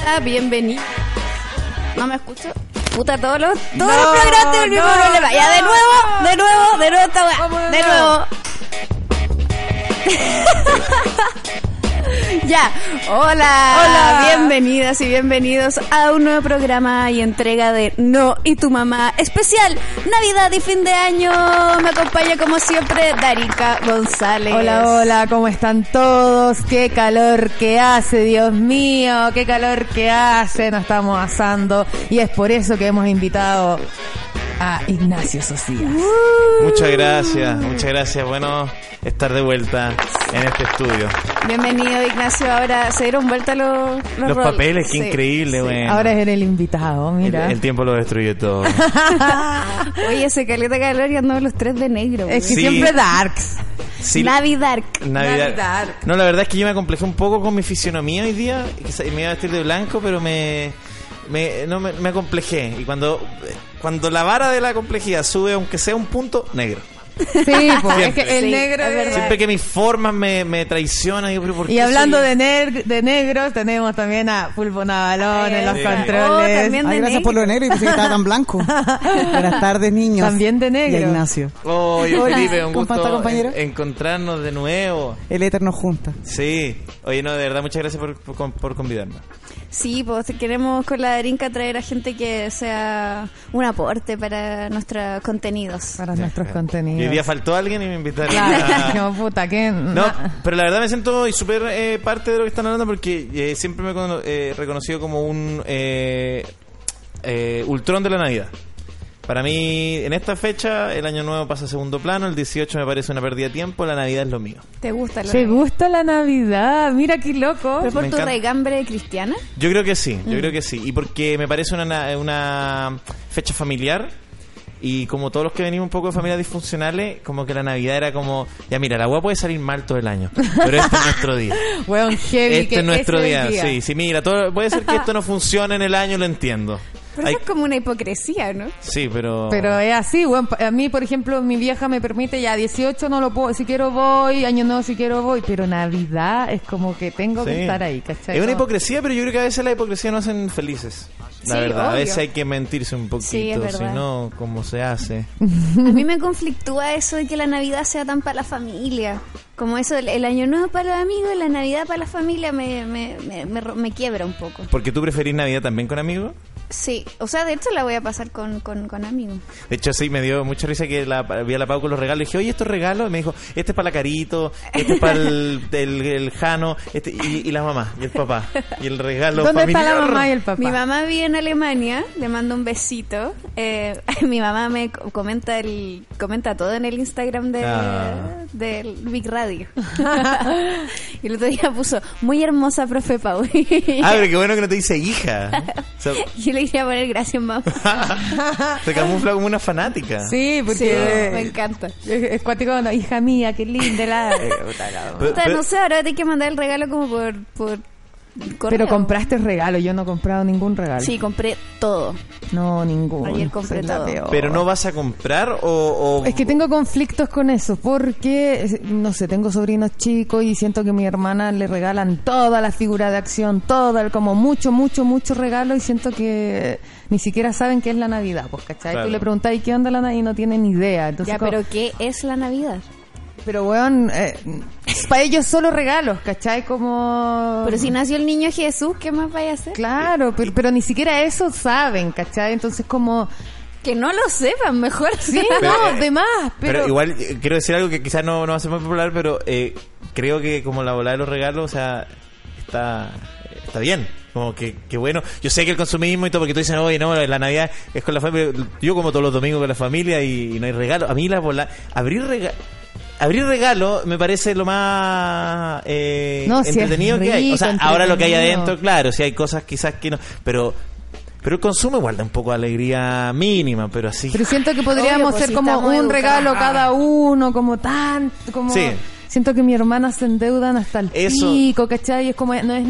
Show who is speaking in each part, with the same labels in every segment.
Speaker 1: Hola, bienvenido. No me escucho. Puta, todos los, todos los programas tienen el mismo
Speaker 2: no,
Speaker 1: problema. Ya, de
Speaker 2: no.
Speaker 1: nuevo, de nuevo, de nuevo esta
Speaker 2: Vamos
Speaker 1: weá.
Speaker 2: de
Speaker 1: De nuevo.
Speaker 2: nuevo.
Speaker 1: ya. Hola.
Speaker 2: Hola.
Speaker 1: Bienvenidas y bienvenidos a un nuevo programa y entrega de No y tu mamá especial. Navidad y fin de año. Me acompaña como siempre Darica González.
Speaker 2: Hola, hola, ¿cómo están todos? Qué calor que hace, Dios mío, qué calor que hace, nos estamos asando y es por eso que hemos invitado a Ignacio Socias.
Speaker 1: Uh,
Speaker 3: Muchas gracias, muchas gracias. Bueno, estar de vuelta en este estudio.
Speaker 1: Bienvenido Ignacio. Ahora se dieron vuelta los
Speaker 3: Los
Speaker 1: roles.
Speaker 3: papeles, qué
Speaker 1: Sí.
Speaker 3: increíble, bueno.
Speaker 2: Ahora es el invitado,
Speaker 3: el,
Speaker 2: mira.
Speaker 3: el tiempo lo destruye todo.
Speaker 1: Oye, se caleta calor y andamos los tres de negro.
Speaker 2: es que
Speaker 3: Sí.
Speaker 2: siempre darks.
Speaker 3: Sí,
Speaker 1: Navidad.
Speaker 3: Navidad.
Speaker 2: Navidad.
Speaker 3: No, la verdad es que yo me complejé un poco con mi fisionomía hoy día. Quizá- Me iba a vestir de blanco, pero me. Me, no, me, me complejé. Y cuando, cuando la vara de la complejidad sube, aunque sea un punto, negro.
Speaker 2: Sí, porque es
Speaker 3: Siempre.
Speaker 2: que el
Speaker 1: Sí,
Speaker 2: negro
Speaker 1: es
Speaker 2: es-
Speaker 1: verdad.
Speaker 3: Siempre que mis formas me, me traicionan, digo, pero ¿por
Speaker 2: Y
Speaker 3: qué
Speaker 2: hablando
Speaker 3: soy-
Speaker 2: de, ner- de negros, tenemos también a Pulpo Navalón
Speaker 1: Ay,
Speaker 2: en los
Speaker 3: sí.
Speaker 2: controles.
Speaker 1: Oh, también
Speaker 4: Ay,
Speaker 1: de
Speaker 4: gracias por lo de negro y pensé que estaba tan blanco. Buenas tardes, niños.
Speaker 2: También de negro.
Speaker 4: Y a Ignacio.
Speaker 3: Oye,
Speaker 4: Hola.
Speaker 3: Felipe, un
Speaker 4: ¿Cómo está,
Speaker 3: gusto
Speaker 4: compañero?
Speaker 3: en- encontrarnos de nuevo.
Speaker 4: El eterno junta.
Speaker 3: Sí, oye, no, de verdad, muchas gracias por, por, por convidarme.
Speaker 1: Sí, pues queremos con la Darinka traer a gente que sea un aporte para nuestros contenidos.
Speaker 2: Para nuestros contenidos.
Speaker 3: Y hoy día faltó alguien y me invitaron.
Speaker 2: Claro,
Speaker 3: a-
Speaker 2: no, puta, que...
Speaker 3: No, pero la verdad me siento súper eh, parte de lo que están hablando porque eh, siempre me he cono- eh, reconocido como un eh, eh, ultrón de la Navidad. Para mí, en esta fecha, el año nuevo pasa a segundo plano, el 18 me parece una pérdida de tiempo, la Navidad es lo mío.
Speaker 1: ¿Te gusta la
Speaker 2: ¿Te gusta la Navidad? Mira qué loco.
Speaker 1: ¿Pero por
Speaker 3: Me
Speaker 1: tu
Speaker 3: encanta.
Speaker 1: regambre cristiana?
Speaker 3: Yo creo que sí, yo creo que sí. Y porque me parece una, na- una fecha familiar. Y como todos los que venimos un poco de familias disfuncionales, como que la Navidad era como, ya mira, la agua puede salir mal todo el año, pero este es nuestro día.
Speaker 2: Weón, heavy.
Speaker 3: Este
Speaker 2: que
Speaker 3: es nuestro
Speaker 2: ese
Speaker 3: día. Sí, sí, mira, todo, puede ser que esto no funcione en el año, lo entiendo.
Speaker 1: Pero
Speaker 3: Hay-
Speaker 1: eso es como una hipocresía, ¿no?
Speaker 3: sí, pero...
Speaker 2: Pero es así, weón. A mí, por ejemplo, mi vieja me permite ya 18 no lo puedo, si quiero voy, año nuevo si quiero voy, pero Navidad es como que tengo
Speaker 3: Sí.
Speaker 2: que estar ahí, ¿cachai?
Speaker 3: Es una
Speaker 2: Como-
Speaker 3: hipocresía, pero yo creo que a veces la hipocresía nos hacen felices. La
Speaker 1: Sí,
Speaker 3: verdad, a
Speaker 1: obvio.
Speaker 3: veces hay que mentirse un poquito,
Speaker 1: Sí, es
Speaker 3: si
Speaker 1: verdad.
Speaker 3: no, ¿cómo se hace?
Speaker 1: A mí me conflictúa eso de que la Navidad sea tan para la familia. Como eso, el, el año nuevo para los amigos y la Navidad para la familia me, me, me, me ro- me quiebra un poco.
Speaker 3: Porque tú preferís Navidad también con amigos.
Speaker 1: Sí, o sea, de hecho la voy a pasar con, con, con amigos.
Speaker 3: De hecho, sí, me dio mucha risa que la, vi a la Pau con los regalos. Y dije, oye, estos regalos. Y me dijo, este es para la Carito, este es para el, el- el Jano, este, y, y la mamá, y el papá. Y el regalo
Speaker 2: ¿Dónde
Speaker 3: familiar.
Speaker 2: está la mamá y el papá?
Speaker 1: Mi mamá vive en Alemania, le mando un besito. Eh, mi mamá me co- comenta el comenta todo en el Instagram de,
Speaker 3: Ah.
Speaker 1: del Big Radio. y el otro día puso, muy hermosa, profe Pau.
Speaker 3: Ah, pero qué bueno que no te dice hija. O sea,
Speaker 1: Yo le quería poner gracias, mamá.
Speaker 3: se camufla como una fanática.
Speaker 2: Sí, porque...
Speaker 1: Sí, me encanta.
Speaker 2: Es, es cuático, no, hija mía, qué linda la...
Speaker 3: Eh, Pero,
Speaker 1: Puta,
Speaker 3: pero-
Speaker 1: no sé, ahora te que mandar el regalo como por, por correo.
Speaker 2: pero compraste regalo, yo no he comprado ningún regalo.
Speaker 1: Sí, compré todo.
Speaker 2: No, ninguno.
Speaker 1: Ayer compré
Speaker 2: Soy la
Speaker 1: todo.
Speaker 2: peor.
Speaker 3: pero no vas a comprar o... o-
Speaker 2: Es que tengo conflictos con eso, porque, es- no sé, tengo sobrinos chicos y siento que mi hermana le regalan toda la figura de acción, todo, el- como mucho, mucho, mucho regalo y siento que ni siquiera saben qué es la Navidad, pues, ¿cachai?
Speaker 3: Claro.
Speaker 2: Tú le preguntás, ¿y qué onda la Navidad? Y no tienen ni idea. Entonces,
Speaker 1: Ya,
Speaker 2: como-
Speaker 1: pero ¿qué es la Navidad?
Speaker 2: pero, weón, eh, para ellos solo regalos, ¿cachai? Como...
Speaker 1: Pero si nació el niño Jesús, ¿qué más vaya a hacer?
Speaker 2: Claro, pero, pero ni siquiera eso saben, ¿cachai? Entonces, como...
Speaker 1: Que no lo sepan, mejor
Speaker 2: Sí,
Speaker 3: Pero,
Speaker 2: no,
Speaker 3: eh,
Speaker 2: de más,
Speaker 3: Pero, igual eh, quiero decir algo que quizás no, no va a ser muy popular, pero eh, creo que como la bola de los regalos, o sea, está, está bien. Como que, que bueno, yo sé que el consumismo y todo, porque tú dices, oye, no, la Navidad es con la familia. Yo como todos los domingos con la familia y, y no hay regalo. A mí la bola, abrir regalo. Abrir regalo me parece lo más eh,
Speaker 2: No, si es
Speaker 3: entretenido que hay. O sea,
Speaker 2: rico,
Speaker 3: ahora lo que hay
Speaker 2: entretenido.
Speaker 3: adentro, claro, si hay cosas quizás que no. Pero pero el consumo igual da un poco de alegría mínima, pero así.
Speaker 2: Pero siento que podríamos
Speaker 1: Obvio, pues,
Speaker 2: ser
Speaker 1: si
Speaker 2: como
Speaker 1: estamos
Speaker 2: un
Speaker 1: educados.
Speaker 2: regalo cada uno, como tan, como...
Speaker 3: Sí.
Speaker 2: Siento que mi hermana se endeudan hasta el
Speaker 3: Eso.
Speaker 2: pico, ¿cachai? Es como, no es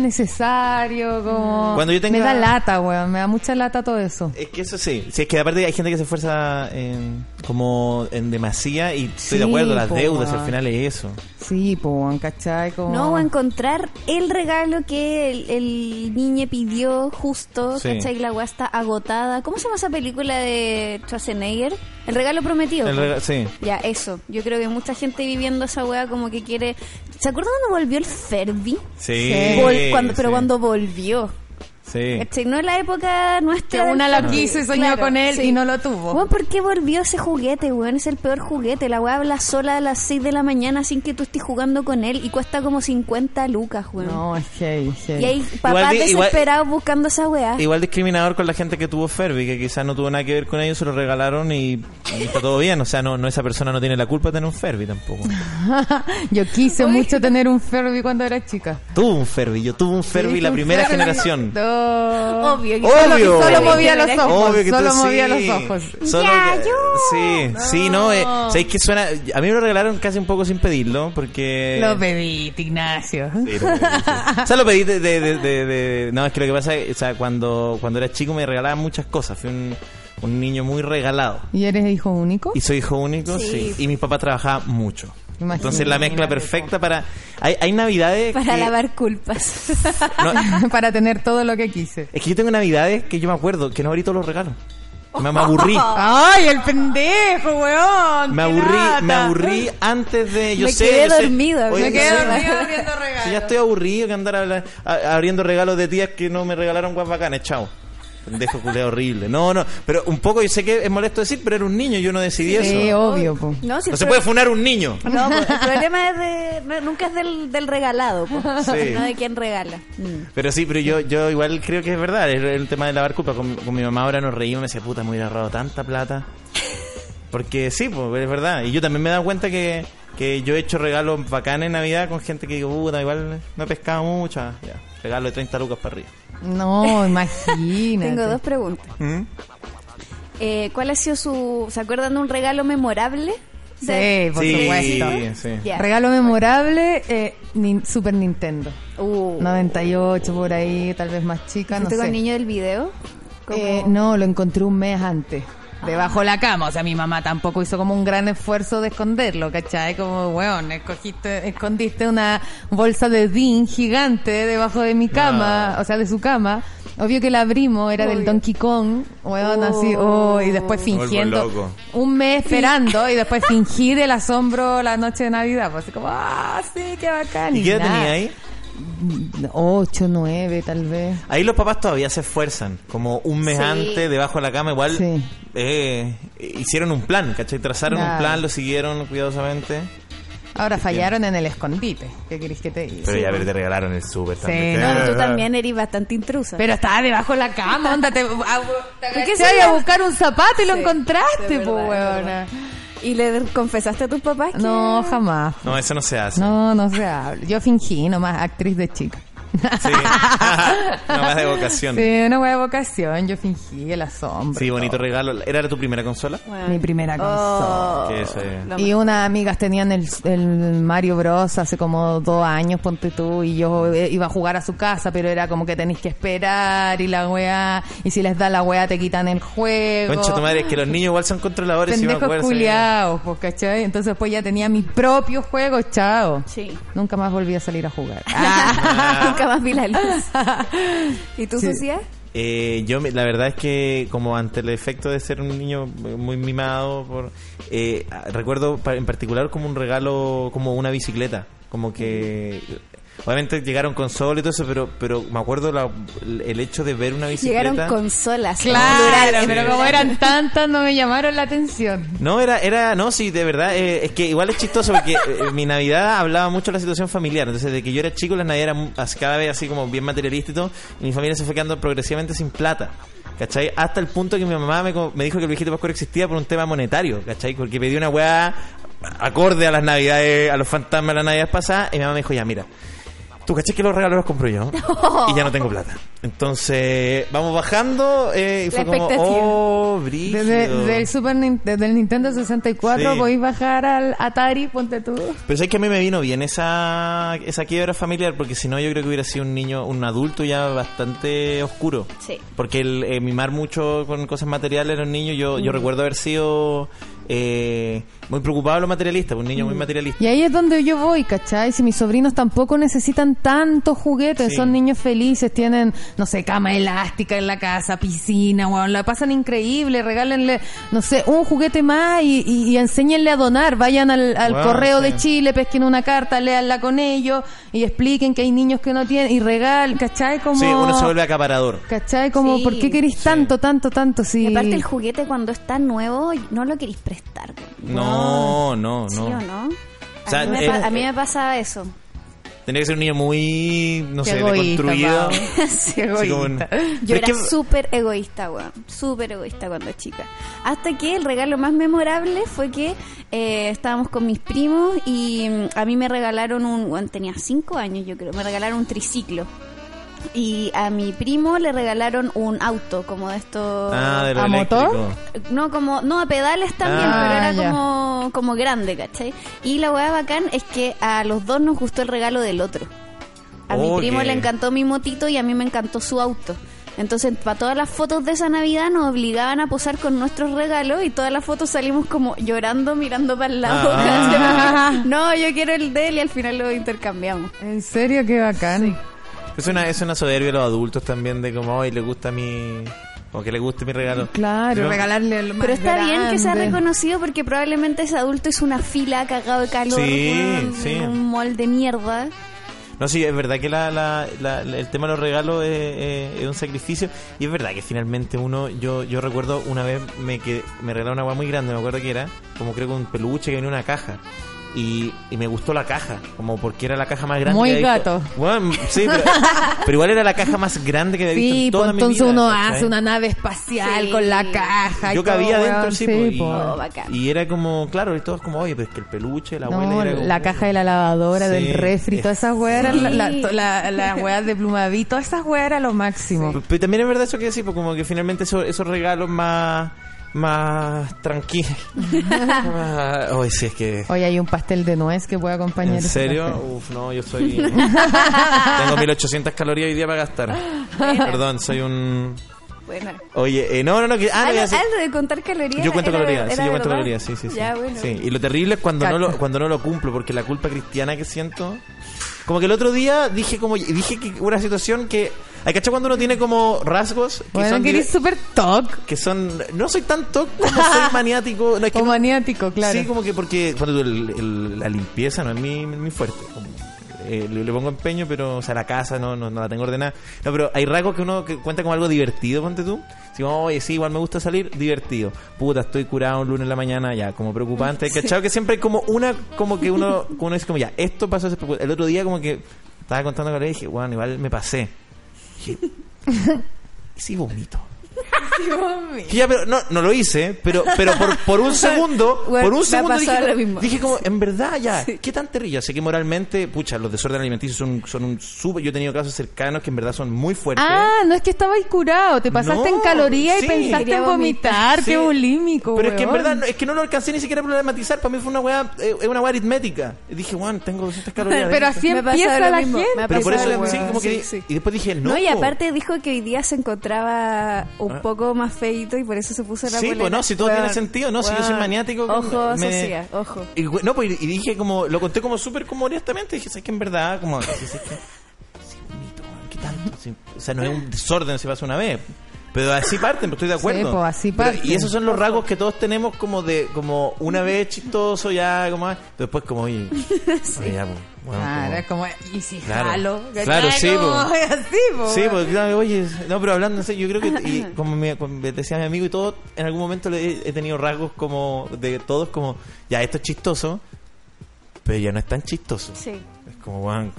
Speaker 2: necesario, como...
Speaker 3: Cuando yo tenga-
Speaker 2: Me da lata, weón, me da mucha lata todo eso.
Speaker 3: Es que eso sí. Sí, es que aparte hay gente que se esfuerza en- como en demasía y estoy de
Speaker 2: Sí,
Speaker 3: acuerdo, las
Speaker 2: po,
Speaker 3: deudas
Speaker 2: weón.
Speaker 3: al final es eso.
Speaker 2: Sí, pues, ¿cachai? Como...
Speaker 1: No, o encontrar el regalo que el, el niño pidió justo,
Speaker 3: Sí.
Speaker 1: ¿cachai? La weá está agotada. ¿Cómo se llama esa película de Schwarzenegger? El regalo prometido.
Speaker 3: El
Speaker 1: po.
Speaker 3: rega- sí.
Speaker 1: Ya, eso. Yo creo que mucha gente viviendo esa weá como que quiere... ¿Se acuerdan cuando volvió el Ferdi?
Speaker 3: Sí.
Speaker 1: Vol- cuando- pero
Speaker 3: sí,
Speaker 1: cuando volvió.
Speaker 3: Sí.
Speaker 1: ¿Cachai? No en la época nuestra.
Speaker 2: Que
Speaker 1: del
Speaker 2: una lo
Speaker 1: Ferdi.
Speaker 2: quiso y soñó
Speaker 1: Claro,
Speaker 2: con él
Speaker 1: sí.
Speaker 2: y no lo tuvo.
Speaker 1: Weón, ¿por qué volvió ese juguete, weón? Es el peor juguete. La weá habla sola a las 6 de la mañana sin que tú estés jugando con él y cuesta como 50 lucas, weón.
Speaker 2: No, es heavy, heavy.
Speaker 1: Y hay papás
Speaker 3: Igual di- igual-
Speaker 1: desesperados buscando esa weá.
Speaker 3: Igual discriminador con la gente que tuvo Ferbi, que quizás no tuvo nada que ver con ellos, se lo regalaron y, y está todo bien. O sea, no, no esa persona no tiene la culpa de tener un Ferbi tampoco.
Speaker 2: Yo quise mucho tener un Ferby cuando era chica.
Speaker 3: tuvo un Ferbi, yo tuve un Ferbi la primera generación.
Speaker 2: No.
Speaker 1: Obvio. que
Speaker 3: Obvio.
Speaker 1: solo-
Speaker 2: Solo
Speaker 1: solo
Speaker 2: movía los
Speaker 1: ojos.
Speaker 2: ojos,
Speaker 3: Obvio que tú
Speaker 2: solo movía
Speaker 3: sí.
Speaker 2: los ojos.
Speaker 3: Solo
Speaker 1: Ya,
Speaker 3: que-
Speaker 1: yo.
Speaker 3: Sí, sí, no. eh, ¿Sabéis que suena? A mí me lo regalaron casi un poco sin pedirlo, porque.
Speaker 2: Lo pedí, Ignacio.
Speaker 3: Sí, lo pedí, sí. O sea, lo pedí de, de- de- de- de- No, es que lo que pasa es que o sea, cuando, cuando era chico me regalaban muchas cosas. Fui un, un niño muy regalado.
Speaker 2: ¿Y eres hijo único?
Speaker 3: Y soy hijo único, sí.
Speaker 1: Sí.
Speaker 3: Y mis papás trabajaban mucho.
Speaker 2: Imagínate.
Speaker 3: Entonces la mezcla perfecta para... Hay, hay navidades...
Speaker 1: Para
Speaker 3: que-
Speaker 1: lavar culpas.
Speaker 3: no,
Speaker 2: Para tener todo lo que quise.
Speaker 3: es que yo tengo navidades que yo me acuerdo que no abrí todos los regalos. Me, me aburrí.
Speaker 2: ¡Ay, el pendejo, weón!
Speaker 3: Me
Speaker 2: ¡Qué lata!
Speaker 3: aburrí, me aburrí antes de... Yo
Speaker 1: Me
Speaker 3: sé,
Speaker 1: quedé
Speaker 3: yo sé-
Speaker 1: dormida,
Speaker 3: Oye,
Speaker 2: Me
Speaker 1: me
Speaker 3: yo
Speaker 2: quedé
Speaker 3: sé-
Speaker 2: dormido abriendo
Speaker 3: si ya
Speaker 2: regalos.
Speaker 3: estoy aburrido que andar habla- a- abriendo regalos de tías que no me regalaron guas bacanes, chao. Pendejo culeo horrible. No, no, pero un poco yo sé que es molesto decir, pero era un niño, yo no decidí
Speaker 2: Sí,
Speaker 3: eso.
Speaker 2: obvio, po.
Speaker 1: No, si
Speaker 3: No
Speaker 1: el
Speaker 3: se
Speaker 1: pro-
Speaker 3: puede funar un niño.
Speaker 1: No, pues, el problema es de. no, nunca es del, del regalado, po,
Speaker 3: Sí.
Speaker 1: sino de quien regala. Mm.
Speaker 3: Pero sí, pero yo, yo igual creo que es verdad, el, el tema de lavar culpa. Con, con mi mamá ahora nos reímos, me decía, puta, me hubiera ahorrado tanta plata. Porque sí, pues es verdad. Y yo también me he dado cuenta que, que yo he hecho regalos bacanes en Navidad con gente que digo, puta, igual no he pescado mucho. Ah, Ya, regalo de 30 lucas para arriba.
Speaker 2: No, imagínate.
Speaker 1: Tengo dos preguntas.
Speaker 3: ¿Mm?
Speaker 1: Eh, ¿Cuál ha sido su. ¿Se acuerdan de un regalo memorable?
Speaker 2: Sí, por supuesto.
Speaker 3: sí.
Speaker 1: Ya.
Speaker 2: Regalo memorable, eh, nin- Super Nintendo.
Speaker 1: Uh,
Speaker 2: 98 por ahí, tal vez más chica, no
Speaker 1: ¿Fuiste con
Speaker 2: sé.
Speaker 1: niño del video? Como-
Speaker 2: Eh, no, lo encontré un mes antes. Debajo de la cama, o sea, mi mamá tampoco hizo como un gran esfuerzo de esconderlo, ¿cachai? Como, weón, escogiste, escondiste una bolsa de DIN gigante debajo de mi cama, o sea, de su cama. Obvio que la abrimos, era del
Speaker 1: Obvio.
Speaker 2: Donkey Kong, weón, así, oh, y después
Speaker 3: vuelvo
Speaker 2: fingiendo.
Speaker 3: loco.
Speaker 2: Un mes esperando y después fingir el asombro la noche de Navidad, pues así como, ah, sí, qué bacán.
Speaker 3: ¿Y qué edad
Speaker 2: nada.
Speaker 3: tenía ahí?
Speaker 2: Ocho, nueve, tal vez.
Speaker 3: Ahí los papás todavía se esfuerzan, como un mes
Speaker 1: Sí.
Speaker 3: antes, debajo de la cama, igual
Speaker 2: Sí.
Speaker 3: eh, hicieron un plan, ¿cachai? Trazaron un
Speaker 2: Claro.
Speaker 3: plan, lo siguieron cuidadosamente.
Speaker 2: Ahora fallaron en el escondite. ¿Qué querés que te diga?
Speaker 3: Pero ya pero te regalaron el súper también.
Speaker 1: No, tú también eres bastante intrusa.
Speaker 2: Pero estaba debajo de la cama, onda, te, ah, a, te
Speaker 1: ¿Qué
Speaker 2: agachaste
Speaker 1: sería?
Speaker 2: a buscar un zapato y lo
Speaker 1: Sí,
Speaker 2: encontraste,
Speaker 1: es
Speaker 2: po,
Speaker 1: verdad, es
Speaker 2: huevona.
Speaker 1: ¿Y le confesaste a tus papás que.?
Speaker 2: No, jamás.
Speaker 3: No, eso no se hace.
Speaker 2: No, no se habla. Yo fingí nomás, actriz de chica.
Speaker 3: Sí. no más de vocación. Sí,
Speaker 2: Sí, una buena vocación, yo fingí el asombro.
Speaker 3: bonito regalo. ¿Era tu primera consola?
Speaker 1: Bueno.
Speaker 2: Mi primera consola.
Speaker 3: Que eso Oh. es-
Speaker 1: lo
Speaker 2: Y unas amigas tenían el, el Mario Bros hace como dos años, ponte tú, y yo eh, iba a jugar a su casa, pero era como que tenéis que esperar y la weá, y si les da la weá te quitan el juego.
Speaker 3: Concha tu madre, es que los niños igual son controladores, si me
Speaker 2: Pendejos
Speaker 3: acuerdo. sí.
Speaker 2: culiados, pues, ¿cachai? Entonces pues ya tenía mi propio juego, chao.
Speaker 1: Sí.
Speaker 2: Nunca más volví a salir a jugar.
Speaker 1: Nunca más vi la luz. ¿Y tú,
Speaker 2: Ah. Sí.
Speaker 1: Sucia?
Speaker 3: Eh, yo me- la verdad es que como ante el efecto de ser un niño muy mimado, por, eh, ah, recuerdo pa- en particular como un regalo, como una bicicleta, como que obviamente llegaron con sol y todo eso, pero pero me acuerdo la- el hecho de ver una bicicleta.
Speaker 1: Llegaron consolas.
Speaker 2: claro,
Speaker 1: plural.
Speaker 2: Ah, pero como eran tantas no me llamaron la atención.
Speaker 3: No, era, era, no, sí, de verdad, eh, es que igual es chistoso porque eh, mi Navidad hablaba mucho de la situación familiar, entonces de que yo era chico la Navidad era mu- as- cada vez así como bien materialista y todo, y mi familia se fue quedando progresivamente sin plata, ¿cachai? Hasta el punto que mi mamá me, co- me dijo que el viejito Pascuero existía por un tema monetario, ¿cachai? Porque pedí una weá acorde a las Navidades, a los fantasmas de las Navidades pasadas, y mi mamá me dijo, ya, mira, Tú caché que los regalos los compro yo y ya no tengo plata. Entonces, vamos bajando eh, y
Speaker 1: La
Speaker 3: fue como,
Speaker 1: expectativa.
Speaker 3: oh, brígido.
Speaker 2: Desde, desde el Super Nin- desde el Nintendo 64
Speaker 3: Sí.
Speaker 2: podéis bajar al Atari, ponte tú.
Speaker 3: Pero sé que a mí me vino bien esa, esa quiebra familiar, porque si no yo creo que hubiera sido un niño, un adulto ya bastante oscuro.
Speaker 1: Sí.
Speaker 3: Porque el eh, mimar mucho con cosas materiales a los niños, yo, yo recuerdo haber sido eh, muy preocupado de lo materialista, un niño muy materialista.
Speaker 2: Y ahí es donde yo voy, ¿cachai? Si mis sobrinos tampoco necesitan tantos juguetes,
Speaker 3: Sí.
Speaker 2: son niños felices, tienen, no sé, cama elástica en la casa, piscina, weón, la pasan increíble, regálenle, no sé, un juguete más y, y- y enséñenle a donar, vayan al, al
Speaker 3: Weón,
Speaker 2: correo
Speaker 3: sí.
Speaker 2: de Chile, pesquen una carta, léanla con ellos y expliquen que hay niños que no tienen y regal, ¿cachai? Como,
Speaker 3: Sí, uno se vuelve acaparador.
Speaker 2: ¿Cachai? Como,
Speaker 1: Sí.
Speaker 2: ¿por qué queréis tanto, tanto, tanto? Si...
Speaker 1: Y aparte el juguete cuando está nuevo no lo queréis prestar.
Speaker 3: No, no, no.
Speaker 1: ¿Sí o no?
Speaker 3: O sea,
Speaker 1: a, mí me
Speaker 3: eh,
Speaker 1: pa- a mí
Speaker 3: eh,
Speaker 1: me pasa eso.
Speaker 3: Tendría que ser un niño muy, no
Speaker 2: Qué
Speaker 3: sé,
Speaker 2: egoísta,
Speaker 3: deconstruido.
Speaker 2: Pau.
Speaker 1: Sí.
Speaker 3: Así como un-
Speaker 1: Yo
Speaker 3: Pero es
Speaker 1: era
Speaker 3: que-
Speaker 1: súper egoísta, weón. Súper egoísta cuando chica. Hasta que el regalo más memorable fue que eh, estábamos con mis primos y mm, a mí me regalaron un. weón, tenía cinco años, yo creo. Me regalaron un triciclo. Y a mi primo le regalaron un auto, como de estos.
Speaker 3: Ah, de lo
Speaker 2: ¿A
Speaker 3: eléctrico.
Speaker 2: motor?
Speaker 1: No, como, no, a pedales también,
Speaker 2: Ah,
Speaker 1: pero era
Speaker 2: ya.
Speaker 1: como, como grande, ¿cachai? Y la hueá bacán es que a los dos nos gustó el regalo del otro. A mi
Speaker 3: Oye.
Speaker 1: primo le encantó mi motito y a mí me encantó su auto. Entonces, para todas las fotos de esa Navidad nos obligaban a posar con nuestros regalos y todas las fotos salimos como llorando, mirando para el lado.
Speaker 3: Ah.
Speaker 1: ¿cachai? no, yo quiero el de él y al final lo intercambiamos.
Speaker 2: En serio, qué bacán.
Speaker 3: Es una, es una soberbia de los adultos también de como, ay, le gusta mi... O que le guste mi regalo.
Speaker 2: Claro,
Speaker 3: Pero-
Speaker 2: regalarle lo más
Speaker 1: Pero está bien que sea
Speaker 2: grande.
Speaker 1: reconocido porque probablemente ese adulto es una fila cagado de calor,
Speaker 3: Sí,
Speaker 1: weón,
Speaker 3: sí.
Speaker 1: en un molde de mierda.
Speaker 3: No, sí, es verdad que la, la- la- la- el tema de los regalos es, es- es un sacrificio. Y es verdad que finalmente uno, yo, yo recuerdo una vez me, que, me regalaron una agua muy grande, me acuerdo que era, como creo que un peluche que venía en una caja. Y, y me gustó la caja, como porque era la caja más grande.
Speaker 2: Muy
Speaker 3: que había
Speaker 2: gato.
Speaker 3: Visto. Bueno, sí, pero, pero igual era la caja más grande que había visto
Speaker 2: Sí,
Speaker 3: en toda
Speaker 2: pues
Speaker 3: mi
Speaker 2: entonces
Speaker 3: vida,
Speaker 2: uno
Speaker 3: ¿cachai?
Speaker 2: hace una nave espacial
Speaker 1: Sí.
Speaker 2: con la caja. y
Speaker 3: Yo
Speaker 2: todo,
Speaker 3: cabía
Speaker 2: weón,
Speaker 3: dentro, sí, po, y,
Speaker 1: Oh, bacán.
Speaker 3: y era como, claro, y todos como, oye, pues que el peluche, la
Speaker 2: No,
Speaker 3: abuela. era como-
Speaker 2: la caja de la lavadora,
Speaker 3: Sí,
Speaker 2: del refri,
Speaker 3: es-
Speaker 2: todas esas weas eran
Speaker 1: Sí.
Speaker 2: la- la- to- la- las weas de plumaví, todas esas weas eran lo máximo.
Speaker 3: Pero, pero también es verdad eso que decís, pues como que finalmente eso- esos regalos más más tranquilos. Más- Oye, sí, es que...
Speaker 2: Hoy hay un pastel de nuez que puede acompañar.
Speaker 3: ¿En
Speaker 2: ese
Speaker 3: serio?
Speaker 2: pastel.
Speaker 3: Uf, no, yo soy... Tengo 1800 calorías hoy día para gastar. Perdón, soy un...
Speaker 1: Bueno.
Speaker 3: Oye, eh, no, no, no, que... Ah, no,
Speaker 1: algo,
Speaker 3: ya sé.
Speaker 1: algo de contar calorías.
Speaker 3: Yo cuento
Speaker 1: era-
Speaker 3: calorías, sí,
Speaker 1: era
Speaker 3: yo cuento
Speaker 1: verdad.
Speaker 3: calorías, sí, sí, sí.
Speaker 1: Ya, bueno.
Speaker 3: Sí, Y lo terrible es cuando no lo, cuando no lo cumplo, porque la culpa cristiana que siento. Como que el otro día dije como dije que una situación que. ¿Hay cachado cuando uno tiene como rasgos que
Speaker 2: Bueno,
Speaker 3: son
Speaker 2: que eres
Speaker 3: dire-
Speaker 2: súper toc
Speaker 3: que son no soy tan toc como soy maniático, no, es que
Speaker 2: o
Speaker 3: no-
Speaker 2: maniático, claro.
Speaker 3: Sí, como que porque cuando el- el- la limpieza no es mi, mi fuerte. como, eh, le, le pongo empeño, pero, o sea, la casa no, no, no la tengo ordenada. No, pero hay rasgos que uno que cuenta como algo divertido, ponte tú. Si como, oye, sí, igual me gusta salir, divertido. Puta, estoy curado un lunes en la mañana, ya, como preocupante. ¿Cachado? Que siempre hay como una, como que uno, uno dice como, ya, esto pasó. hace poco. El otro día, como que estaba contando con él y dije, bueno, igual me pasé. Dije, sí, vomito. Que ya, pero no, no lo hice, pero, pero por, por un segundo,
Speaker 1: Bueno,
Speaker 3: por un
Speaker 1: me
Speaker 3: segundo
Speaker 1: ha
Speaker 3: dije,
Speaker 1: pasado
Speaker 3: como-
Speaker 1: lo mismo.
Speaker 3: dije como, en verdad ya, qué tan terrible. Yo sé que moralmente, pucha, los desórdenes alimenticios son, son un súper, yo he tenido casos cercanos que en verdad son muy fuertes.
Speaker 2: Ah, no es que estabas curado, te pasaste
Speaker 3: No,
Speaker 2: en calorías
Speaker 3: sí.
Speaker 2: y pensaste
Speaker 1: Quería
Speaker 2: en vomitar,
Speaker 3: Sí.
Speaker 2: qué bulímico.
Speaker 3: Pero es que en
Speaker 2: weón.
Speaker 3: verdad, no- es que no lo alcancé ni siquiera a problematizar, para mí fue una weá, eh, es una weá aritmética. Y dije, bueno, tengo 200 calorías.
Speaker 2: Pero
Speaker 3: adentro".
Speaker 2: así
Speaker 1: Me ha pasado
Speaker 2: empieza
Speaker 1: lo
Speaker 2: la
Speaker 1: mismo, me ha
Speaker 2: gente.
Speaker 3: Pero por
Speaker 1: pasado
Speaker 3: eso,
Speaker 1: la
Speaker 3: sí,
Speaker 1: weá,
Speaker 3: como que,
Speaker 1: sí, sí.
Speaker 3: y después dije, no.
Speaker 1: No, y
Speaker 3: po".
Speaker 1: aparte dijo que hoy día se encontraba un
Speaker 3: Ah.
Speaker 1: poco más feito y por eso se puso la
Speaker 3: Sí,
Speaker 1: polera.
Speaker 3: pues no, si todo
Speaker 1: Weón,
Speaker 3: tiene sentido, no, si yo soy
Speaker 1: weón.
Speaker 3: maniático.
Speaker 1: Ojo,
Speaker 3: me-
Speaker 1: socia, ojo.
Speaker 3: Y, güey, no, pues, y dije como, lo conté como súper como honestamente, dije, ¿sabes que en verdad? Como, así, sí, que, sí, bonito, güey, ¿qué tanto? Sí, o sea, no es un desorden si pasa una vez. Pero así parten, pues, estoy de acuerdo.
Speaker 2: Sí, pues, así
Speaker 3: Pero-
Speaker 2: parten.
Speaker 3: y esos son los rasgos que todos tenemos como de, como una vez chistoso ya, como, ah, después como, oye, oye, ya, pues, bueno,
Speaker 2: Claro,
Speaker 3: como-
Speaker 2: es Ah, como, y si
Speaker 3: Claro.
Speaker 2: jalo.
Speaker 3: Claro, sí,
Speaker 2: Como,
Speaker 3: po.
Speaker 2: así, po,
Speaker 3: Sí,
Speaker 2: weón.
Speaker 3: porque claro, oye, no, pero hablando, en serio, yo creo que, y como me, como me decía mi amigo y todo, en algún momento le he, he tenido rasgos como de todos, como, ya, esto es chistoso, pero ya no es tan chistoso.
Speaker 1: Sí,
Speaker 3: Es como, weón.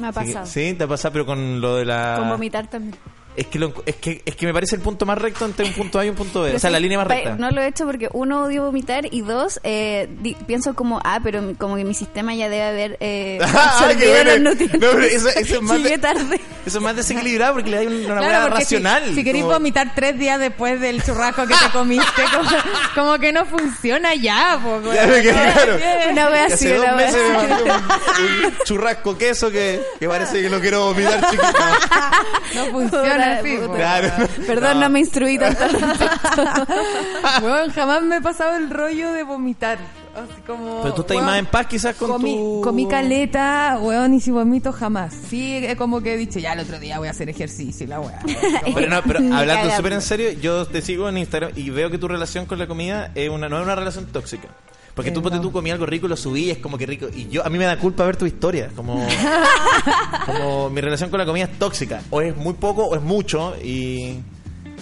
Speaker 1: me ha
Speaker 3: así que-
Speaker 1: pasado.
Speaker 3: Sí, ah. te ha pasado, pero con lo de la.
Speaker 1: Con vomitar también.
Speaker 3: Es que, lo encu- es, que, es que me parece el punto más recto entre un punto A y un punto B.
Speaker 1: Pero
Speaker 3: o sea,
Speaker 1: sí,
Speaker 3: la línea más
Speaker 1: pa-
Speaker 3: recta.
Speaker 1: No lo he hecho porque uno odio vomitar y dos eh, di- pienso como ah, pero mi- como que mi sistema ya debe haber eh,
Speaker 3: Ah, qué
Speaker 1: absorbido
Speaker 3: bueno.
Speaker 1: los nutrientes.
Speaker 3: No, pero eso- eso es más
Speaker 1: Llegué
Speaker 3: de-
Speaker 1: tarde.
Speaker 3: Eso es más desequilibrado porque le da una una hueá
Speaker 2: Claro, porque
Speaker 3: racional.
Speaker 2: Si, si queréis
Speaker 3: como-
Speaker 2: vomitar tres días después del churrasco que te comiste, como, como que no funciona ya, po, weón.
Speaker 3: Ya, porque, claro.
Speaker 1: Una wea
Speaker 3: Que
Speaker 1: así,
Speaker 3: hace dos
Speaker 1: una wea
Speaker 3: meses me
Speaker 1: así.
Speaker 3: mandé un, un churrasco queso que, que parece que lo quiero vomitar chiquito.
Speaker 2: No funciona
Speaker 1: ahora.
Speaker 2: sí,
Speaker 1: puta,
Speaker 3: claro.
Speaker 1: Perdón, no.
Speaker 3: No.
Speaker 1: me instruí tanto. al respecto.
Speaker 2: Weón, jamás me he pasado el rollo de vomitar. Así como,
Speaker 3: Pero tú estás
Speaker 2: weón,
Speaker 3: más en paz quizás con
Speaker 2: comí,
Speaker 3: tu...
Speaker 2: comí caleta, weón, y si vomito jamás. Sí, es como que he dicho, ya el otro día voy a hacer ejercicio y la weá.
Speaker 3: Pero no, pero
Speaker 1: Ni
Speaker 3: hablando
Speaker 1: cagando.
Speaker 3: súper en serio, yo te sigo en Instagram y veo que tu relación con la comida es una, no es una relación tóxica. Porque tú,
Speaker 2: Eh,
Speaker 3: ponte
Speaker 2: no.
Speaker 3: tú comías algo rico y lo subí, es como que rico. Y yo, a mí me da culpa ver tu historia. Como, como mi relación con la comida es tóxica. O es muy poco o es mucho. Y,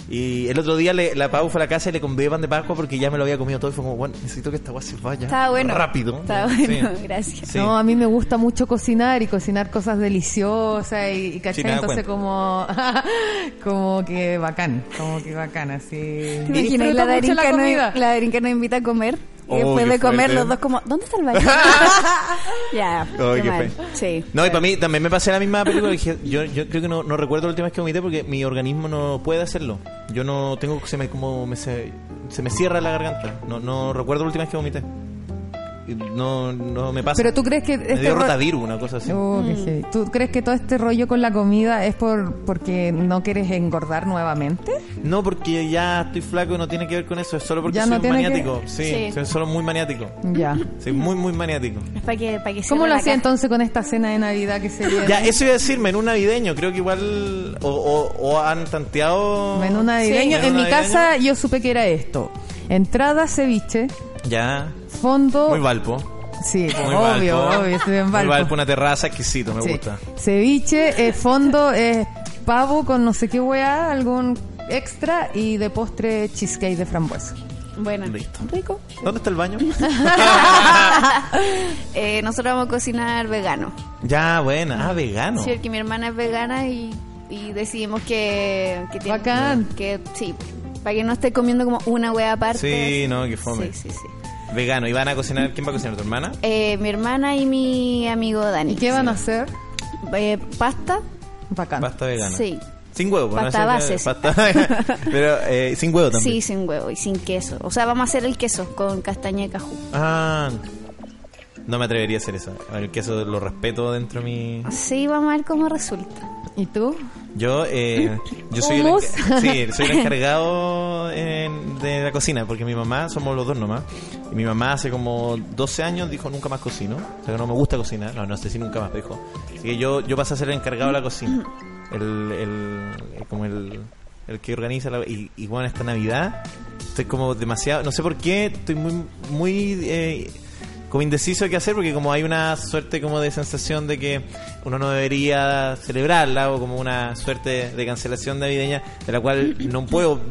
Speaker 3: y el otro día le- la Pau fue a la casa y le convidé pan de Pascua porque ya me lo había comido todo. Y fue como, bueno, necesito que esta guay se vaya.
Speaker 1: Estaba bueno.
Speaker 3: Rápido.
Speaker 1: Estaba
Speaker 3: Sí.
Speaker 1: bueno, gracias.
Speaker 3: Sí.
Speaker 2: No, a mí me gusta mucho cocinar y cocinar cosas deliciosas y, y ¿cachai?
Speaker 3: Sí, me da
Speaker 2: Entonces
Speaker 3: cuenta.
Speaker 2: como como que bacán, como que bacán así.
Speaker 1: ¿Te imaginas? Y
Speaker 2: Disfruto
Speaker 1: la
Speaker 2: mucho
Speaker 1: Darinka, no,
Speaker 2: comida.
Speaker 1: la Darinka nos invita a comer. y
Speaker 3: Oh,
Speaker 1: después
Speaker 3: qué
Speaker 1: de comer,
Speaker 3: fuerte.
Speaker 1: los dos como, ¿dónde está el baño? ya,
Speaker 3: Oh,
Speaker 1: qué
Speaker 3: qué
Speaker 1: mal.
Speaker 3: fe.
Speaker 1: Sí.
Speaker 3: No, y para mí también me pasé la misma película. Dije, yo, yo creo que no, no recuerdo la última vez que vomité porque mi organismo no puede hacerlo. Yo no tengo, se me, como me se, se me cierra la garganta. No, no recuerdo la última vez que vomité. Y No, no me pasa.
Speaker 2: Pero tú crees que este
Speaker 3: Me dio
Speaker 2: ro-
Speaker 3: rotavirus, una cosa así.
Speaker 2: Oh, qué
Speaker 1: Mm.
Speaker 2: heavy. ¿Tú crees que todo este rollo con la comida es por porque no quieres engordar nuevamente?
Speaker 3: No, porque ya estoy flaco y no tiene que ver con eso. Es solo porque
Speaker 2: Ya
Speaker 3: soy
Speaker 2: no
Speaker 3: un
Speaker 2: tiene que-
Speaker 3: maniático. Sí,
Speaker 1: Sí.
Speaker 3: soy solo muy maniático.
Speaker 2: Ya.
Speaker 3: Soy muy, muy maniático.
Speaker 1: Es para que, para que
Speaker 2: ¿Cómo
Speaker 1: cierre
Speaker 2: lo
Speaker 1: la
Speaker 2: hacía
Speaker 1: caja.
Speaker 2: entonces con esta cena de Navidad que se viene?
Speaker 3: Ya, eso iba a decir, menú navideño. Creo que igual. O, o- o han tanteado.
Speaker 2: Menú navideño.
Speaker 3: Sí.
Speaker 2: en mi
Speaker 3: Menú
Speaker 2: casa yo supe que era esto. Entrada ceviche,
Speaker 3: Ya.
Speaker 2: fondo...
Speaker 3: Muy valpo.
Speaker 2: Sí,
Speaker 3: Muy
Speaker 2: obvio,
Speaker 3: Valpo.
Speaker 2: obvio, estoy en
Speaker 3: Muy
Speaker 2: Valpo.
Speaker 3: una terraza exquisito, me
Speaker 2: Sí.
Speaker 3: gusta.
Speaker 2: Ceviche, eh, fondo es pavo con no sé qué weá, algún extra y de postre cheesecake de frambuesa.
Speaker 1: Bueno,
Speaker 3: Listo.
Speaker 1: rico.
Speaker 3: ¿Dónde está el baño?
Speaker 1: Eh, nosotros vamos a cocinar vegano.
Speaker 3: ya, buena. Ah, vegano.
Speaker 1: Sí, porque mi hermana es vegana y, y decidimos que, que tiene-
Speaker 2: Bacán.
Speaker 1: Que, sí, para que no esté comiendo como una hueá aparte.
Speaker 3: Sí, no, qué fome.
Speaker 1: Sí, sí, sí.
Speaker 3: Vegano. ¿Y van a cocinar? ¿Quién va a cocinar? ¿Tu hermana?
Speaker 1: Eh, mi hermana y mi amigo Dani.
Speaker 2: ¿Y qué van a hacer?
Speaker 1: Eh, pasta.
Speaker 2: Bacán.
Speaker 3: Pasta vegana.
Speaker 1: Ah, Sí.
Speaker 3: Sin huevo. pues, ¿no?
Speaker 1: Pasta base, sí.
Speaker 3: Pasta Pero eh, sin huevo también.
Speaker 1: Sí, sin huevo y sin queso. O sea, vamos a hacer el queso con castaña de cajú.
Speaker 3: Ah. No me atrevería a hacer eso. A ver, que eso lo respeto dentro de mi...
Speaker 1: Sí, vamos a ver cómo resulta.
Speaker 2: ¿Y tú?
Speaker 3: Yo, eh, yo soy, el,
Speaker 2: ¿Hummus?
Speaker 3: enca- sí, soy el encargado en- de la cocina, porque mi mamá, somos los dos nomás. Y mi mamá hace como 12 años dijo nunca más cocino. O sea, que no me gusta cocinar. No, no sé si nunca más, pero dijo. Así que yo, yo pasé a ser el encargado de la cocina. El, el- como el, el que organiza la- y, y bueno, esta Navidad estoy como demasiado... No sé por qué, estoy muy... muy eh, como indeciso de qué hacer porque como hay una suerte como de sensación de que uno no debería celebrarla o como una suerte de cancelación navideña de la cual no puedo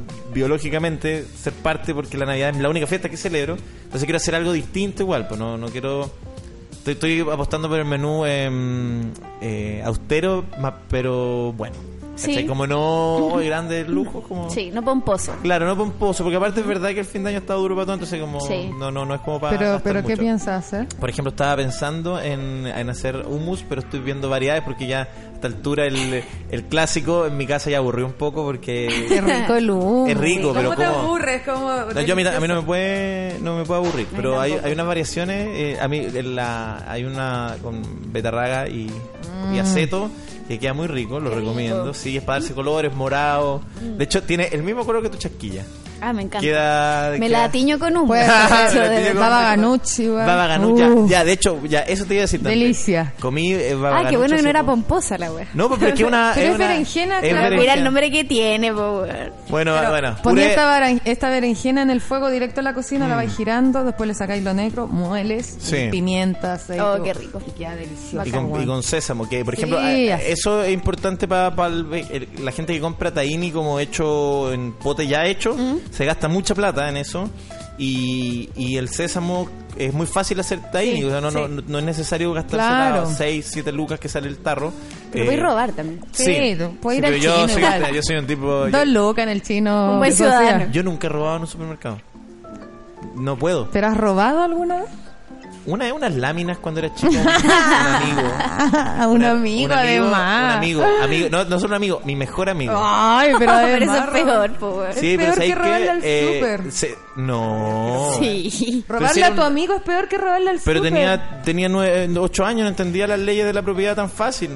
Speaker 3: biológicamente ser parte porque la Navidad es la única fiesta que celebro entonces quiero hacer algo distinto igual pues no, no quiero estoy, estoy apostando por el menú em, eh, austero ma- pero bueno
Speaker 1: Sí.
Speaker 3: ¿Cachai? como no grandes lujos como
Speaker 1: Sí, no pomposo.
Speaker 3: Claro, no pomposo, porque aparte es verdad que el fin de año está duro para todo, entonces como
Speaker 1: Sí.
Speaker 3: no, no, no es como para
Speaker 2: pero,
Speaker 3: gastar
Speaker 2: pero ¿qué
Speaker 3: mucho.
Speaker 2: piensas hacer?
Speaker 3: Por ejemplo, estaba pensando en, en hacer hummus, pero estoy viendo variedades porque ya a esta altura el, el clásico en mi casa ya aburrió un poco
Speaker 2: Qué
Speaker 3: porque
Speaker 2: rico el humo.
Speaker 3: es rico, pero como...
Speaker 2: Como...
Speaker 3: No, yo a mí, a mí no me puede no me puede aburrir,
Speaker 1: mí
Speaker 3: pero hay,
Speaker 1: tampoco.
Speaker 3: hay unas variaciones, eh, a mí en la, hay una con betarraga y, y aceto que queda muy rico, lo
Speaker 1: Mm. Qué rico. Mm.
Speaker 3: recomiendo, sí, es para darse colores, morado, de hecho tiene el mismo color que tu chasquilla,
Speaker 1: Ah, me encanta.
Speaker 3: queda...
Speaker 1: me
Speaker 3: queda-
Speaker 1: la tiño con un
Speaker 2: Pues,
Speaker 1: cacho
Speaker 3: Me la
Speaker 1: de-
Speaker 3: tiño con-
Speaker 2: Baba Ganucci, weón.
Speaker 3: Baba Ganucha.
Speaker 2: Uh.
Speaker 3: Ya, de hecho, ya, eso te iba a decir también.
Speaker 2: Delicia.
Speaker 3: Comí eh, baba
Speaker 1: Ah, qué
Speaker 3: ganucha
Speaker 1: bueno que no
Speaker 3: hace
Speaker 1: era
Speaker 3: poco.
Speaker 1: pomposa la wea.
Speaker 3: No, pero es que una.
Speaker 2: Pero es
Speaker 3: una-
Speaker 2: berenjena, claro.
Speaker 3: es
Speaker 1: Mira el
Speaker 3: berenjena.
Speaker 1: nombre que tiene, po, weón.
Speaker 3: Bueno, bueno.
Speaker 2: Ponía
Speaker 3: puré- Mm.
Speaker 2: esta, baran- esta berenjena en el fuego directo a la cocina, la vais girando, después le sacáis lo negro, mueles,
Speaker 3: Sí.
Speaker 2: y pimienta, aceite.
Speaker 1: Oh, qué rico.
Speaker 2: Y queda delicioso.
Speaker 3: Y con, y
Speaker 2: weón.
Speaker 3: con sésamo, que por
Speaker 2: Sí,
Speaker 3: ejemplo, eh,
Speaker 2: así.
Speaker 3: eso es importante para la gente que compra tahini como hecho en pote ya hecho, se gasta mucha plata en eso. Y, y el sésamo es muy fácil hacer tahini,
Speaker 1: Sí,
Speaker 3: o sea, no, no,
Speaker 1: sí.
Speaker 3: no- no es necesario gastarse
Speaker 2: Claro.
Speaker 3: 6, 7 lucas que sale el tarro.
Speaker 1: Te lo
Speaker 3: Eh,
Speaker 1: podéis robar también.
Speaker 2: Sí, puede ir
Speaker 3: pero
Speaker 2: al
Speaker 3: yo
Speaker 2: chino
Speaker 3: soy,
Speaker 2: igual.
Speaker 3: Yo soy un tipo. Yo,
Speaker 2: Dos lucas en el chino.
Speaker 1: Un buen
Speaker 2: Sofía.
Speaker 1: ciudadano.
Speaker 3: yo nunca he robado en un supermercado. No puedo.
Speaker 2: ¿Pero has robado alguna vez?
Speaker 3: Una unas láminas cuando era chico. un amigo.
Speaker 2: Ah, un
Speaker 3: Una-
Speaker 2: amigo, además.
Speaker 3: Un amigo. Amigo. No, no solo un amigo, mi mejor amigo.
Speaker 2: Ay, pero
Speaker 1: Pero, eso
Speaker 2: además.
Speaker 1: es peor, po, weón.
Speaker 2: es peor
Speaker 3: ¿sabéis
Speaker 2: que robarle
Speaker 3: qué? Eh,
Speaker 2: al súper.
Speaker 3: se- no.
Speaker 1: Sí.
Speaker 3: Pero
Speaker 2: Robarle
Speaker 3: si era
Speaker 2: a tu
Speaker 3: un-
Speaker 2: amigo es peor que robarle al
Speaker 3: Pero
Speaker 2: súper.
Speaker 3: tenía, tenía nueve, ocho años, no entendía las leyes de la propiedad tan fácil.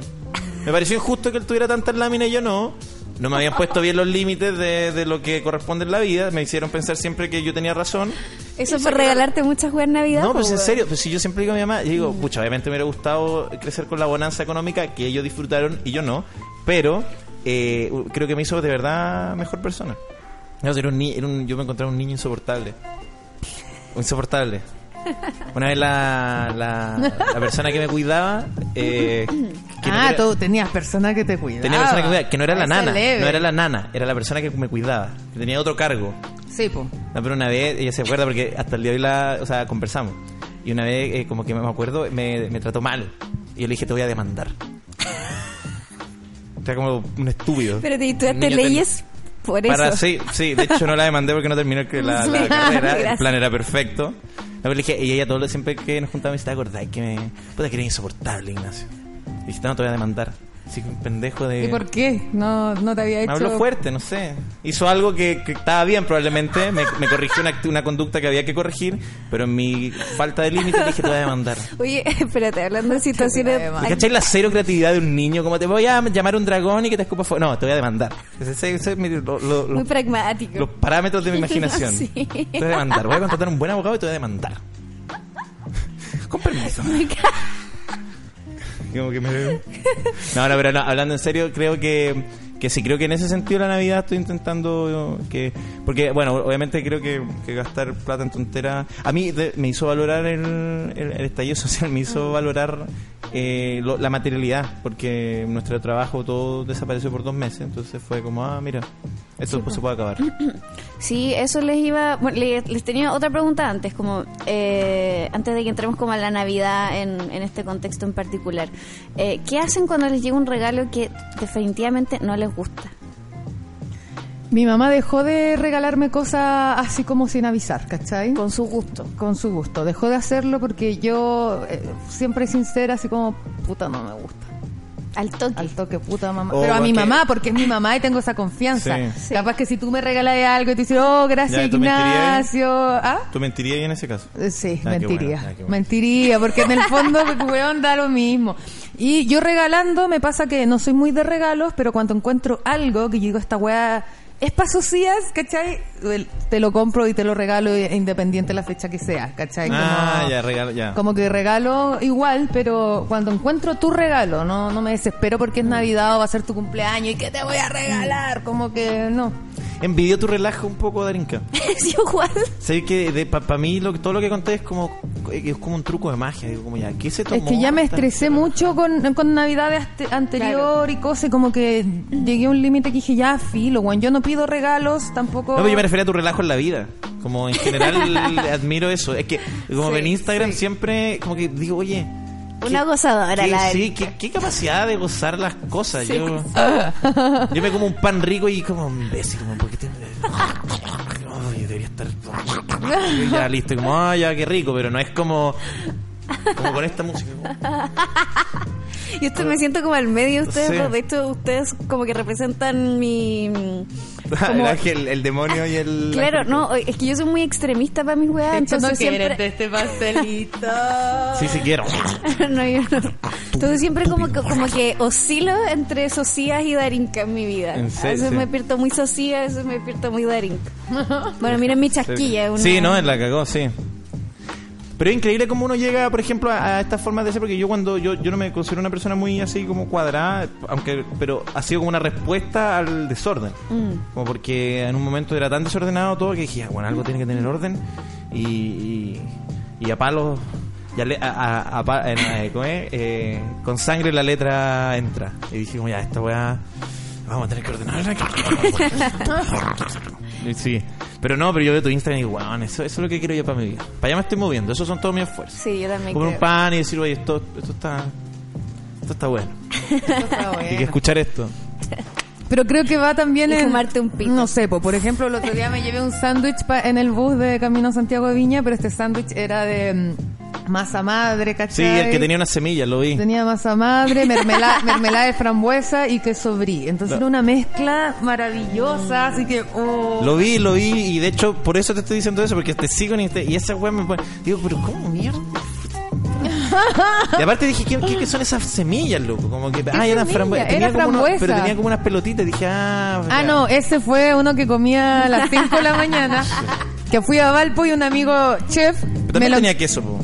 Speaker 3: Me pareció injusto que él tuviera tantas láminas y yo no. No me habían puesto bien los límites de, de lo que corresponde en la vida. Me hicieron pensar siempre que yo tenía razón.
Speaker 1: Eso por regalarte muchas weas en Navidad.
Speaker 3: No, pues
Speaker 1: po,
Speaker 3: en
Speaker 1: weón.
Speaker 3: serio, pues si yo siempre digo a mi mamá, yo digo, pucha, obviamente me hubiera gustado crecer con la bonanza económica que ellos disfrutaron y yo no, pero eh, creo que me hizo de verdad mejor persona. No, era un ni- era un- yo me encontraba un niño insoportable. Insoportable. Una vez la, la, la persona que me cuidaba... eh, que no
Speaker 2: Ah,
Speaker 3: era-
Speaker 2: tú tenías personas que te cuidaban.
Speaker 3: Tenía persona que, cuidaba, que no era la
Speaker 2: Eso es
Speaker 3: nana,
Speaker 2: leve.
Speaker 3: no era la nana, era la persona que me cuidaba, que tenía otro cargo.
Speaker 2: Sí, po.
Speaker 3: No, pero una vez, ella se acuerda porque hasta el día de hoy la, o sea, conversamos. Y una vez, eh, como que me acuerdo, me, me trató mal. Y yo le dije, te voy a demandar. o sea, como un estúpido.
Speaker 1: Pero te estudiaste
Speaker 3: Niño ten-
Speaker 1: leyes por eso.
Speaker 3: Para, sí, sí. De hecho, no la demandé porque no terminó el- la, la
Speaker 1: Sí.
Speaker 3: carrera. El
Speaker 1: Gracias.
Speaker 3: plan era perfecto. No, pero le dije, y ella todo lo- siempre que nos juntábamos, ¿te acordás que me... Puta, que era insoportable, Ignacio. Y dije, no, te voy a demandar. Así que un pendejo de...
Speaker 2: ¿Y por qué? No, no te había hecho.
Speaker 3: Eh. Me habló fuerte, no sé. Hizo algo que, que estaba bien probablemente. Me, me corrigió una, act- una conducta que había que corregir, pero en mi falta de límite le dije te voy a demandar.
Speaker 1: Oye, espérate, hablando de situaciones.
Speaker 2: Te voy a
Speaker 3: ¿Y ¿Cachai la cero creatividad de un niño? Como te voy a llamar un dragón y que te escupa fuego. No, te voy a demandar. Ese, ese- ese es mi- lo- lo-
Speaker 1: Muy
Speaker 3: lo-
Speaker 1: pragmático.
Speaker 3: los parámetros de mi imaginación.
Speaker 1: Sí.
Speaker 3: Te voy a demandar. Voy a contratar un buen abogado y te voy a demandar. Con permiso. Como que me veo. No, no, pero no, hablando en serio, creo que, que sí, creo que en ese sentido la Navidad estoy intentando que... Porque, bueno, obviamente creo que, que gastar plata en tonteras... A mí de- me hizo valorar el, el- el estallido social, me hizo valorar eh, lo- la materialidad, porque nuestro trabajo todo desapareció por dos meses, entonces fue como, ah, mira, esto pues, se puede acabar.
Speaker 1: Sí, eso les iba. Bueno, le- les, tenía otra pregunta antes, como eh, antes de que entremos como a la Navidad en, en este contexto en particular. Eh, ¿Qué hacen cuando les llega un regalo que definitivamente no les gusta?
Speaker 2: Mi mamá dejó de regalarme cosas así como sin avisar, ¿cachai?
Speaker 1: Con su gusto.
Speaker 2: Con su gusto. Dejó de hacerlo porque yo, eh, siempre sincera, así como, puta, no me gusta.
Speaker 1: Al toque.
Speaker 2: Al toque, puta mamá.
Speaker 3: O
Speaker 2: Pero a mi
Speaker 3: porque-
Speaker 2: mamá, porque es mi mamá y tengo esa confianza.
Speaker 3: Oh, Sí.
Speaker 1: Sí.
Speaker 2: Capaz que si tú me regalas algo y te dices, oh, gracias
Speaker 3: Ya, ¿y tú
Speaker 2: Ignacio. ¿Ah?
Speaker 3: ¿Tú mentirías en ese caso?
Speaker 2: Eh, Sí,
Speaker 3: Ah, qué
Speaker 2: mentiría.
Speaker 3: bueno, ah, qué bueno.
Speaker 2: Mentiría, porque en el fondo, pues, weón, da lo mismo. Y yo regalando, me pasa que no soy muy de regalos, pero cuando encuentro algo que yo digo, esta weá es para sus días, ¿cachai? El- Te lo compro y te lo regalo e- independiente de la fecha que sea, ¿cachai?
Speaker 3: Ah,
Speaker 2: Como-
Speaker 3: ya, regalo, ya.
Speaker 2: como que regalo igual, pero cuando encuentro tu regalo, no, no me desespero porque es
Speaker 3: Mm.
Speaker 2: Navidad o va a ser tu cumpleaños y que te voy a regalar, como que no.
Speaker 3: Envidio tu relajo un poco, Darinka.
Speaker 1: es igual.
Speaker 3: Sabes que para mí lo, que- todo lo que conté es como eh, es como un truco de magia, digo como ya, ¿qué se tomó?
Speaker 2: Es que ya me
Speaker 3: Esta-
Speaker 2: estresé mucho con, con Navidades ante- anterior y cosas, como que llegué a un límite que dije, ya, filo, weón, yo no pido regalos, tampoco...
Speaker 3: No, pero yo me refería a tu relajo en la vida. Como en general admiro eso. Es que como
Speaker 2: Sí,
Speaker 3: en Instagram
Speaker 2: sí.
Speaker 3: siempre como que digo, oye,
Speaker 1: Una gozadora,
Speaker 3: ¿qué,
Speaker 1: la
Speaker 3: sí,
Speaker 1: Erika.
Speaker 3: qué, qué capacidad de gozar las cosas. Yo, yo me como un pan rico y como imbécil, como porque te... Ay, debería estar... Y ya listo, y como, ah, ya, qué rico, pero no es como... Como con esta música. como-
Speaker 1: Y esto me siento como al medio de ustedes,
Speaker 3: Sí.
Speaker 1: dos. de hecho ustedes como que representan mi...
Speaker 3: El
Speaker 1: como-
Speaker 3: ángel, el demonio y el...
Speaker 1: Claro, no, es que yo soy muy extremista para mis weas, entonces siempre...
Speaker 2: este pastelito.
Speaker 3: Sí, sí quiero.
Speaker 1: no, yo no. Entonces siempre como que, como que oscilo entre Socias y Darinka en mi vida.
Speaker 3: En
Speaker 1: a
Speaker 3: serio,
Speaker 1: veces
Speaker 3: sí.
Speaker 1: me pierdo muy Socia, a veces me pierdo muy Darinka. Bueno, miren mi chasquilla. eh, una-
Speaker 3: Sí, no, en la cagó, sí. Pero es increíble cómo uno llega, por ejemplo, a, a estas formas de ser, porque yo cuando yo, yo no me considero una persona muy así como cuadrada, aunque pero ha sido como una respuesta al desorden. Como porque en un momento era tan desordenado todo que dije, "Ah, bueno, algo tiene que tener orden y, y, y a palos, y a le- a- a- a pa- en- eh, ¿cómo es? Eh, con sangre la letra entra. Y dije, como, ya, esta weá, vamos a tener que ordenarla. Sí, pero no, pero yo veo tu Instagram y digo, weón, eso, eso es lo que quiero yo para mi vida. Para allá me estoy moviendo, esos son todos mis esfuerzos.
Speaker 1: Sí, yo también creo.
Speaker 3: Comer un pan y decir, oye, esto, esto está. Esto está bueno. Y que escuchar esto.
Speaker 2: Pero creo que va también
Speaker 1: Y
Speaker 2: en...
Speaker 1: fumarte un pito.
Speaker 2: No sé, po, por ejemplo, el otro día me llevé un sándwich pa- en el bus de Camino a Santiago de Viña, pero este sándwich era de mm, masa madre, ¿cachai?
Speaker 3: Sí, el que tenía unas semillas, lo vi.
Speaker 2: Tenía masa madre, mermelada, mermelada de frambuesa y queso brie. Entonces era
Speaker 3: No.
Speaker 2: una mezcla maravillosa, así que... oh.
Speaker 3: Lo vi, lo vi, y de hecho, por eso te estoy diciendo eso, porque te sigo en Instagram. Y esa weá me pone. Digo, pero ¿cómo mierda? Y aparte dije, ¿qué, qué- qué son esas semillas, loco? Como que, ah, eran
Speaker 2: semilla?
Speaker 3: frambuesas. Tenía
Speaker 2: Era
Speaker 3: como unos-
Speaker 2: frambuesa.
Speaker 3: pero tenía como unas pelotitas. Dije, ah,
Speaker 2: Ah,
Speaker 3: ya.
Speaker 2: no, ese fue uno que comía a las 5 de la mañana. Que fui a Valpo y un amigo chef
Speaker 3: Pero
Speaker 2: me
Speaker 3: también
Speaker 2: lo.
Speaker 3: tenía queso, po,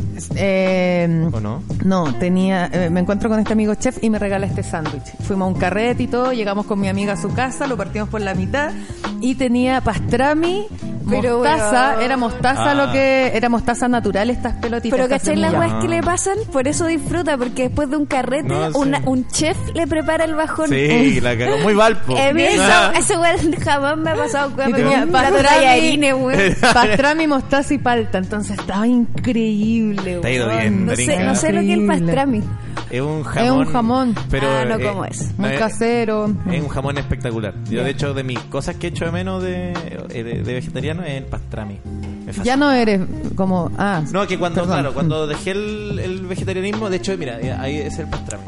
Speaker 2: eh,
Speaker 3: ¿o no?
Speaker 2: no, tenía. eh, me encuentro con este amigo chef y me regala este sándwich. Fuimos a un carrete y todo, llegamos con mi amiga a su casa, lo partimos por la mitad y tenía pastrami,
Speaker 1: Pero,
Speaker 2: mostaza,
Speaker 1: weón.
Speaker 2: era mostaza
Speaker 3: Ah.
Speaker 2: lo que. Era mostaza natural estas pelotitas.
Speaker 1: Pero
Speaker 2: estas
Speaker 1: ¿cachai las
Speaker 2: semillas.
Speaker 1: weas que le pasan? Por eso disfruta, porque después de un carrete,
Speaker 3: Ah. No, sí.
Speaker 1: una- un chef le prepara el bajón.
Speaker 3: Sí, la cagó. Muy valpo.
Speaker 1: Eh, a mí Eh, eso-
Speaker 3: Ah.
Speaker 1: ese weón jamás me ha pasado weón,
Speaker 2: Y
Speaker 1: me
Speaker 2: tenía
Speaker 1: comí un plato de
Speaker 2: pastrami.
Speaker 1: tallarines, weón.
Speaker 2: Pastrami, mostaza y palta, entonces estaba increíble.
Speaker 3: Te ha ido
Speaker 2: weón.
Speaker 3: bien,
Speaker 1: No sé,
Speaker 3: Brinca.
Speaker 1: no sé lo que es el
Speaker 2: Increíble.
Speaker 1: pastrami.
Speaker 3: Es un jamón.
Speaker 2: Es un jamón.
Speaker 3: Pero,
Speaker 1: Ah, no
Speaker 3: eh,
Speaker 1: como eso.
Speaker 3: no,
Speaker 2: Muy
Speaker 3: es-
Speaker 2: casero.
Speaker 3: Es un jamón espectacular. Yo, de hecho, de mis cosas que echo de menos de, eh, de, de vegetariano es el pastrami. Me fascina.
Speaker 2: Ya no eres como. Ah,
Speaker 3: No, que cuando,
Speaker 2: perdón.
Speaker 3: claro, cuando dejé el, el vegetarianismo, de hecho, mira, eh, ahí es el pastrami.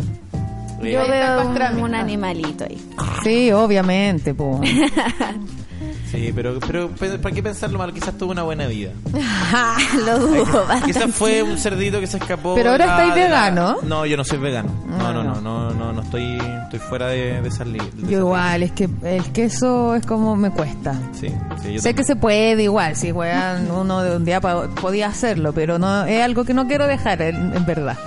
Speaker 3: Eh,
Speaker 1: Yo
Speaker 2: está el
Speaker 1: veo un,
Speaker 2: pastrami.
Speaker 1: un
Speaker 2: Ah.
Speaker 1: animalito ahí.
Speaker 2: Sí, obviamente, po.
Speaker 3: Sí, pero, pero pe- ¿para qué pensarlo mal? Quizás tuvo una buena vida.
Speaker 1: lo dudo. bastante.
Speaker 3: Quizás fue un cerdito que se escapó.
Speaker 2: Pero ahora
Speaker 3: de la-
Speaker 2: estáis
Speaker 3: de la-
Speaker 2: vegano.
Speaker 3: No, yo no soy vegano. No,
Speaker 2: Ah,
Speaker 3: no, no,
Speaker 2: no.
Speaker 3: no, no, no estoy, estoy fuera de, de esa li- de esa
Speaker 2: Yo igual, es que el queso es como me cuesta.
Speaker 3: li- Sí, sí, yo
Speaker 2: Sé
Speaker 3: también.
Speaker 2: que se puede igual, si weón, uno de un día pa- podía hacerlo, pero no es algo que no quiero dejar, en, en verdad.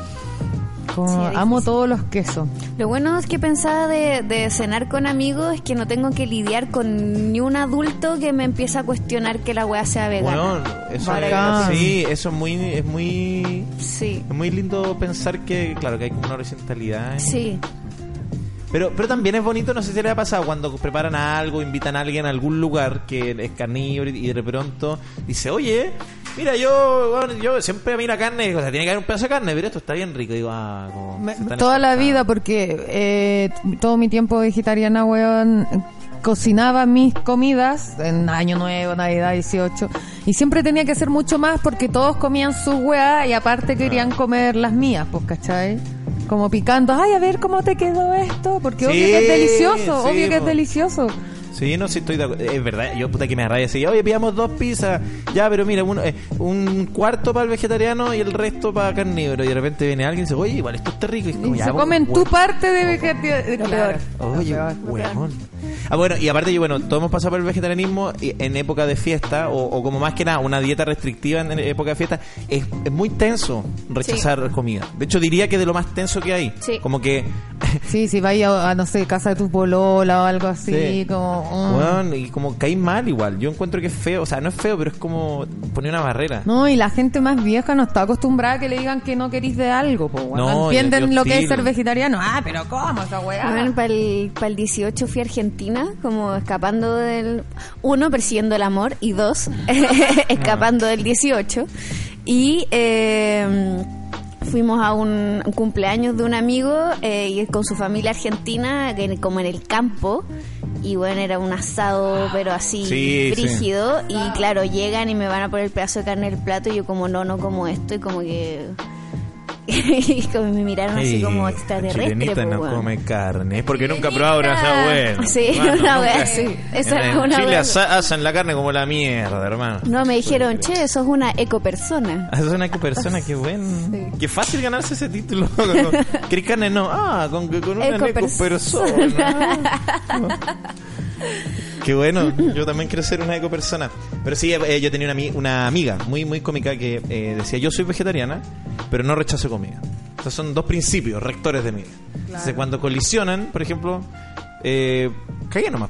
Speaker 2: Como,
Speaker 1: Sí, es
Speaker 2: amo todos los quesos.
Speaker 1: Lo bueno es que pensaba de, de cenar con amigos es que no tengo que lidiar con ni un adulto que me empieza a cuestionar que la weá sea vegana.
Speaker 3: Bueno, eso es,
Speaker 2: Bacán.
Speaker 3: sí, eso es muy, es muy,
Speaker 1: Sí,
Speaker 3: es muy lindo pensar que, claro, que hay como una horizontalidad. en-
Speaker 1: sí.
Speaker 3: Pero, pero también es bonito, no sé si les ha pasado, cuando preparan algo, invitan a alguien a algún lugar que es carnívoro y de pronto dice, oye, mira, yo bueno, yo siempre a mí la carne, o sea, tiene que haber un pedazo de carne, pero esto está bien rico. Digo, ah, como
Speaker 2: Me-
Speaker 3: se están
Speaker 2: toda la
Speaker 3: esforzando.
Speaker 2: vida, porque eh, t- todo mi tiempo vegetariana, weón, cocinaba mis comidas en Año Nuevo, Navidad, 18, y siempre tenía que hacer mucho más porque todos comían sus weas y aparte querían comer las mías, pues, ¿cachai? Como picando, ay, a ver cómo te quedó esto, porque obvio
Speaker 3: Sí,
Speaker 2: que es delicioso,
Speaker 3: sí, pues.
Speaker 2: obvio que es
Speaker 3: po.
Speaker 2: delicioso.
Speaker 3: Sí, no, sí estoy de acuerdo. Es verdad, yo puta que me da rabia decir, oye, pidamos dos pizzas. Ya, pero mira, uno, eh, un cuarto para el vegetariano y el resto para carnívoro. Y de repente viene alguien y dice, oye, igual esto está rico. Y es como,
Speaker 2: Y
Speaker 3: ya, pues,
Speaker 2: se
Speaker 3: vos,
Speaker 2: comen tu
Speaker 3: weón.
Speaker 2: parte de vegetariano.
Speaker 3: Oye, weón. Ah, bueno, y aparte, yo, bueno, todos hemos pasado por el vegetarianismo y- en época de fiesta, o, o como más que nada, una dieta restrictiva en en época de fiesta. Es, es muy tenso rechazar comida. De hecho, diría que de lo más tenso que hay.
Speaker 1: Sí.
Speaker 3: Como que.
Speaker 2: Sí, si vaya a, a, no sé, casa de tu polola o algo así,
Speaker 3: Sí.
Speaker 2: como...
Speaker 1: ah.
Speaker 2: mm.
Speaker 3: Weón, y como caí mal igual. Yo encuentro que es feo. O sea, no es feo, pero es como poner una barrera.
Speaker 2: No, y la gente más vieja no está acostumbrada a que le digan que no querís de algo, po, weón.
Speaker 3: No,
Speaker 2: No
Speaker 3: y-
Speaker 2: entienden
Speaker 3: y
Speaker 2: lo que es
Speaker 3: hostil.
Speaker 2: ser vegetariano. Ah, pero ¿cómo esa weá?
Speaker 1: para el, 18 fui a Argentina, como escapando del. Uno, persiguiendo el amor, y dos, escapando del 18. Y eh, fuimos a un, un cumpleaños de un amigo eh, y con su familia argentina, que en- como en el campo. Y bueno, era un asado, pero así,
Speaker 3: Sí, sí.
Speaker 1: rígido. Y claro, llegan y me van a poner el pedazo de carne en el plato. Y yo, como no, no como esto. Y como que. y como me miraron así
Speaker 3: Ey,
Speaker 1: como
Speaker 3: la
Speaker 1: extraterrestre.
Speaker 3: chilenita
Speaker 1: pues,
Speaker 3: no
Speaker 1: weón.
Speaker 3: come carne. Es porque nunca he probado una asada buena.
Speaker 1: Sí,
Speaker 3: Hermano,
Speaker 1: una
Speaker 3: nunca.
Speaker 1: wea así. Esa
Speaker 3: en
Speaker 1: era una
Speaker 3: Chile
Speaker 1: wea.
Speaker 3: asa- hacen la carne como la mierda, hermano.
Speaker 1: No, me dijeron, che, sos una ecopersona.
Speaker 3: Es una Ah, persona, qué buen. Qué fácil ganarse ese título. ¿Querés carne? No. Ah, con, con una
Speaker 1: Ecopersona.
Speaker 3: ecopersona. Qué bueno, yo también quiero ser una ecopersona. Pero sí, eh, yo tenía una, ami- una amiga muy muy cómica que eh, decía, yo soy vegetariana, pero no rechazo comida. Estos son dos principios rectores de mi vida. Entonces, cuando colisionan, por ejemplo, eh, caía nomás.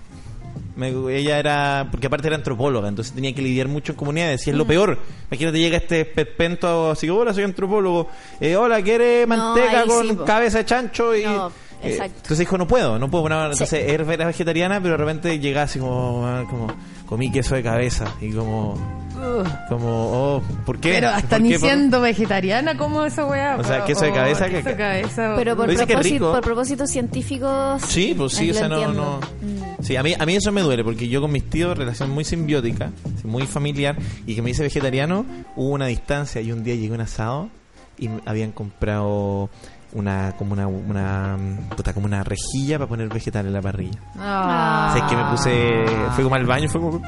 Speaker 3: Me- ella era, porque aparte era antropóloga, entonces tenía que lidiar mucho en comunidades, y es lo
Speaker 1: Mm.
Speaker 3: peor. Imagínate, llega este perpento así, hola, soy antropólogo, eh, hola, ¿quiere manteca
Speaker 1: ahí
Speaker 3: con
Speaker 1: sí, po.
Speaker 3: cabeza de chancho? Y,
Speaker 1: No,
Speaker 3: eh,
Speaker 1: exacto.
Speaker 3: entonces dijo, no puedo, no puedo. bueno, entonces era era vegetariana, pero de repente llegaba así como, ah, como comí queso de cabeza. Y como,
Speaker 2: Uh,
Speaker 3: como oh, ¿por qué?
Speaker 2: pero hasta
Speaker 3: ¿Por
Speaker 2: ni
Speaker 3: qué? Por-
Speaker 2: siendo vegetariana, ¿cómo esa weá?
Speaker 3: O sea,
Speaker 2: po?
Speaker 3: queso de
Speaker 2: Oh,
Speaker 3: cabeza
Speaker 2: queso
Speaker 3: que-
Speaker 2: de cabeza.
Speaker 1: Pero por,
Speaker 3: Pero dice que
Speaker 1: propósito-
Speaker 3: rico.
Speaker 1: por propósitos científicos.
Speaker 3: Sí, pues sí,
Speaker 1: eh,
Speaker 3: o
Speaker 1: lo
Speaker 3: sea, no, no.
Speaker 1: entiendo. Mm.
Speaker 2: Mm.
Speaker 3: Sí, a mí, a mí eso me duele, porque yo con mis tíos, relación muy simbiótica, así, muy familiar, y que me hice vegetariano, hubo una distancia y un día llegué a un asado y m- habían comprado una como una, una mm, puta, como una rejilla para poner vegetal en la parrilla.
Speaker 2: Ah.
Speaker 3: Así que me puse, fue como al baño, fue como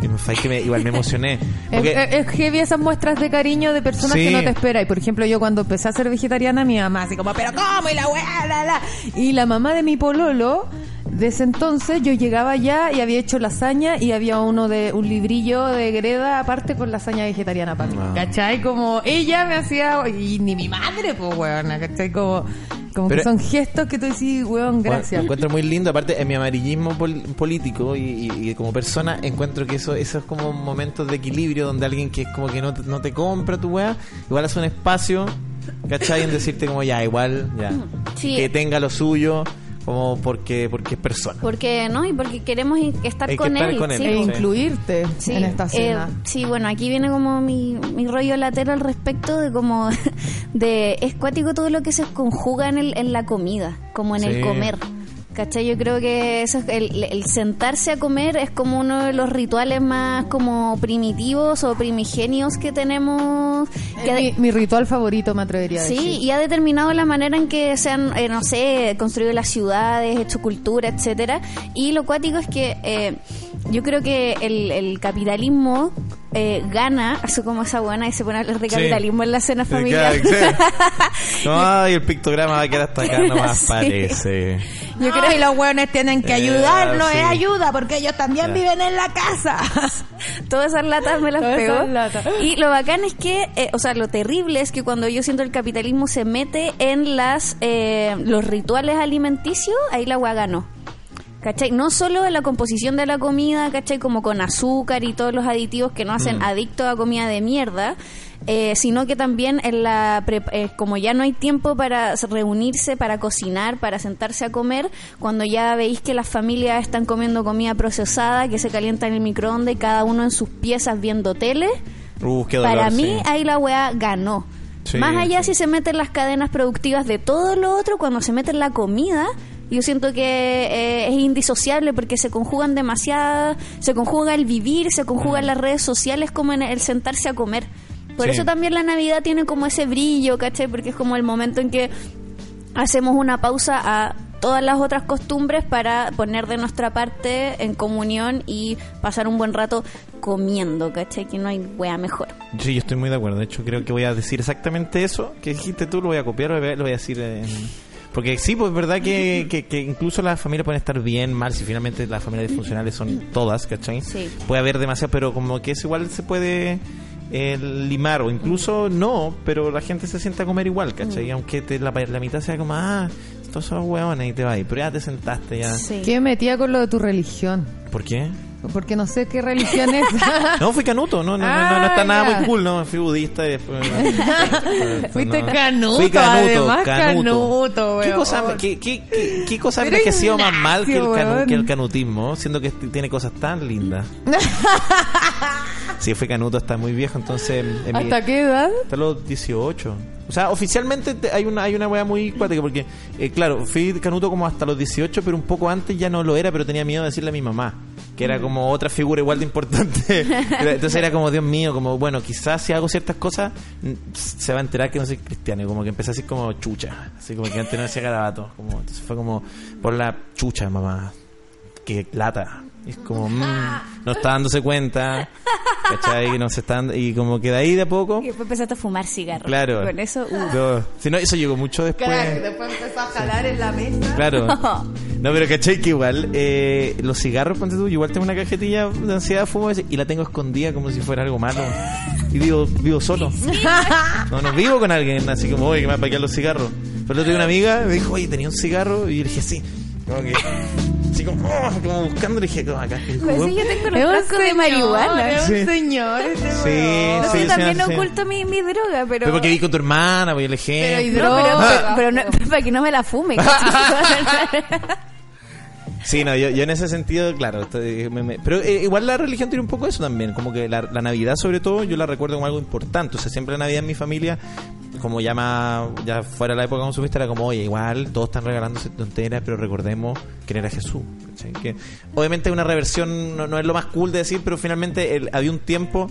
Speaker 3: Y me fue que me- igual me emocioné.
Speaker 2: Es,
Speaker 3: Porque-
Speaker 2: es- es heavy esas muestras de cariño de personas
Speaker 3: Sí.
Speaker 2: que no te esperas. Y por ejemplo, yo cuando empecé a ser vegetariana, mi mamá así como, pero ¿cómo? Y la weá, la, la. Y la mamá de mi pololo, de ese entonces, yo llegaba ya y había hecho lasaña y había uno de un librillo de greda aparte con lasaña vegetariana para mí.
Speaker 3: Wow.
Speaker 2: ¿Cachai? Como ella me hacía, y ni mi madre, pues weona, ¿cachai? Como, como
Speaker 3: Pero-
Speaker 2: que son gestos que tú decís, weón,
Speaker 3: Bueno,
Speaker 2: gracias.
Speaker 3: Lo encuentro muy lindo, aparte en mi amarillismo pol- político y, y- y como persona, encuentro que eso, eso es como momentos de equilibrio donde alguien que es como que no te, no te compra tu weá, igual hace un espacio, ¿cachai? En decirte como ya, igual, ya.
Speaker 1: Sí.
Speaker 3: Que tenga lo suyo, como porque, porque es persona.
Speaker 1: Porque, ¿no? Y porque queremos in- estar,
Speaker 3: Hay que
Speaker 1: con,
Speaker 3: estar
Speaker 1: él,
Speaker 3: con él,
Speaker 1: sí,
Speaker 2: e
Speaker 1: po.
Speaker 3: sí.
Speaker 2: incluirte
Speaker 1: Sí,
Speaker 2: en esta
Speaker 1: eh,
Speaker 2: cena.
Speaker 1: sí, bueno, aquí viene como mi, mi rollo latero al respecto de como de es cuático todo lo que se conjuga en, el, en la comida, como en
Speaker 3: Sí.
Speaker 1: el comer. ¿Cachai? Yo creo que eso es el, el sentarse a comer es como uno de los rituales más como primitivos o primigenios que tenemos. Que
Speaker 2: Es mi, mi ritual favorito, me atrevería a decir.
Speaker 1: Sí, y ha determinado la manera en que se han, eh, no sé, construido las ciudades, hecho cultura, etcétera. Y lo cuático es que eh, yo creo que el, el capitalismo eh, gana, así como esa buena y se pone a hablar de
Speaker 3: Sí.
Speaker 1: capitalismo en la cena familiar.
Speaker 3: No, y el pictograma va a quedar hasta acá nomás
Speaker 1: Sí.
Speaker 3: parece.
Speaker 2: Yo creo que los hueones tienen que
Speaker 3: Eh,
Speaker 2: ayudarnos,
Speaker 3: sí.
Speaker 2: es ayuda, porque ellos también
Speaker 3: Ya.
Speaker 2: viven en la casa.
Speaker 1: Todas esas latas me las
Speaker 2: Todas
Speaker 1: pegó.
Speaker 2: esas latas.
Speaker 1: Y lo bacán es que, eh, o sea, lo terrible es que cuando yo siento el capitalismo se mete en las eh, los rituales alimenticios, ahí la agua ganó. ¿Cachai? No solo en la composición de la comida, ¿cachai? Como con azúcar y todos los aditivos que no hacen adictos a comida de mierda, eh, sino que también en la pre- eh, como ya no hay tiempo para s- reunirse, para cocinar, para sentarse a comer, cuando ya veis que las familias están comiendo comida procesada, que se calienta en el microondas y cada uno en sus piezas viendo tele,
Speaker 3: Uh, qué dolor,
Speaker 1: para mí
Speaker 3: sí.
Speaker 1: ahí la weá ganó.
Speaker 3: Sí,
Speaker 1: Más allá
Speaker 3: sí.
Speaker 1: si se meten las cadenas productivas de todo lo otro, cuando se meten la comida, yo siento que eh, es indisociable porque se conjugan demasiadas, se conjuga el vivir, se conjugan las redes sociales como en el sentarse a comer. Por
Speaker 3: Mm. Sí.
Speaker 1: eso también la Navidad tiene como ese brillo, ¿cachai? Porque es como el momento en que hacemos una pausa a todas las otras costumbres para poner de nuestra parte en comunión y pasar un buen rato comiendo, ¿cachai? Que no hay wea mejor.
Speaker 3: Sí, yo estoy muy de acuerdo. De hecho, creo que voy a decir exactamente eso que dijiste tú. Lo voy a copiar, lo voy a, lo voy a decir. en- Porque sí, pues es verdad que, que- que incluso las familias pueden estar bien, mal. Si finalmente las familias disfuncionales son todas, ¿cachai?
Speaker 1: Sí.
Speaker 3: Puede haber demasiado, pero como que es igual se puede eh, limar. O incluso no, pero la gente se sienta a comer igual, ¿cachai? Aunque te- la, la mitad sea como, ah, estos son los hueones y te vas. Pero ya te sentaste, ya.
Speaker 1: Sí.
Speaker 2: ¿Qué metía con lo de tu religión?
Speaker 3: ¿Por qué?
Speaker 2: Porque no sé qué religión es.
Speaker 3: No, fui canuto, no, no, no, no, no está
Speaker 2: Ah,
Speaker 3: nada
Speaker 2: ya.
Speaker 3: muy cool, no, fui budista y después...
Speaker 2: Fuiste
Speaker 3: No.
Speaker 2: canuto,
Speaker 3: Fui
Speaker 2: además, canuto,
Speaker 3: ¿Qué
Speaker 2: weón.
Speaker 3: cosa, qué, qué, qué, qué cosa ha
Speaker 2: Pero
Speaker 3: envejecido más
Speaker 2: Ignacio,
Speaker 3: mal que el, canu-
Speaker 2: weón.
Speaker 3: que el canutismo? Siendo que este- tiene cosas tan lindas. sí, fui canuto hasta muy viejo, entonces... en mi-
Speaker 2: ¿Hasta qué edad?
Speaker 3: hasta los 18. O sea, oficialmente te- hay una hay una wea muy cuática porque, eh, claro, fui canuto como hasta los 18, pero un poco antes ya no lo era, pero tenía miedo de decirle a mi mamá, que era como otra figura igual de importante. Era- Entonces era como, Dios mío, como, bueno, quizás si hago ciertas cosas, mm, se va a enterar que no soy cristiano. Y como que empecé así como chucha, así como que antes no hacía garabato. Como, entonces fue como, por la chucha, mamá, que lata. Y es como, mm, no está dándose cuenta, ¿cachai? No se está dando- y como que de ahí de a poco...
Speaker 1: Y después empezaste a fumar cigarros.
Speaker 3: Claro.
Speaker 1: Con eso, uh.
Speaker 3: No, si no, eso llegó mucho después.
Speaker 2: después empezó a jalar en la mesa.
Speaker 3: Claro. No, pero cachai que igual eh, los cigarros, ponte tú, yo igual tengo una cajetilla de ansiedad, fumo a veces, y la tengo escondida como si fuera algo malo. Y vivo, vivo solo. No, no vivo con alguien, así como, oye, que me va a paquear los cigarros. Pero el otro día una amiga me dijo, oye, tenía un cigarro, y yo le dije, sí. Como que, así como, oh, como buscando, le dije, como acá. Y dijo,
Speaker 1: Pues sí,
Speaker 3: "Bueno".
Speaker 1: yo tengo los
Speaker 2: Es un
Speaker 1: frascos de marihuana.
Speaker 2: Es
Speaker 1: No
Speaker 2: un
Speaker 3: Sí.
Speaker 2: señor. este
Speaker 3: Sí,
Speaker 2: weón.
Speaker 1: sé,
Speaker 3: sí,
Speaker 1: también
Speaker 3: sí.
Speaker 1: oculto mi, mi droga, pero...
Speaker 3: Pero porque vi con tu hermana, pues yo le dije.
Speaker 2: Pero y
Speaker 1: No, pero,
Speaker 2: Droga.
Speaker 1: pero no- pero para que no me la fume.
Speaker 3: Sí, no, yo, yo en ese sentido, claro. estoy- me- me- pero eh, igual la religión tiene un poco eso también. Como que la, la Navidad, sobre todo, yo la recuerdo como algo importante. O sea, siempre la Navidad en mi familia, como ya, más, ya fuera la época consumista, era como, oye, igual, todos están regalándose tonteras, pero recordemos quién era Jesús. ¿cachai? Que, obviamente, una reversión no, no es lo más cool de decir, pero finalmente el- había un tiempo.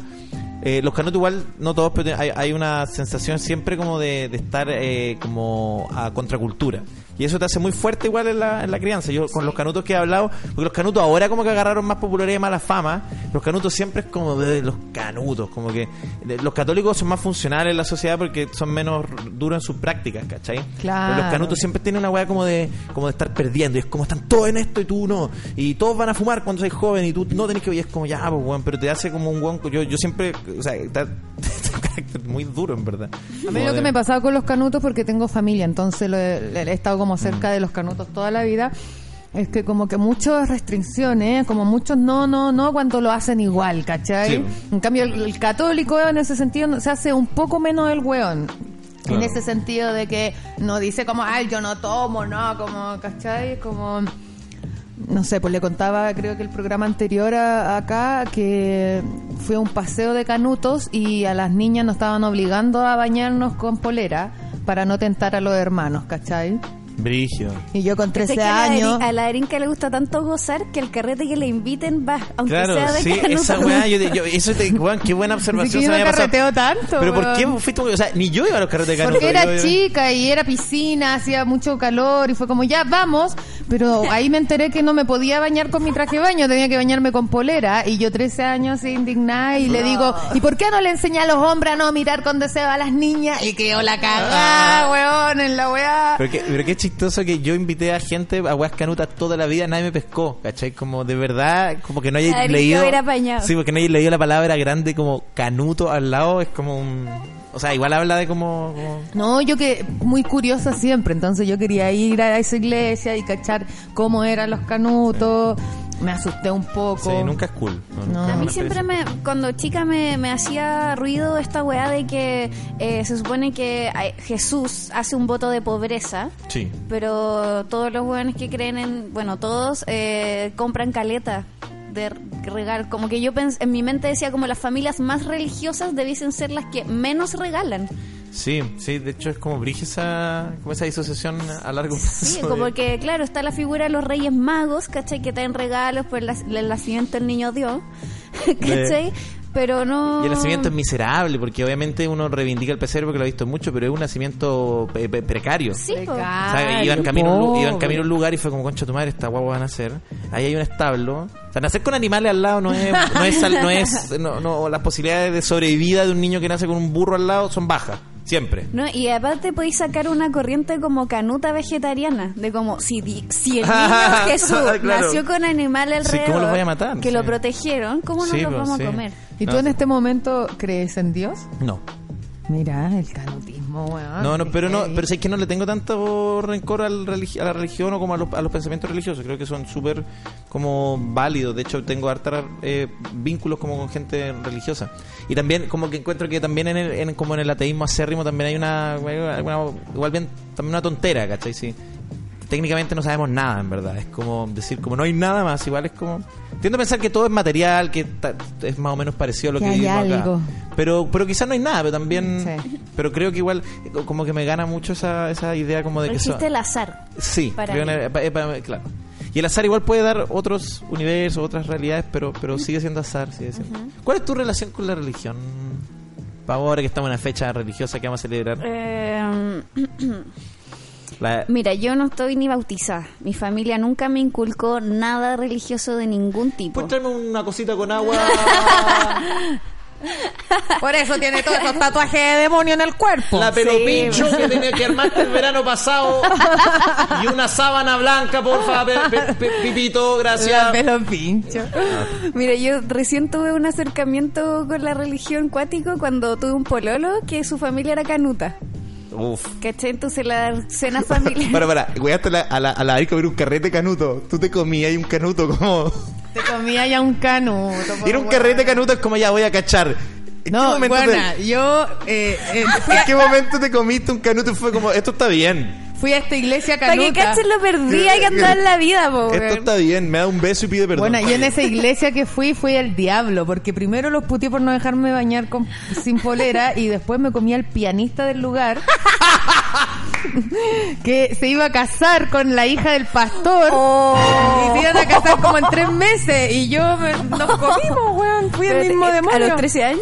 Speaker 3: eh, los canutos igual, no todos, pero hay, hay una sensación siempre como de, de estar eh, como a contracultura. Y eso te hace muy fuerte igual en la, en la crianza. Yo con
Speaker 1: Sí.
Speaker 3: los canutos que he hablado, porque los canutos ahora como que agarraron más popularidad y mala fama. Los canutos siempre es como de los canutos, como que de- los católicos son más funcionales en la sociedad porque son menos duros en sus prácticas, ¿cachai?
Speaker 2: Claro.
Speaker 3: Pero los canutos siempre tienen una weá como de, como de estar perdiendo. Y es como están todos en esto y tú no. Y todos van a fumar cuando sois joven y tú no tenés que. Y es como ya, pues, weón. Pero te hace como un weón. Yo, yo siempre. O sea, está, está un carácter muy duro, en verdad.
Speaker 2: A mí lo que me pasaba con los canutos, porque tengo familia, entonces lo he, he estado como cerca de los canutos toda la vida, es que como que muchas restricciones, como muchos no, no, no, cuando lo hacen igual, ¿cachai?
Speaker 3: Sí.
Speaker 2: En cambio, el, el católico en ese sentido no- se hace un poco menos el hueón.
Speaker 3: Claro.
Speaker 2: En ese sentido de que no dice como, ay, yo no tomo, no, como, ¿cachai? Como no sé, pues le contaba, creo que el programa anterior a- acá, que fue un paseo de canutos y a las niñas nos estaban obligando a bañarnos con polera para no tentar a los hermanos, ¿cachai?
Speaker 3: Brígido.
Speaker 2: Y yo con 13
Speaker 1: Sé que a la
Speaker 2: años...
Speaker 1: Erin- A la Erinka le gusta tanto gozar que el carrete que le inviten va, aunque
Speaker 3: Claro,
Speaker 1: sea de
Speaker 3: sí,
Speaker 1: canuto.
Speaker 3: esa weá, yo, te- yo- eso te, weón, qué buena
Speaker 2: Así que
Speaker 3: observación.
Speaker 2: yo
Speaker 3: se
Speaker 2: no
Speaker 3: me había pasado.
Speaker 2: carreteo tanto.
Speaker 3: Pero ¿por
Speaker 2: weón.
Speaker 3: qué fuiste? O sea, ni yo iba a los carretes de canutos.
Speaker 2: Porque
Speaker 3: yo-
Speaker 2: era
Speaker 3: yo-
Speaker 2: chica y era piscina, hacía mucho calor y fue como, ya vamos, pero ahí me enteré que no me podía bañar con mi traje de baño, tenía que bañarme con polera y yo 13 años así indignada y le digo, ¿y por qué no le enseñé a los hombres a no mirar con deseo a las niñas? Y quedó la cagada, weón, en la weá.
Speaker 3: Pero qué, pero qué chistoso que yo invité a gente a weas canutas toda la vida, nadie me pescó, ¿cachai? Como de verdad, como que no hayáis
Speaker 1: Habría que
Speaker 3: leído.
Speaker 1: haber apañado.
Speaker 3: Sí, porque no hayáis leído la palabra grande como canuto al lado, es como un. O sea, igual habla de como. como-
Speaker 2: No, yo que muy curiosa siempre, entonces yo quería ir a esa iglesia y cachar cómo eran los canutos, me asusté un poco.
Speaker 3: Sí, nunca es cool. No,
Speaker 2: No.
Speaker 3: nunca
Speaker 1: A
Speaker 3: es
Speaker 1: mí
Speaker 3: una
Speaker 1: siempre
Speaker 3: experiencia.
Speaker 1: me, cuando chica me, me hacía ruido esta weá de que eh, se supone que eh, Jesús hace un voto de pobreza,
Speaker 3: Sí.
Speaker 1: pero todos los weones que creen en, bueno, todos eh, compran caleta de regal. Como que yo pens- en mi mente decía como las familias más religiosas debiesen ser las que menos regalan.
Speaker 3: Sí, sí, de hecho es como brige esa, como esa disociación a largo plazo.
Speaker 1: Sí,
Speaker 3: de-
Speaker 1: como que, claro, está la figura de los Reyes Magos, ¿cachai? Que traen regalos por el nas- el nacimiento del niño Dios, ¿cachai? Pero no...
Speaker 3: Y el nacimiento es miserable, porque obviamente uno reivindica el pesebre porque lo ha visto mucho, pero es un nacimiento pe- pe- precario.
Speaker 1: Sí, po.
Speaker 3: O sea, iban, camino, a un lu-
Speaker 2: Ah, pobre.
Speaker 3: iban camino a un lugar y fue como, concha tu madre, esta guagua va a nacer. Ahí hay un establo. O sea, nacer con animales al lado no es... No es, sal- no es no, no, las posibilidades de sobrevida de un niño que nace con un burro al lado son bajas. Siempre.
Speaker 1: No, y aparte podéis sacar una corriente como canuta vegetariana, de como si, di- si el niño Jesús
Speaker 3: Claro.
Speaker 1: nació con animal
Speaker 3: Sí,
Speaker 1: alrededor,
Speaker 3: ¿cómo los vaya a matar?
Speaker 1: que
Speaker 3: Sí.
Speaker 1: lo protegieron, ¿cómo no
Speaker 3: Sí,
Speaker 1: los
Speaker 3: pues,
Speaker 1: vamos
Speaker 3: sí.
Speaker 1: a comer?
Speaker 2: ¿Y
Speaker 3: No,
Speaker 2: tú en
Speaker 3: sí.
Speaker 2: este momento crees en Dios?
Speaker 3: No.
Speaker 2: Mira, el canutismo, weón.
Speaker 3: No, no,
Speaker 2: Qué
Speaker 3: pero no,
Speaker 2: heavy.
Speaker 3: pero es que no le tengo tanto rencor al religi- a la religión o como a los, a los pensamientos religiosos. Creo que son súper como válidos. De hecho, tengo harta eh, vínculos como con gente religiosa. Y también como que encuentro que también en el, en- como en el ateísmo acérrimo también hay una, alguna- igual bien también una tontera, ¿cachai? Sí. Técnicamente no sabemos nada, en verdad. Es como decir, como no hay nada más, igual es como... Tiendo a pensar que todo es material, que ta- es más o menos parecido a lo que,
Speaker 2: Que hay
Speaker 3: vivimos acá.
Speaker 2: algo.
Speaker 3: Pero, pero quizás no hay nada, pero también...
Speaker 2: Sí.
Speaker 3: Pero creo que igual, eh, co- como que me gana mucho esa, esa idea como de que son-
Speaker 1: Existe el azar.
Speaker 3: Sí,
Speaker 1: para
Speaker 3: creo
Speaker 1: mí.
Speaker 3: en el- pa- eh, pa- claro. Y el azar igual puede dar otros universos, otras realidades, pero, pero sigue siendo azar, sigue siendo. ¿Cuál es tu relación con la religión? Pa' ahora que estamos en la fecha religiosa que vamos a celebrar.
Speaker 1: Eh,
Speaker 3: La-
Speaker 1: mira, yo no estoy ni bautizada. Mi familia nunca me inculcó nada religioso de ningún tipo.
Speaker 3: ¿Puedes traerme una cosita con agua?
Speaker 2: Por eso tiene todos esos tatuajes de demonio en el cuerpo.
Speaker 3: la pelopincho que tenía que armarte el verano pasado. Y una sábana blanca, porfa, pe- pe- pe- Pipito,
Speaker 2: La
Speaker 3: gracias.
Speaker 2: pelo pincho.
Speaker 1: Mira, yo recién tuve un acercamiento con la religión cuático cuando tuve un pololo que su familia era canuta.
Speaker 3: Uf.
Speaker 1: ¿Cachai? Entonces la cena familiar.
Speaker 3: Para, para, weaste a la, a la, a la Ari comer un carrete canuto. Tú te comías y un canuto como.
Speaker 2: Te comía ya un canuto. po,
Speaker 3: Era un
Speaker 2: weón.
Speaker 3: carrete canuto, es como ya voy a cachar. ¿En
Speaker 2: No,
Speaker 3: momento
Speaker 2: buena, yo eh, eh,
Speaker 3: te, ¿En qué momento te comiste un canuto y fue como, esto está bien?
Speaker 2: fui a esta iglesia
Speaker 1: Para que
Speaker 2: canuta.
Speaker 1: cachen lo perdida que andaba en la
Speaker 2: Ah,
Speaker 1: vida,
Speaker 2: pues,
Speaker 1: po,
Speaker 3: Esto
Speaker 1: weón.
Speaker 3: está bien, me da un beso y pide perdón.
Speaker 2: Bueno, yo en esa iglesia que fui fui el diablo, porque primero los puteé por no dejarme bañar con, sin polera y después me comí al pianista del lugar que se iba a casar con la hija del pastor
Speaker 3: Oh.
Speaker 2: y se iban a casar como en tres meses y yo me- nos comimos,
Speaker 3: eh,
Speaker 2: weón, fui el
Speaker 1: Pero,
Speaker 2: mismo
Speaker 1: eh,
Speaker 2: demonio.
Speaker 1: ¿A los 13 años?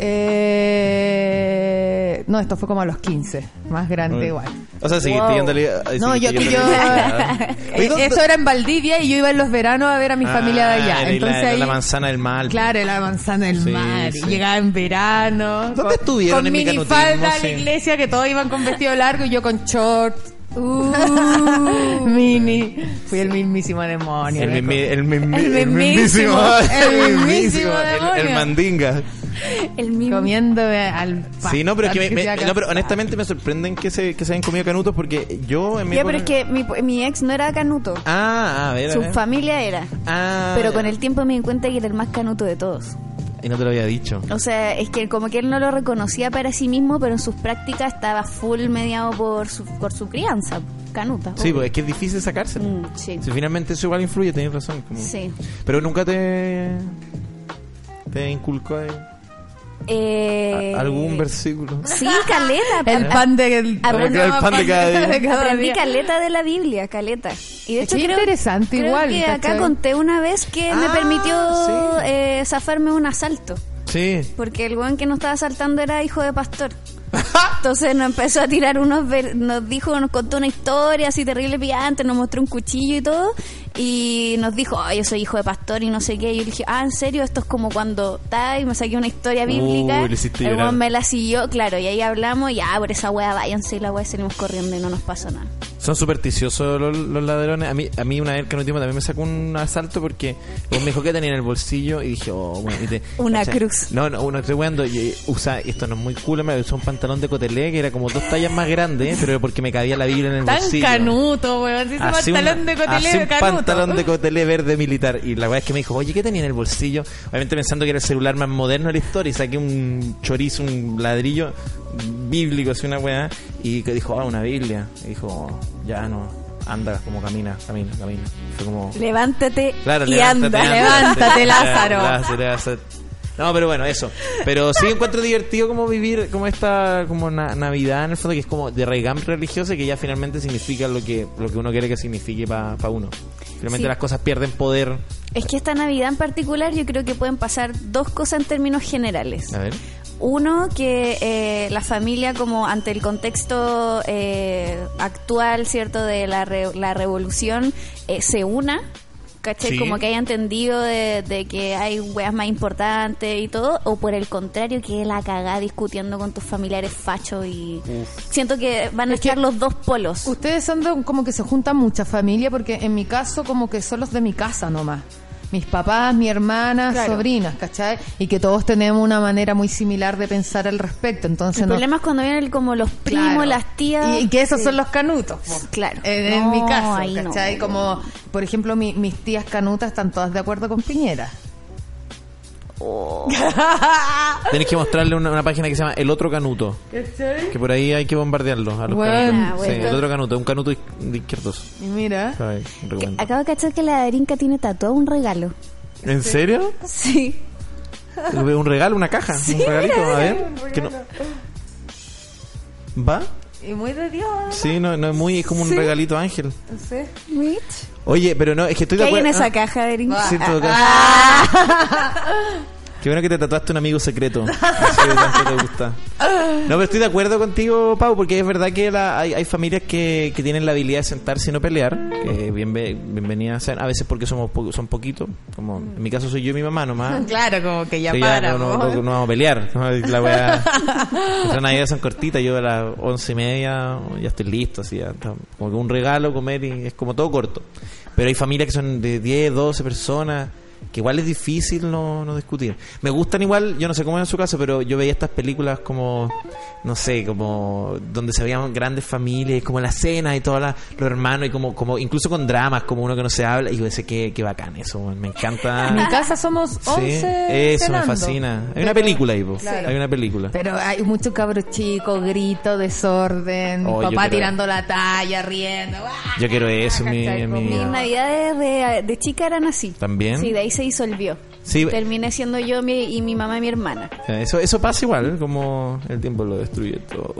Speaker 2: Eh, eh, no, esto fue como a los 15, más grande igual.
Speaker 3: O sea, seguí
Speaker 2: Wow.
Speaker 3: pidiéndole. eh,
Speaker 2: No,
Speaker 3: seguí
Speaker 2: yo- yo-
Speaker 3: pidiéndole- Ah.
Speaker 2: Eh, Eso era en Valdivia y yo iba en los veranos a ver a mi familia de
Speaker 3: Ah,
Speaker 2: allá.
Speaker 3: era
Speaker 2: Entonces
Speaker 3: la, era
Speaker 2: ahí,
Speaker 3: la manzana del mal.
Speaker 2: claro, era la manzana del
Speaker 3: Sí,
Speaker 2: mar.
Speaker 3: sí.
Speaker 2: Y llegaba en verano.
Speaker 3: ¿Dónde
Speaker 2: con-
Speaker 3: estuvieron
Speaker 2: Con
Speaker 3: en mi
Speaker 2: minifalda
Speaker 3: canutismo?
Speaker 2: a la
Speaker 3: Sí.
Speaker 2: iglesia, que todos iban con vestido largo y yo con short. Uh, mini. Fui el mismísimo demonio.
Speaker 3: El,
Speaker 2: loco.
Speaker 3: mismi- el, mismi-
Speaker 1: El
Speaker 3: el
Speaker 1: mismísimo.
Speaker 3: mismísimo.
Speaker 2: El mismísimo
Speaker 3: El- El,
Speaker 2: demonio.
Speaker 3: mandinga.
Speaker 1: El mismo.
Speaker 2: Comiéndome al pan.
Speaker 3: Sí, no, pero, es que me-
Speaker 2: Antes
Speaker 3: me-
Speaker 2: se iba a
Speaker 3: no, pero
Speaker 2: cansar.
Speaker 3: honestamente me sorprenden que se, que se hayan comido canutos porque yo en mi.
Speaker 1: Ya, pero es
Speaker 3: época-
Speaker 1: que mi, mi ex no era canuto.
Speaker 3: Ah, a ver. a
Speaker 1: Su
Speaker 3: ver.
Speaker 1: familia era.
Speaker 3: Ah,
Speaker 1: Pero con
Speaker 3: ya.
Speaker 1: el tiempo me di cuenta que era el más canuto de todos.
Speaker 3: Y no te lo había dicho.
Speaker 1: O sea, es que como que él no lo reconocía para sí mismo, pero en sus prácticas estaba full mediado por su, por su crianza, canuta.
Speaker 3: Sí,
Speaker 1: obvio.
Speaker 3: pues es que es difícil sacárselo.
Speaker 1: Mm, sí.
Speaker 3: Si finalmente eso igual influye, tenés razón. como-
Speaker 1: Sí.
Speaker 3: Pero nunca te. te inculcó eh,
Speaker 1: Eh,
Speaker 3: a- algún versículo.
Speaker 1: Sí, caleta.
Speaker 2: El pan de, el,
Speaker 1: Ah, bueno,
Speaker 3: el pan de cada día.
Speaker 1: Aprendí
Speaker 2: día.
Speaker 1: caleta de la Biblia, caleta. Y de
Speaker 2: Es
Speaker 1: hecho
Speaker 2: que
Speaker 1: creo,
Speaker 2: interesante
Speaker 1: creo
Speaker 2: igual,
Speaker 1: que acá
Speaker 2: ¿cachai?
Speaker 1: conté una vez que me
Speaker 3: Ah,
Speaker 1: permitió
Speaker 3: sí.
Speaker 1: eh, zafarme un asalto.
Speaker 3: Sí.
Speaker 1: Porque el weón que nos estaba asaltando era hijo de pastor. Entonces nos empezó a tirar unos... ver- Nos dijo, nos contó una historia así terrible pillante, nos mostró un cuchillo y todo. Y nos dijo, "Ay, yo soy hijo de pastor y no sé qué. Y yo le dije, ah, ¿en serio? Esto es como cuando... ta", Y me saqué una historia bíblica.
Speaker 3: Uy, le hiciste
Speaker 1: el
Speaker 3: llorar.
Speaker 1: weón me la siguió, claro. Y ahí hablamos y, ah, por esa weá, váyanse. Y la weá salimos corriendo y no nos pasó nada.
Speaker 3: Son supersticiosos los, los ladrones. A mí, a mí una vez el canutismo también me sacó un asalto porque un me dijo que tenía en el bolsillo y dije, oh, bueno, y te-
Speaker 1: Una
Speaker 3: ¿cachai?
Speaker 1: cruz.
Speaker 3: No, no, uno estoy weando y eh, usa, esto no es muy cool, me usó un pantalón de cotelé que era como dos tallas más grande, eh, pero porque me cabía la Biblia en el
Speaker 2: Tan
Speaker 3: bolsillo.
Speaker 2: canuto, weón. Si ese
Speaker 3: Así un-
Speaker 2: pantalón de cotelé
Speaker 3: así
Speaker 2: de
Speaker 3: un
Speaker 2: canuto.
Speaker 3: pantalón de cotelé verde militar. Y la verdad es que me dijo, oye, ¿qué tenía en el bolsillo? Obviamente pensando que era el celular más moderno de la historia. Y saqué un chorizo, un ladrillo bíblico, así una weá. Y que dijo, ah, una Biblia. Y dijo, ya no, anda, como camina, camina, camina. Fue como...
Speaker 1: Levántate
Speaker 3: Claro,
Speaker 1: y
Speaker 3: levántate,
Speaker 1: anda.
Speaker 3: anda,
Speaker 2: Levántate,
Speaker 3: sí,
Speaker 2: Lázaro.
Speaker 3: Lázaro, Lázaro. No, pero bueno, eso. Pero sí encuentro divertido como vivir como esta como na- Navidad en el fondo que es como de regam religiosa que ya finalmente significa lo que lo que uno quiere que signifique para uno. Finalmente
Speaker 1: Sí.
Speaker 3: las cosas pierden poder.
Speaker 1: Es que esta Navidad en particular yo creo que pueden pasar dos cosas en términos generales.
Speaker 3: A ver.
Speaker 1: Uno, que eh, la familia, como ante el contexto eh, actual, ¿cierto?, de la, re- la revolución, eh, se una, ¿cachai?
Speaker 3: Sí.
Speaker 1: Como que haya entendido de, de que hay weas más importantes y todo, o por el contrario, que la cagá discutiendo con tus familiares fachos y... Siento que van a
Speaker 2: Es que-
Speaker 1: estar los dos polos.
Speaker 2: Ustedes son de- como que se juntan mucha familia, porque en mi caso, como que son los de mi casa nomás. Mis papás, mi hermana,
Speaker 1: Claro.
Speaker 2: sobrinas, ¿cachai? Y que todos tenemos una manera muy similar de pensar al respecto. Entonces,
Speaker 1: el
Speaker 2: no-
Speaker 1: problema es cuando vienen como los primos,
Speaker 2: Claro.
Speaker 1: las tías...
Speaker 2: Y, y que esos
Speaker 1: Sí.
Speaker 2: son los canutos. po.
Speaker 1: Claro.
Speaker 2: En, en
Speaker 1: No,
Speaker 2: mi caso,
Speaker 1: ahí no.
Speaker 2: ¿cachai? Como, por ejemplo, mi- mis tías canutas están todas de acuerdo con Piñera.
Speaker 1: Oh.
Speaker 3: Tenés que mostrarle una, una página que se llama El Otro Canuto. Que por ahí hay que bombardearlo. a los
Speaker 2: Bueno.
Speaker 3: canutos.
Speaker 1: Ah,
Speaker 3: Sí,
Speaker 1: bueno.
Speaker 3: el Otro Canuto, un canuto iz- de izquierdos.
Speaker 2: Y mira.
Speaker 3: Ay, recomiendo.
Speaker 1: Acabo de cachar que la Darinka tiene tatuado un regalo.
Speaker 3: ¿En serio?
Speaker 1: Sí.
Speaker 3: Un regalo, una caja, un regalito, a ver. que no- ¿Va?
Speaker 2: Y muy de Dios.
Speaker 3: Sí, no, no es muy, es como un regalito ángel.
Speaker 2: No sé.
Speaker 1: Mitch.
Speaker 3: Oye, pero no, es que estoy
Speaker 1: ¿Qué
Speaker 3: de
Speaker 1: hay en
Speaker 3: acuerdo.
Speaker 1: esa
Speaker 3: Ah,
Speaker 1: caja, Darinka?
Speaker 3: sí, en todo caso.
Speaker 1: Ah,
Speaker 3: Qué bueno que te tatuaste un amigo secreto. Así de tanto te gusta. No, pero estoy de acuerdo contigo, Pau, porque es verdad que la- hay, hay familias que, que tienen la habilidad de sentarse y no pelear. Que bienve- bienvenidas sean, a veces porque somos po- son poquitos. Como en mi caso soy yo y mi mamá nomás.
Speaker 2: Claro, como que ya
Speaker 3: Sí, ya,
Speaker 2: para.
Speaker 3: no, no,
Speaker 2: po.
Speaker 3: no, no vamos a pelear. No, La weá. Las navidades son cortitas. Yo a las once y media ya estoy listo. Así, ya, está- como que un regalo, comer y es como todo corto. Pero hay familias que son de 10, 12 personas. Que igual es difícil no, no discutir. Me gustan igual, yo no sé cómo es en su caso, pero yo veía estas películas como, no sé, como donde se veían grandes familias, como la cena y todos la- los hermanos, y como, como incluso con dramas, como uno que no se habla. Y yo decía, qué, qué bacán eso, me encanta.
Speaker 2: En mi casa somos 11.
Speaker 3: Eso
Speaker 2: cenando.
Speaker 3: me fascina. Hay
Speaker 2: Pero-
Speaker 3: una película ahí, po.
Speaker 2: Claro.
Speaker 3: Hay una película.
Speaker 2: Pero hay mucho cabro chico, grito, desorden,
Speaker 3: Oh, yo
Speaker 2: papá
Speaker 3: creo-
Speaker 2: tirando la talla, riendo. ¡ah!
Speaker 3: Yo quiero eso en mi,
Speaker 2: ¿Cachai?
Speaker 3: en
Speaker 2: Como-
Speaker 3: mi
Speaker 1: Mis
Speaker 3: vida.
Speaker 1: navidades de, de chica eran así.
Speaker 3: También.
Speaker 1: Sí, de ahí se disolvió.
Speaker 3: Sí.
Speaker 1: Terminé siendo yo mi- y mi mamá y mi hermana.
Speaker 3: Eso, eso pasa igual, como el tiempo lo destruye todo.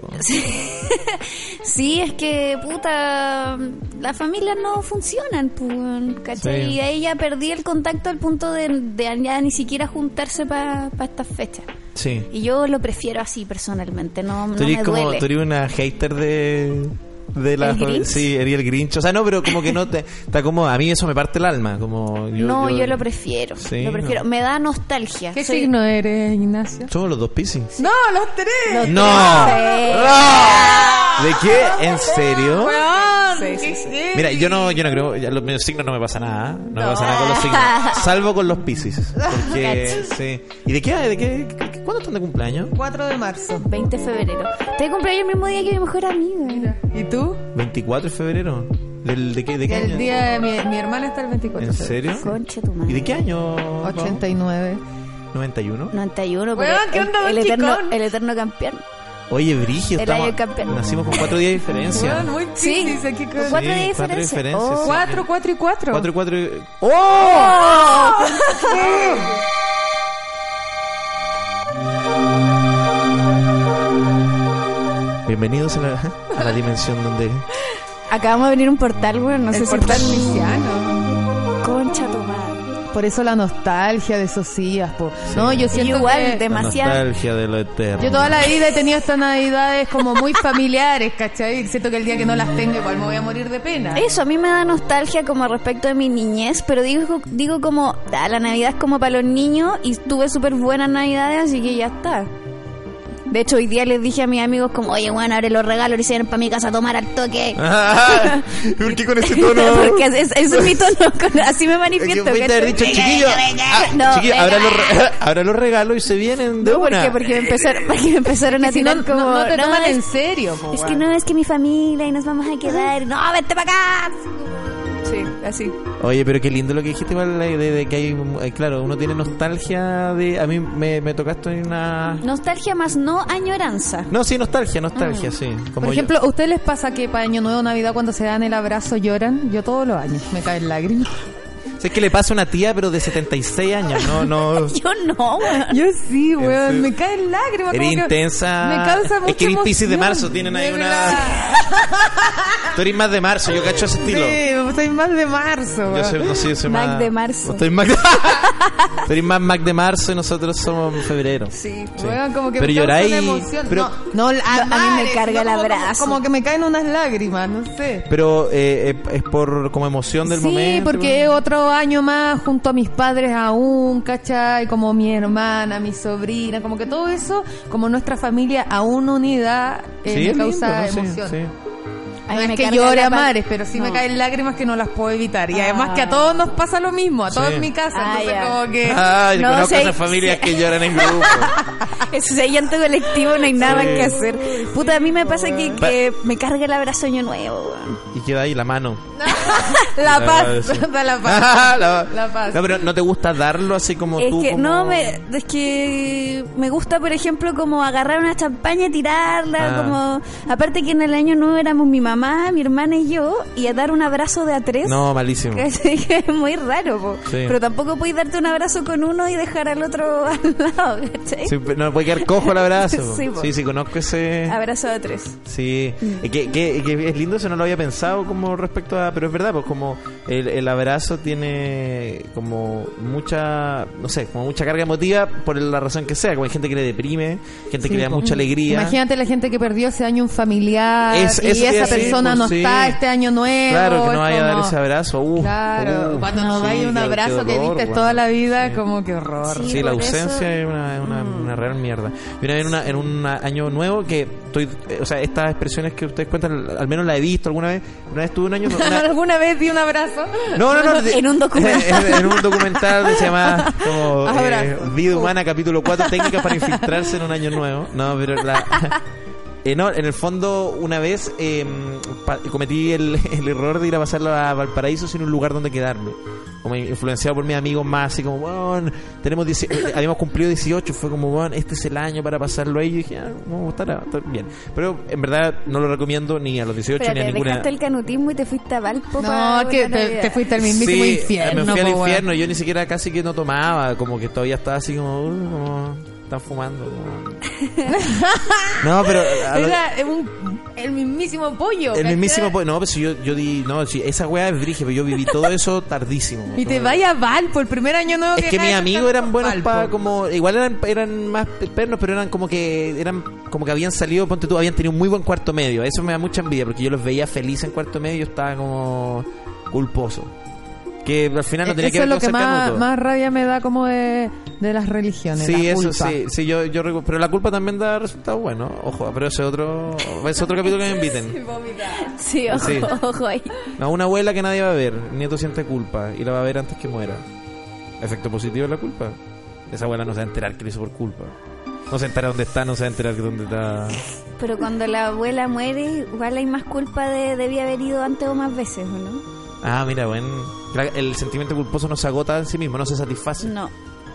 Speaker 1: Sí, es que, puta, las familias no funcionan, pu, weón, ¿cachai?
Speaker 3: Sí.
Speaker 1: Y ahí ya perdí el contacto al punto de, de ya ni siquiera juntarse para estas fechas.
Speaker 3: Sí.
Speaker 1: Y yo lo prefiero así personalmente, no, no
Speaker 3: Tú eres
Speaker 1: me
Speaker 3: como,
Speaker 1: duele.
Speaker 3: tú eres una hater de... De la,
Speaker 1: ¿El Grinch?
Speaker 3: sí, eres el Grinch. O sea, no, pero como que no te, te acomoda. A mí eso me parte el alma. Como yo,
Speaker 1: no, yo, lo prefiero.
Speaker 3: Sí,
Speaker 1: lo prefiero.
Speaker 3: no.
Speaker 1: Me da nostalgia.
Speaker 2: ¿Qué
Speaker 1: Soy-
Speaker 2: signo eres, Ignacio?
Speaker 3: Somos los dos piscis.
Speaker 2: ¡No, los tres!
Speaker 3: ¡No! ¡No! ¿De qué? ¿En serio?
Speaker 2: Sí, sí, sí.
Speaker 3: Mira, yo no, yo no creo, ya los, los signos no me pasa nada, ¿eh? no, me pasa nada con los signos, salvo con los piscis, porque sí. ¿Y de qué? ¿De qué? ¿Cuándo están de cumpleaños?
Speaker 2: 4 de marzo.
Speaker 1: 20 de febrero. Te compré el mismo día que mi mejor amiga.
Speaker 2: ¿Y tú?
Speaker 3: 24 de febrero. ¿Del de qué? ¿De qué año?
Speaker 2: El día de mi, mi hermana está el 24.
Speaker 3: ¿En serio?
Speaker 1: Concha tu
Speaker 3: ¿Y
Speaker 1: madre.
Speaker 3: de qué año? Pau?
Speaker 2: 89.
Speaker 3: 91.
Speaker 1: 91, pero
Speaker 2: Weón, ¿qué
Speaker 1: el-
Speaker 2: onda, don
Speaker 1: el, eterno,
Speaker 2: Chicón?
Speaker 1: el eterno campeón.
Speaker 3: Oye, Brigio,
Speaker 1: El
Speaker 3: estamos,
Speaker 1: año campeón.
Speaker 3: nacimos con cuatro días de diferencia.
Speaker 2: Bueno, muy
Speaker 1: Sí.
Speaker 2: piscis, aquí
Speaker 1: Con
Speaker 2: con-
Speaker 1: cuatro
Speaker 3: Sí,
Speaker 1: de
Speaker 3: cuatro
Speaker 1: diferencia.
Speaker 3: diferencias,
Speaker 1: Oh.
Speaker 3: sí.
Speaker 2: Cuatro, cuatro y cuatro.
Speaker 3: Cuatro, cuatro. y- ¡Oh! Bienvenidos a la, a la dimensión donde.
Speaker 1: Acabamos de venir un portal, weón. No sé
Speaker 2: El
Speaker 1: si
Speaker 2: portal pisciano.
Speaker 1: Concha tu madre.
Speaker 2: Por eso la nostalgia de esos días, po. No, yo
Speaker 1: Y
Speaker 2: siento
Speaker 1: igual,
Speaker 2: que...
Speaker 3: La
Speaker 1: demasiado.
Speaker 3: nostalgia de lo eterno.
Speaker 2: Yo toda la vida he tenido estas navidades como muy familiares, ¿cachai? Siento que el día que no las tenga igual me voy a morir de pena.
Speaker 1: Eso, a mí me da nostalgia como respecto de mi niñez, pero digo, digo como, "Ah, la Navidad es como para los niños y tuve súper buenas Navidades, así que ya está. De hecho, hoy día les dije a mis amigos como, oye, bueno, abre los regalos y se vienen para mi casa a tomar al toque.
Speaker 3: Ah, ¿Por qué con ese tono?
Speaker 1: Porque es- es- ese es mi tono, con- así me
Speaker 3: Es que
Speaker 1: manifiesto.
Speaker 3: pudiste
Speaker 1: ¿cachai?
Speaker 3: haber dicho, chiquillo, ah,
Speaker 1: No,
Speaker 3: chiquillo,
Speaker 1: venga.
Speaker 3: abra los, re- abra los regalos y se vienen de
Speaker 1: No, ¿por
Speaker 3: una.
Speaker 1: qué? Porque me empezaron, porque me empezaron a
Speaker 2: Que si no,
Speaker 1: tirar
Speaker 2: no-
Speaker 1: como...
Speaker 2: no te toman
Speaker 1: es-
Speaker 2: en serio, po,
Speaker 1: Es que
Speaker 2: weón. Ah.
Speaker 1: no, es que mi familia y nos vamos a quedar. No, vete para acá. Sí, así.
Speaker 3: Oye, pero qué lindo lo que dijiste, igual, de, de- de que hay, eh, claro, uno tiene nostalgia de, a mí me, me tocaste en una...
Speaker 1: Nostalgia más no añoranza.
Speaker 3: No, sí, nostalgia, nostalgia,
Speaker 1: Ah.
Speaker 3: sí.
Speaker 2: Por
Speaker 3: Como yo-
Speaker 2: ejemplo, ¿a ustedes les pasa que para Año Nuevo, Navidad, cuando se dan el abrazo lloran? Yo todos los años me caen lágrimas.
Speaker 3: sé que le pasa a una tía, pero de 76 años, no, no...
Speaker 1: Yo no, weón.
Speaker 2: Yo sí,
Speaker 3: serio?
Speaker 2: weón, me caen lágrimas.
Speaker 3: Era
Speaker 2: como que
Speaker 3: intensa.
Speaker 2: Me causa mucha
Speaker 3: Es que eres Piscis de
Speaker 2: emoción.
Speaker 3: marzo, tienen ahí
Speaker 2: De
Speaker 3: una-
Speaker 2: verdad.
Speaker 3: Tú eres más de marzo, yo cacho ese estilo.
Speaker 2: Sí, estoy más de marzo,
Speaker 3: Yo
Speaker 2: weón.
Speaker 3: soy, no, sí, yo soy
Speaker 1: Mac
Speaker 3: más...
Speaker 1: de marzo.
Speaker 3: No, Estoy Mac de... Tú eres más Mac de marzo y nosotros somos febrero.
Speaker 2: Sí,
Speaker 3: Sí.
Speaker 2: weón, como que
Speaker 3: Pero
Speaker 2: me causa
Speaker 3: lloráis,
Speaker 2: una emoción.
Speaker 3: pero-
Speaker 2: no, no, a,
Speaker 1: mí me carga el
Speaker 2: como-
Speaker 1: abrazo.
Speaker 2: Como, que me caen unas lágrimas, no sé.
Speaker 3: Pero eh, eh, es por como emoción del
Speaker 2: sí,
Speaker 3: momento.
Speaker 2: porque es otro año más junto a mis padres aún, ¿cachai? Como mi hermana, mi sobrina, como que todo eso, como nuestra familia aún unida, eh,
Speaker 3: Sí, es
Speaker 2: me causa
Speaker 3: lindo, ¿no? Sí,
Speaker 2: emoción.
Speaker 3: sí.
Speaker 1: Ay,
Speaker 2: No
Speaker 1: me
Speaker 2: es que
Speaker 1: carga
Speaker 2: llore
Speaker 1: la
Speaker 2: a
Speaker 1: pa-
Speaker 2: mares, pero sí me
Speaker 1: No.
Speaker 2: caen lágrimas que no las puedo evitar. Y
Speaker 1: Ah.
Speaker 2: además que a todos nos pasa lo mismo, a todos
Speaker 3: Sí.
Speaker 2: en mi casa.
Speaker 1: Ah,
Speaker 2: entonces
Speaker 1: ya.
Speaker 2: como que...
Speaker 3: Ay,
Speaker 1: No,
Speaker 3: conozco
Speaker 1: sí,
Speaker 3: esas familias
Speaker 1: sí.
Speaker 3: que lloran en grupo.
Speaker 1: Es ese llanto colectivo, no hay nada
Speaker 3: Sí.
Speaker 1: que hacer. Puta, a mí me pasa que, que me carga el abrazo año nuevo, weón.
Speaker 3: Y queda ahí la mano.
Speaker 2: La paz,
Speaker 3: sí.
Speaker 2: da la
Speaker 3: Ah,
Speaker 2: paz.
Speaker 3: la-
Speaker 2: La paz.
Speaker 3: No, pero ¿no te gusta darlo así como
Speaker 1: Es
Speaker 3: tú?
Speaker 1: que
Speaker 3: como-
Speaker 1: no me, es que me gusta, por ejemplo, como agarrar una champaña, tirarla,
Speaker 3: Ah.
Speaker 1: como aparte que en el año nuevo éramos mi mamá, mi hermana y yo y a dar un abrazo de a tres.
Speaker 3: No, malísimo.
Speaker 1: Así que es muy raro, po.
Speaker 3: Sí.
Speaker 1: pero tampoco podéis darte un abrazo con uno y dejar al otro al lado, ¿cachai?
Speaker 3: Sí, pero no puede quedar cojo el abrazo.
Speaker 1: Sí,
Speaker 3: sí,
Speaker 1: po.
Speaker 3: sí, conozco ese.
Speaker 1: Abrazo de a tres.
Speaker 3: Sí, es que, que- que es lindo, eso no lo había pensado como respecto a... Pero es verdad, pues como el, el abrazo tiene como mucha, no sé, como mucha carga emotiva por la razón que sea. Como hay gente que le deprime, gente que
Speaker 2: Sí,
Speaker 3: le da
Speaker 2: po.
Speaker 3: mucha alegría.
Speaker 2: Imagínate la gente que perdió ese año un familiar
Speaker 3: Es-
Speaker 2: y
Speaker 3: eso te iba a
Speaker 2: esa
Speaker 3: decir,
Speaker 2: persona
Speaker 3: pues,
Speaker 2: no
Speaker 3: sí.
Speaker 2: está este año nuevo.
Speaker 3: Claro, que no
Speaker 2: es
Speaker 3: vaya a dar
Speaker 2: como-
Speaker 3: ese abrazo. Uh,
Speaker 2: Claro,
Speaker 3: uh,
Speaker 2: cuando no
Speaker 3: sí,
Speaker 2: hay un
Speaker 3: qué- qué
Speaker 2: abrazo que
Speaker 3: dolor,
Speaker 2: viste
Speaker 3: bueno.
Speaker 2: toda la vida,
Speaker 3: Sí.
Speaker 2: como que horror.
Speaker 1: Sí,
Speaker 3: Sí, la
Speaker 1: por eso-
Speaker 3: ausencia es una, una, una real mierda. Y una vez en una- en un año nuevo que estoy, eh, o sea, estas expresiones que ustedes cuentan, al menos la he visto alguna vez. Una vez tuve un año. una-
Speaker 2: ¿Alguna vez di un abrazo?
Speaker 3: no, no, no. de-
Speaker 1: En un documental.
Speaker 3: en, en un documental que se llama como, eh,
Speaker 2: Abrazo.
Speaker 3: Vida Humana, capítulo 4, técnicas para infiltrarse en un año nuevo. No, pero la. Eh, no, en el fondo, una vez eh, pa- cometí el, el error de ir a pasarlo a Valparaíso sin un lugar donde quedarme. Como influenciado por mis amigos más, así como, bueno, tenemos dieci- eh, habíamos cumplido 18, fue como, bueno, este es el año para pasarlo ahí. Y dije, ah, vamos a estar, a- estar bien. Pero en verdad no lo recomiendo ni a los 18
Speaker 1: Pero
Speaker 3: ni a
Speaker 1: te
Speaker 3: ninguna.
Speaker 1: dejaste el canutismo y te fuiste a Valpo
Speaker 2: No,
Speaker 1: para
Speaker 2: es que
Speaker 1: una
Speaker 2: te,
Speaker 1: Navidad.
Speaker 2: te fuiste al mismísimo
Speaker 3: Sí,
Speaker 2: infierno.
Speaker 3: Me fui al
Speaker 2: po, weón.
Speaker 3: infierno, yo ni siquiera casi que no tomaba, como que todavía estaba así como, uh, como- Están fumando. como- No, pero... a lo-
Speaker 2: Era un- el mismísimo pollo.
Speaker 3: el
Speaker 2: ¿cachai?
Speaker 3: mismísimo... po- No, pero si yo, yo di... No, si esa weá es brige, pero yo viví todo eso tardísimo.
Speaker 2: Y te vaya a Valpo, el primer año nuevo
Speaker 3: Es que mis
Speaker 2: nadie
Speaker 3: amigos
Speaker 2: está
Speaker 3: eran buenos
Speaker 2: Valpo.
Speaker 3: para como igual eran eran más pernos, pero eran como que eran como que habían salido, ponte tú, habían tenido un muy buen cuarto medio. Eso me da mucha envidia porque yo los veía felices en cuarto medio, y yo estaba como culposo. Que al final no
Speaker 2: E,
Speaker 3: tenía
Speaker 2: Eso
Speaker 3: que
Speaker 2: es
Speaker 3: ver
Speaker 2: lo
Speaker 3: con
Speaker 2: que
Speaker 3: ser
Speaker 2: más,
Speaker 3: canuto.
Speaker 2: más rabia me da como de, de las religiones.
Speaker 3: Sí,
Speaker 2: la
Speaker 3: eso
Speaker 2: culpa.
Speaker 3: sí, sí yo, yo recu- pero la culpa también da resultados buenos. Ojo, pero ese otro es otro capítulo que me inviten.
Speaker 1: Sí, ojo,
Speaker 3: Sí.
Speaker 1: ojo ahí.
Speaker 3: No, una abuela que nadie va a ver, el nieto siente culpa y la va a ver antes que muera. Efecto positivo de la culpa. Esa abuela no se va a enterar que lo hizo por culpa. No se entera dónde está, no se va a enterar que dónde está.
Speaker 1: Pero cuando la abuela muere, igual hay más culpa de debía haber ido antes o más veces, ¿o no?
Speaker 3: Ah, mira, buen. la- El sentimiento culposo no se agota en sí mismo, no se satisface.
Speaker 1: No.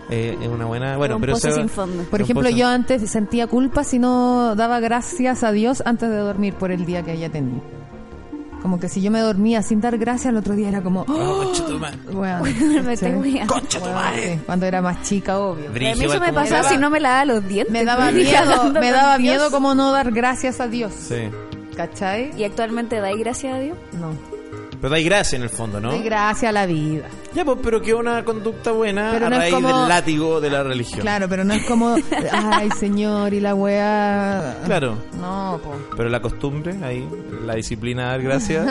Speaker 3: Eh, es una buena. Bueno,
Speaker 1: un
Speaker 3: pero
Speaker 1: pozo
Speaker 3: eso-
Speaker 1: sin fondo.
Speaker 2: Por
Speaker 3: Un
Speaker 2: ejemplo,
Speaker 3: pozo.
Speaker 2: yo antes sentía culpa si no daba gracias a Dios antes de dormir por el día que había tenido. Como que si yo me dormía sin dar gracias, al otro día era como...
Speaker 3: Oh,
Speaker 2: ¡Oh!
Speaker 3: concha tu madre.
Speaker 2: Weón,
Speaker 1: me
Speaker 2: ¿cachai?
Speaker 1: tengo cuidado.
Speaker 2: Weón, sí, Cuando era más chica, obvio.
Speaker 1: A mí
Speaker 3: Brígido,
Speaker 1: eso
Speaker 3: igual
Speaker 1: me
Speaker 3: como-
Speaker 1: pasaba si no me lavaba los dientes.
Speaker 2: Me daba miedo, me daba miedo como no dar gracias a Dios.
Speaker 3: Sí.
Speaker 2: ¿Cachai?
Speaker 1: ¿Y actualmente dais gracias a Dios?
Speaker 2: No.
Speaker 3: Pero da gracia en el fondo, ¿no?
Speaker 2: Doy gracias a la vida.
Speaker 3: Ya, pues, pero que una conducta buena
Speaker 2: Pero
Speaker 3: a
Speaker 2: no es
Speaker 3: raíz
Speaker 2: como- Ah,
Speaker 3: del látigo de la religión.
Speaker 2: Claro, pero no es como, ay señor, y la weá.
Speaker 3: Claro.
Speaker 2: No, po.
Speaker 3: Pero la costumbre, ahí, la disciplina de dar gracias.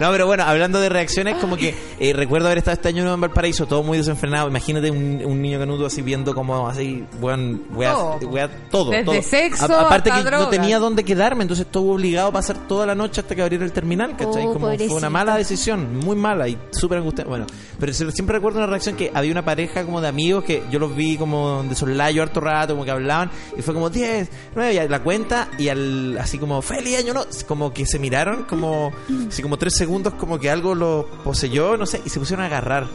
Speaker 3: No, pero bueno, hablando de reacciones, como que eh, recuerdo haber estado este año nuevo en Valparaíso, todo muy desenfrenado. Imagínate un, un niño canudo así viendo como así, weón, weas-
Speaker 2: Todo.
Speaker 3: weas- todo.
Speaker 2: Desde
Speaker 3: todo.
Speaker 2: sexo
Speaker 3: A- aparte
Speaker 2: hasta
Speaker 3: que no
Speaker 2: drogas.
Speaker 3: tenía dónde quedarme, entonces estuve obligado a pasar toda la noche hasta que abriera el terminal, ¿cachai?
Speaker 1: Oh,
Speaker 3: como fue una
Speaker 1: pobrecito.
Speaker 3: mala decisión, muy mala y súper angustiante. Bueno, pero se- siempre recuerdo una reacción que había una pareja como de amigos que yo los vi como de soslayo harto rato, como que hablaban, y fue como 10, 9, y a la cuenta, y al así como, feliz año, no, como que se miraron, como, así como tres segundos, como que algo los poseyó, no sé, y se pusieron a agarrar,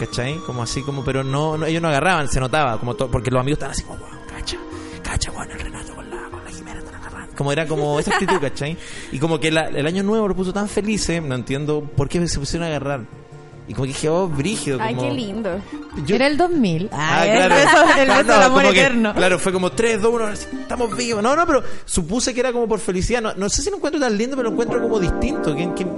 Speaker 3: ¿cachai? Como así, como, pero no, no- ellos no agarraban, se notaba, como to- porque los amigos estaban así como, wow, cacha, cacha, bueno, el Renato con la, con la Jimena están agarrando. Como era como esa actitud, ¿cachai? Y como que la- el año nuevo lo puso tan felices, no entiendo por qué se pusieron a agarrar. Y como que dije, oh, brígido.
Speaker 1: Ay,
Speaker 3: como-
Speaker 1: qué lindo.
Speaker 3: Yo-
Speaker 2: Era el 2000.
Speaker 3: Ah,
Speaker 2: Ay,
Speaker 3: claro.
Speaker 2: El beso, el
Speaker 3: Ah,
Speaker 2: beso
Speaker 3: no,
Speaker 2: del amor
Speaker 3: como que-
Speaker 2: eterno.
Speaker 3: claro, fue como 3, 2, 1, estamos vivos. No, no, pero supuse que era como por felicidad. No, no sé si lo encuentro tan lindo, pero lo encuentro como distinto. ¿Quién, quién,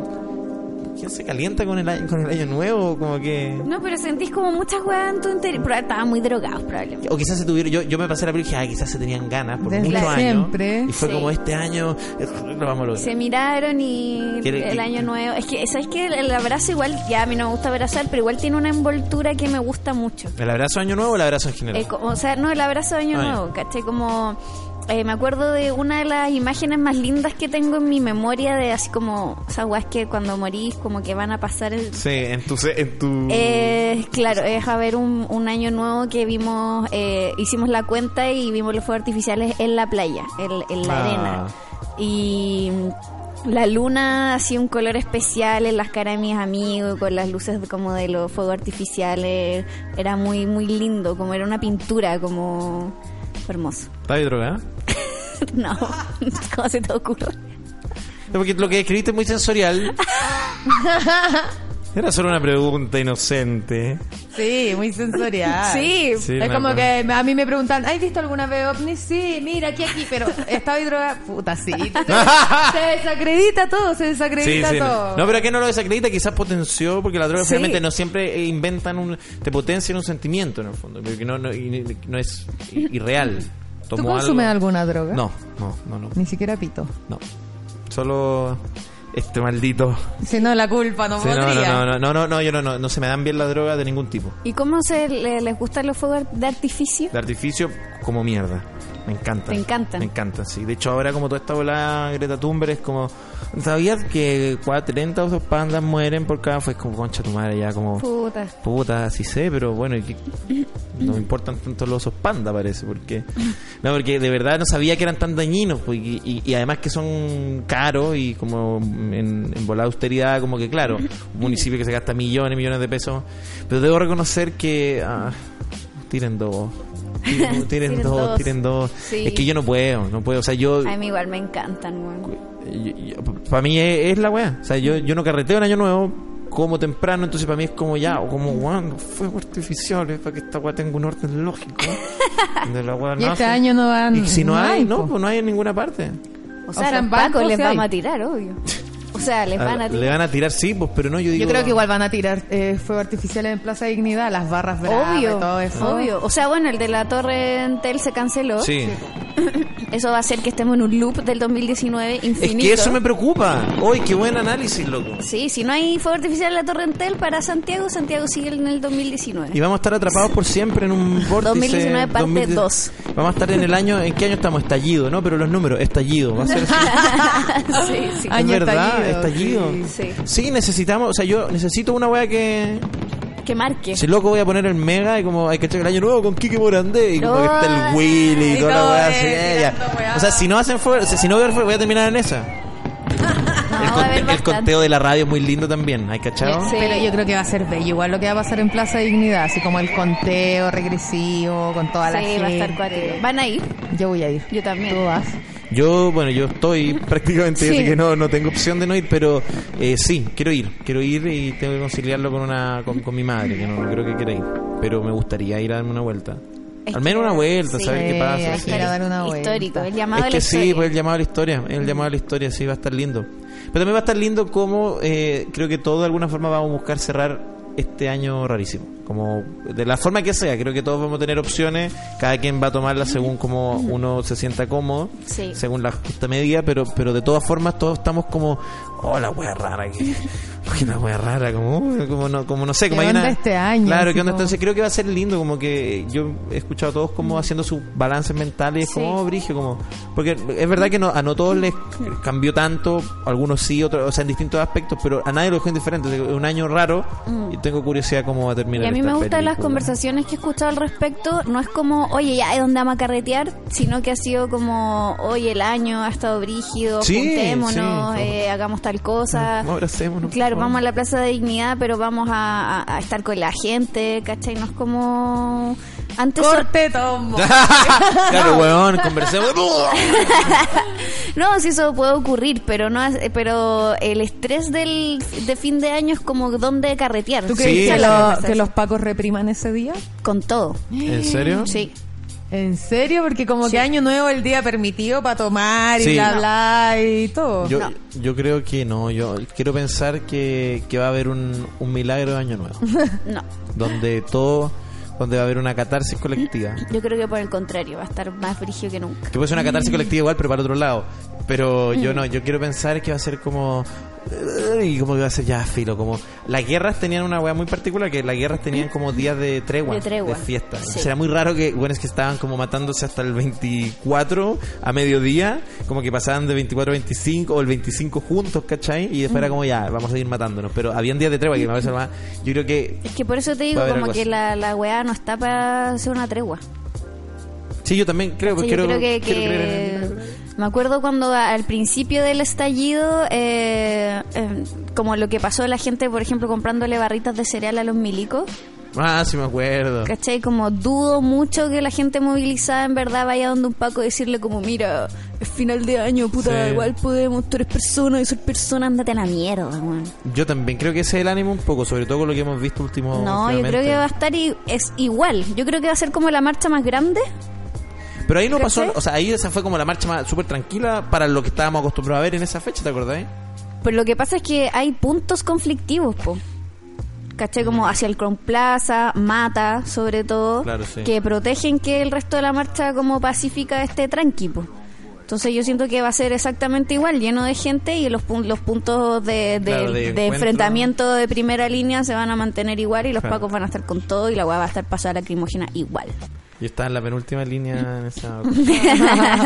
Speaker 3: quién se calienta con el, año- con el año nuevo? Como que...
Speaker 1: No, pero sentís como muchas weas en tu interior. Pero Estaba muy drogado, probablemente.
Speaker 3: O quizás se tuvieron, yo, yo me pasé la película y dije, ah, quizás se tenían ganas por
Speaker 2: Desde
Speaker 3: muchos
Speaker 2: siempre.
Speaker 3: años. Y fue
Speaker 1: Sí.
Speaker 3: como este año, eh, lo vamos a lograr.
Speaker 1: Se miraron y
Speaker 3: Quiere-
Speaker 1: el
Speaker 3: que-
Speaker 1: año
Speaker 3: que-
Speaker 1: nuevo. Es que, ¿sabes que El abrazo igual, ya a mí no me gusta abrazar, pero igual tiene una envoltura que me gusta mucho.
Speaker 3: ¿El abrazo año nuevo o el abrazo en general?
Speaker 1: Eh, co- o sea, no, el abrazo de Año
Speaker 3: Ah, ya.
Speaker 1: Nuevo, ¿cachai? Como... eh, me acuerdo de una de las imágenes más lindas que tengo en mi memoria de así como esas weas que cuando morís como que van a pasar el...
Speaker 3: Sí, en tu... se- En tu...
Speaker 1: Eh, claro, es a ver un, un año nuevo que vimos, eh, hicimos la cuenta y vimos los fuegos artificiales en la playa, en, en la
Speaker 3: Ah.
Speaker 1: arena. Y la luna hacía un color especial en las caras de mis amigos, con las luces de- como de los fuegos artificiales. Era muy, muy lindo, como era una pintura, como fue hermoso.
Speaker 3: ¿Estás ahí drogada?
Speaker 1: no, ¿cómo se te ocurre?
Speaker 3: No, porque lo que escribiste es muy sensorial. Era solo una pregunta inocente.
Speaker 2: Sí, muy sensorial.
Speaker 1: Sí.
Speaker 3: Sí,
Speaker 2: es
Speaker 3: me
Speaker 2: como
Speaker 3: acuerdo.
Speaker 2: que a mí me preguntan, ¿has visto alguna vez ovnis? Sí, mira, aquí, aquí, pero estaba y droga. Puta, sí. Se desacredita todo, se
Speaker 3: Sí,
Speaker 2: desacredita
Speaker 3: sí,
Speaker 2: todo.
Speaker 3: no. No, pero ¿a qué no lo desacredita? Quizás potenció, porque la droga
Speaker 2: Sí.
Speaker 3: finalmente no siempre eh, inventan un... Te potencian un sentimiento, en el fondo. Porque no, no, y- y- no es i- irreal.
Speaker 2: ¿Tú
Speaker 3: Tomó
Speaker 2: consumes
Speaker 3: algo-
Speaker 2: alguna droga?
Speaker 3: No, no, no, no.
Speaker 2: Ni siquiera pito.
Speaker 3: No. Solo este maldito.
Speaker 2: Si no, la culpa no
Speaker 3: Sí, no, no,
Speaker 2: podría.
Speaker 3: no, no, no, no, no, yo no, no, no se me dan bien las drogas de ningún tipo.
Speaker 1: ¿Y cómo se le- les gustan los fuegos de artificio?
Speaker 3: De artificio como mierda. Me encantan.
Speaker 1: Te encantan.
Speaker 3: Me encantan, sí. De hecho, ahora como toda esta volada Greta Thunberg es como... ¿Sabías que 40 osos pandas mueren por cada... Fue como, concha tu madre, ya como...
Speaker 1: Puta.
Speaker 3: Puta, sí sé, pero bueno, ¿y qué? no me importan tanto los osos panda, parece, porque... No, porque de verdad no sabía que eran tan dañinos, pues, y, y- y además que son caros y como en, en volada austeridad, como que claro, un municipio que se gasta millones y millones de pesos, pero debo reconocer que... ah, tiren dos. Tiren, tiren
Speaker 1: Tiren
Speaker 3: dos,
Speaker 1: dos.
Speaker 3: tiren dos.
Speaker 1: Sí.
Speaker 3: Es que yo no puedo, no puedo. O sea, yo
Speaker 1: A mí igual me encantan, weón.
Speaker 3: para mí es, es la weá. O sea, yo, yo no carreteo en Año Nuevo, como temprano, entonces para mí es como ya, o como, weón, no fue artificial, es para que esta weá tenga un orden lógico. Donde la weá
Speaker 2: Y este
Speaker 3: nace.
Speaker 2: año no van.
Speaker 3: Y si no, hay, no,
Speaker 2: po.
Speaker 3: pues no hay en ninguna parte.
Speaker 1: O
Speaker 2: O
Speaker 1: sea,
Speaker 2: sea,
Speaker 1: los
Speaker 2: en banco
Speaker 1: bancos les
Speaker 2: sí hay.
Speaker 1: vamos a tirar, obvio. O sea, les van a
Speaker 3: Ah, Le
Speaker 1: tirar.
Speaker 3: van a tirar, sí, pues, pero no, yo digo.
Speaker 2: Yo creo que igual van a tirar eh, fuegos artificiales en Plaza Dignidad, las barras bravas y
Speaker 1: Obvio,
Speaker 2: todo eso.
Speaker 1: obvio. O sea, bueno, el de la Torre Entel se canceló.
Speaker 3: Sí.
Speaker 1: Eso va a hacer que estemos en un loop del 2019
Speaker 3: Es
Speaker 1: infinito.
Speaker 3: que eso me preocupa. Uy, qué buen análisis, loco.
Speaker 1: Sí, si no hay fuego artificial en la Torre Entel para Santiago, Santiago sigue en el 2019.
Speaker 3: Y vamos a estar atrapados por siempre en un vórtice.
Speaker 1: 2019 parte
Speaker 3: 2000.
Speaker 1: dos.
Speaker 3: Vamos a estar en el año. ¿En qué año estamos? Estallido, ¿no? Pero los números, estallido. Va a ser.
Speaker 1: sí, sí.
Speaker 2: Ay,
Speaker 3: es
Speaker 2: Año
Speaker 3: verdad,
Speaker 2: estallido,
Speaker 3: estallido.
Speaker 1: sí.
Speaker 3: Sí, necesitamos. O sea, yo necesito una wea que.
Speaker 1: Que marque.
Speaker 3: Si loco voy a poner el mega y como hay que echar el año nuevo con Kiki Morandé. Y como que está el
Speaker 1: No,
Speaker 3: Willy y
Speaker 2: y
Speaker 3: toda la
Speaker 2: todo
Speaker 3: wea
Speaker 2: es
Speaker 3: así. eh, ya.
Speaker 2: tirando weá.
Speaker 3: O sea, si no hacen fuerza, si no veo el fuego, voy a terminar en esa.
Speaker 1: No,
Speaker 3: El,
Speaker 1: Ah, va a
Speaker 3: conte-
Speaker 1: haber
Speaker 3: el
Speaker 1: bastante.
Speaker 3: conteo de la radio es muy lindo también, ¿hay cachado?
Speaker 1: Sí.
Speaker 2: Pero yo creo que va a ser bello, igual lo que va a pasar en Plaza Dignidad, así como el conteo regresivo, con toda la
Speaker 1: Sí,
Speaker 2: gente.
Speaker 1: va a estar cuático. Van a ir.
Speaker 2: Yo voy a ir.
Speaker 1: Yo también.
Speaker 2: Tú vas.
Speaker 3: Yo, bueno, yo estoy prácticamente,
Speaker 1: Sí.
Speaker 3: así que no, no tengo opción de no ir, pero eh, sí, quiero ir, quiero ir y tengo que conciliarlo con una con, con mi madre, que no, no creo que quiera ir, pero me gustaría ir a darme una vuelta.
Speaker 1: Es
Speaker 3: Al menos
Speaker 1: que-
Speaker 3: una vuelta,
Speaker 1: sí.
Speaker 3: saber qué pasa.
Speaker 2: Hay
Speaker 3: sí.
Speaker 2: que ir a dar una vuelta.
Speaker 1: Histórico, el llamado
Speaker 3: Es
Speaker 1: de
Speaker 3: que
Speaker 1: la
Speaker 3: sí,
Speaker 1: historia.
Speaker 3: pues el llamado a la historia, el llamado a la historia, sí, va a estar lindo. Pero también va a estar lindo como eh, creo que todo de alguna forma vamos a buscar cerrar este año rarísimo. Como de la forma que sea, creo que todos vamos a tener opciones, cada quien va a tomarla según como uno se sienta cómodo,
Speaker 1: Sí.
Speaker 3: según la justa medida, pero pero de todas formas todos estamos como, oh, la wea rara, que, uy, la wea rara, como, como, no, como no sé, como
Speaker 2: ¿Qué
Speaker 3: hay
Speaker 2: onda
Speaker 3: una-
Speaker 2: este año?
Speaker 3: Claro,
Speaker 2: Así
Speaker 3: que onda,
Speaker 2: como-
Speaker 3: entonces creo que va a ser lindo, como que yo he escuchado a todos como haciendo sus balances mentales,
Speaker 1: Mm. Sí.
Speaker 3: como, oh, brigio, como... Porque es verdad que no, a no todos les cambió tanto, algunos sí, otros, o sea, en distintos aspectos, pero a nadie lo dejó indiferente. Es un año raro y tengo curiosidad cómo va a terminar
Speaker 1: Mm. Y a mí
Speaker 3: esta
Speaker 1: me gustan las
Speaker 3: película.
Speaker 1: conversaciones que he escuchado al respecto. No es como, oye, ya, ¿de dónde vamos a carretear? Sino que ha sido como, oye, el año ha estado brígido,
Speaker 3: Sí,
Speaker 1: juntémonos,
Speaker 3: sí.
Speaker 1: eh, hagamos tal cosa.
Speaker 3: No, abracémonos, por
Speaker 1: Claro,
Speaker 3: favor.
Speaker 1: vamos a la Plaza de Dignidad, pero vamos a, a- a estar con la gente, ¿cachai? No es como... Antes
Speaker 2: Corte, tombo.
Speaker 3: claro, weón, conversemos.
Speaker 1: No, si eso puede ocurrir, pero no es- pero el estrés del de fin de año es como dónde carretear.
Speaker 2: ¿Tú
Speaker 3: Sí,
Speaker 2: crees que,
Speaker 3: sí.
Speaker 2: lo- que los pacos repriman ese día?
Speaker 1: Con todo.
Speaker 3: ¿En serio?
Speaker 1: Sí.
Speaker 2: ¿En serio? Porque como que año nuevo el día permitido para tomar y
Speaker 3: Sí.
Speaker 2: bla
Speaker 3: No.
Speaker 2: bla y todo.
Speaker 3: Yo,
Speaker 1: No.
Speaker 3: yo creo que no, yo quiero pensar que, que va a haber un, un milagro de año nuevo,
Speaker 1: No.
Speaker 3: donde todo, donde va a haber una catarsis colectiva.
Speaker 1: Yo creo que por el contrario, va a estar más brígido que nunca.
Speaker 3: Que puede ser una catarsis colectiva igual, pero para el otro lado. Pero yo no, yo quiero pensar que va a ser como. Y como que va a ser ya filo. Como. Las guerras tenían una weá muy particular, que las guerras tenían como días de tregua.
Speaker 1: De tregua.
Speaker 3: fiesta.
Speaker 1: Sí.
Speaker 3: Entonces era muy raro que, bueno, es que estaban como matándose hasta el 24 a mediodía. Como que pasaban de 24 a 25 o el 25 juntos, ¿cachai? Y después era como ya, vamos a seguir matándonos. Pero habían días de tregua que me parece lo más. Yo creo que.
Speaker 1: Es que por eso te
Speaker 3: Va
Speaker 1: digo,
Speaker 3: a haber
Speaker 1: como
Speaker 3: algo
Speaker 1: que
Speaker 3: así.
Speaker 1: la, la weá no está para hacer una tregua.
Speaker 3: Sí, yo también creo,
Speaker 1: Sí,
Speaker 3: Pues quiero,
Speaker 1: yo creo que,
Speaker 3: quiero
Speaker 1: que-
Speaker 3: creer en el milagro.
Speaker 1: me acuerdo cuando a- al principio del estallido, eh, eh, como lo que pasó a la gente, por ejemplo, comprándole barritas de cereal a los milicos,
Speaker 3: Ah, sí me acuerdo.
Speaker 1: ¿cachai? Como dudo mucho que la gente movilizada en verdad vaya donde un Paco a decirle como, mira, es final de año, puta,
Speaker 3: Sí.
Speaker 1: igual podemos, tú eres persona, y soy persona, ándate a la mierda, weón.
Speaker 3: Yo también creo que ese es el ánimo un poco, sobre todo con lo que hemos visto último,
Speaker 1: No, yo creo
Speaker 3: últimamente.
Speaker 1: que va a estar i- es igual. Yo creo que va a ser como la marcha más grande.
Speaker 3: Pero ahí no pasó,
Speaker 1: ¿Cachai?
Speaker 3: o sea, ahí esa fue como la marcha más súper tranquila para lo que estábamos acostumbrados a ver en esa fecha, ¿te acordás? eh?
Speaker 1: Pero lo que pasa es que hay puntos conflictivos, po. ¿Cachai? Como hacia el Crown Plaza, Mata, sobre todo,
Speaker 3: Claro, sí.
Speaker 1: que protegen que el resto de la marcha como pacífica esté tranqui, po. Entonces yo siento que va a ser exactamente igual, lleno de gente y los, pun- los puntos de, de-
Speaker 3: Claro, de
Speaker 1: de
Speaker 3: encuentro.
Speaker 1: enfrentamiento de primera línea se van a mantener igual y los
Speaker 3: Claro.
Speaker 1: pacos van a estar con todo y la weá va a estar pasada lacrimógena igual.
Speaker 3: Yo estaba en la penúltima línea en esa... No, no, no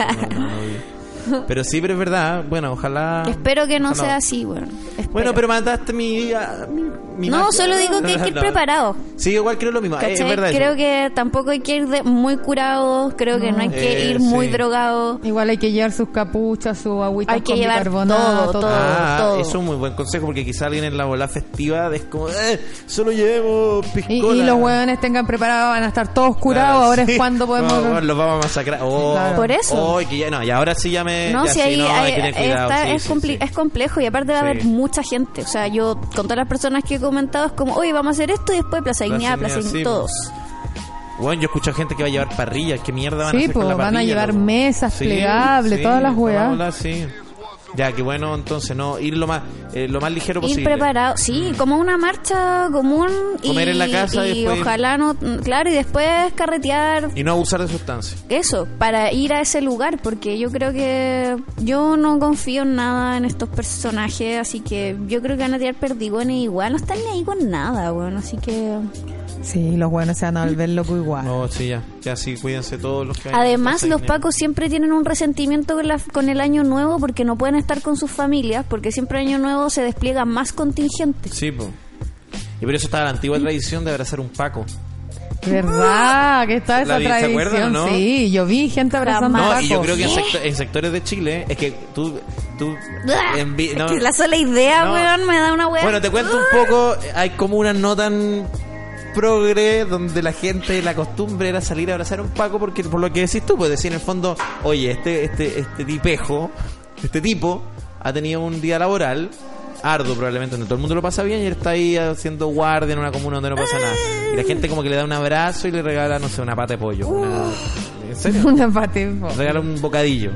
Speaker 3: vi. pero sí, pero es verdad, bueno, ojalá...
Speaker 1: Espero que no
Speaker 3: ojalá-
Speaker 1: sea así, bueno.
Speaker 3: Bueno,
Speaker 1: espero.
Speaker 3: pero mataste mi, a- mi-
Speaker 4: mi
Speaker 1: no,
Speaker 4: magia.
Speaker 1: solo digo que hay que ir preparado.
Speaker 3: Sí, igual creo lo mismo. Eh, es
Speaker 1: ¿cachai?
Speaker 3: verdad.
Speaker 1: creo
Speaker 3: eso.
Speaker 1: que tampoco hay que ir de- muy curado, creo que no hay que
Speaker 3: Eh,
Speaker 1: ir muy
Speaker 3: sí.
Speaker 1: drogado.
Speaker 2: Igual hay que llevar sus capuchas, su agüita
Speaker 1: Hay que
Speaker 2: con
Speaker 1: llevar
Speaker 2: bicarbonato,
Speaker 1: todo, todo.
Speaker 3: Ah,
Speaker 1: todo.
Speaker 3: es un muy buen consejo porque quizá alguien en la bola festiva es como, eh, solo llevo
Speaker 2: Y,
Speaker 3: piscola.
Speaker 2: y los hueones tengan preparados, van a estar todos curados.
Speaker 3: Ah,
Speaker 2: ahora
Speaker 3: sí.
Speaker 2: es cuando podemos.
Speaker 3: Vamos, vamos, los vamos a masacrar. Oh,
Speaker 2: claro.
Speaker 1: Por eso.
Speaker 3: oh, que ya, no, y ahora sí ya me.
Speaker 1: No,
Speaker 3: Eh, ya
Speaker 1: si
Speaker 3: sí,
Speaker 1: ahí
Speaker 3: no, hay que tener cuidado, sí,
Speaker 1: es,
Speaker 3: sí,
Speaker 1: compli-
Speaker 3: sí.
Speaker 1: es complejo y aparte va a
Speaker 3: Sí.
Speaker 1: haber mucha gente. O sea, yo con todas las personas que he comentado es como, oye, vamos a hacer esto y después plaza Ignea,
Speaker 3: Plaza
Speaker 1: plaza Ignea,
Speaker 3: Ignea, sí, pues,
Speaker 1: todos.
Speaker 3: Bueno, yo escucho gente que va a llevar parrillas. ¿Qué mierda van a
Speaker 2: Sí,
Speaker 3: hacer con
Speaker 2: po,
Speaker 3: la
Speaker 2: van a
Speaker 3: parrilla,
Speaker 2: llevar
Speaker 3: loco?
Speaker 2: mesas plegables, todas las
Speaker 3: toda la
Speaker 2: weas.
Speaker 3: bola, sí. Ya, qué bueno, entonces, no, ir lo más, eh, lo más ligero
Speaker 1: Ir
Speaker 3: posible. Mm.
Speaker 1: preparado, sí, como una marcha común y,
Speaker 3: Comer en la casa
Speaker 1: y
Speaker 3: después-
Speaker 1: ojalá no, claro, y después carretear
Speaker 3: Y no abusar de sustancias.
Speaker 1: eso, para ir a ese lugar, porque yo creo que yo no confío en nada en estos personajes, así que yo creo que van a tirar perdigones igual, no están ni ahí con nada, bueno, así que...
Speaker 2: Sí, los hueones se van a volver locos igual.
Speaker 3: No, Oh, sí, ya. Ya, sí, cuídense todos los que vayan a
Speaker 1: Además,
Speaker 3: pasar
Speaker 1: los
Speaker 3: dinero.
Speaker 1: pacos siempre tienen un resentimiento con, la- con el año nuevo porque no pueden estar con sus familias, porque siempre año nuevo se despliega más contingente.
Speaker 3: Sí, po. Y por eso estaba la antigua tradición de abrazar un paco.
Speaker 2: ¿Verdad? Que está
Speaker 3: ¿La
Speaker 2: esa
Speaker 3: vi- se
Speaker 2: tradición.
Speaker 3: acuerdan o no?
Speaker 2: Sí, yo vi gente abrazando
Speaker 3: No,
Speaker 2: a
Speaker 3: y yo
Speaker 2: Paco.
Speaker 3: creo que en,
Speaker 1: ¿Qué?
Speaker 3: secto- en sectores de Chile, es que tú. tú envi- no.
Speaker 1: Es que la sola idea,
Speaker 3: No.
Speaker 1: weón, me da una weón.
Speaker 3: Bueno, te cuento un poco. Hay como unas no tan progre donde la gente la costumbre era salir a abrazar a un paco porque por lo que decís tú pues decir en el fondo oye este este este tipejo este tipo ha tenido un día laboral arduo probablemente donde todo el mundo lo pasa bien y él está ahí haciendo guardia en una comuna donde no pasa nada y la gente como que le da un abrazo y le regala no sé una pata de pollo una- en serio
Speaker 2: Una patifo.
Speaker 3: regala un bocadillo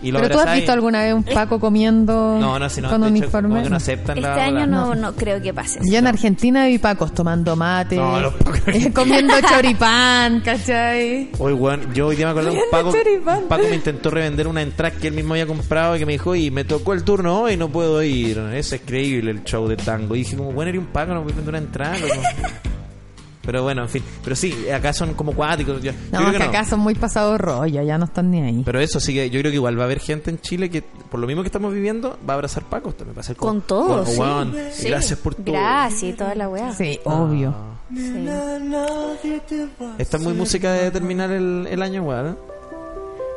Speaker 3: y lo
Speaker 2: ¿Pero tú has
Speaker 3: abrazáis.
Speaker 2: visto alguna vez un Paco comiendo
Speaker 3: no no si no
Speaker 2: con
Speaker 3: de hecho, como
Speaker 2: uniforme?
Speaker 3: que no aceptan
Speaker 1: Este
Speaker 3: la
Speaker 1: año
Speaker 3: la-
Speaker 1: no, no creo que pase.
Speaker 2: Yo en Argentina vi Pacos tomando mate, eh,
Speaker 3: No, los Pacos.
Speaker 2: comiendo choripán, ¿cachai?
Speaker 3: Hoy, weón, yo hoy día me acordé de un Paco.
Speaker 2: choripán.
Speaker 3: un Paco me intentó revender una entrada que él mismo había comprado y que me dijo, y me tocó el turno hoy, no puedo ir. Es increíble el show de tango. Y dije, como, bueno, era un Paco, no me vender una entrada. loco". Pero bueno, en fin. Pero sí, acá son como cuáticos. Yo, yo
Speaker 2: No,
Speaker 3: creo
Speaker 2: que
Speaker 3: que no.
Speaker 2: acá son muy pasados rollo, ya no están ni ahí.
Speaker 3: Pero eso sí que yo creo que igual va a haber gente en Chile que, por lo mismo que estamos viviendo, va a abrazar Paco. también, Va a ser como,
Speaker 1: Con todo,
Speaker 3: "Bueno,
Speaker 1: sí.
Speaker 3: weón,
Speaker 1: Sí.
Speaker 3: Gracias por todo. Ah.
Speaker 1: Gracias y toda la weá.
Speaker 2: Sí, obvio.
Speaker 1: Sí.
Speaker 3: Esta es muy música de terminar el, el año, weón.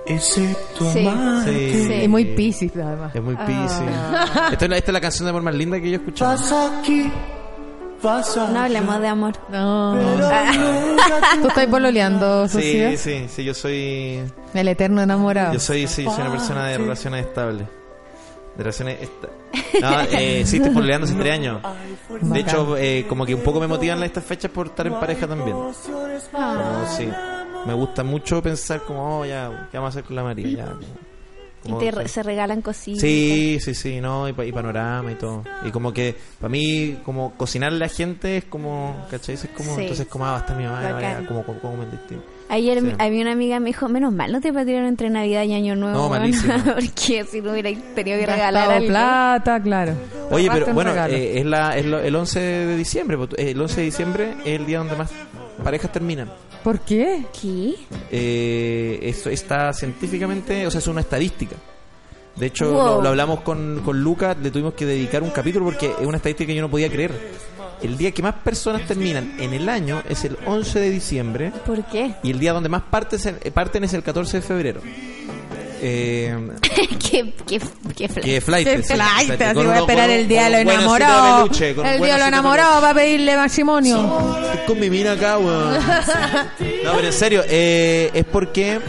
Speaker 3: ¿eh?
Speaker 1: Sí.
Speaker 3: Sí. Ah.
Speaker 1: Sí.
Speaker 2: Y muy piscis, además.
Speaker 3: Es muy piscis. Esta, es la- esta es la canción de amor más linda que yo he escuchado.
Speaker 1: No hablemos de amor.
Speaker 2: No.
Speaker 3: Ah.
Speaker 2: Tú estás pololeando, Susi.
Speaker 3: Sí, sí, sí, yo soy.
Speaker 2: El eterno enamorado.
Speaker 3: Yo soy, sí, soy una persona de relaciones estables. De relaciones. esta- No, eh, sí, estoy pololeando hace tres años. De hecho, eh, como que un poco me motivan estas fechas por estar en pareja también. Como, sí. Me gusta mucho pensar, como, oh, ya, ¿qué vamos a hacer con la María? Ya,
Speaker 1: Y
Speaker 3: como-
Speaker 1: te re- se regalan cositas.
Speaker 3: Sí, sí, sí, no, y, pa- y panorama y todo. Y como que, para mí, como cocinarle a la gente es como, ¿cachai? Es como,
Speaker 1: Sí.
Speaker 3: entonces, como, ah, está mi mamá,
Speaker 1: Bacán.
Speaker 3: vaya, como, como, como en distinto.
Speaker 1: Ayer
Speaker 3: Sí.
Speaker 1: a mí una amiga me dijo, menos mal no te patieron entre Navidad y Año Nuevo.
Speaker 3: No,
Speaker 1: weón".
Speaker 3: malísimo.
Speaker 1: Porque si no hubiera tenido que regalar
Speaker 2: Gastado
Speaker 1: algo.
Speaker 2: plata, claro.
Speaker 3: Oye,
Speaker 2: Gasto
Speaker 3: pero
Speaker 2: en
Speaker 3: bueno,
Speaker 2: regalo.
Speaker 3: eh, es, la, es lo- el 11 de diciembre, po, eh, el 11 de diciembre es el día donde más parejas terminan.
Speaker 2: ¿Por qué?
Speaker 1: ¿Qué?
Speaker 3: Eh, esto está científicamente, o sea, es una estadística. De hecho,
Speaker 1: Wow.
Speaker 3: lo, lo hablamos con, con Lucas, le tuvimos que dedicar un capítulo porque es una estadística que yo no podía creer. El día que más personas terminan en el año es el 11 de diciembre
Speaker 1: ¿Por qué?
Speaker 3: y el día donde más partes, eh, parten es el 14 de febrero. Eh,
Speaker 1: qué, qué, qué flash.
Speaker 3: que flight.
Speaker 2: Qué flight, así voy a esperar el día de
Speaker 3: diablo
Speaker 2: los enamorados. el
Speaker 3: diablo
Speaker 2: día de los enamorados va a pedirle matrimonio.
Speaker 3: Estoy con mi mina acá, weón. No, pero en serio, eh, es porque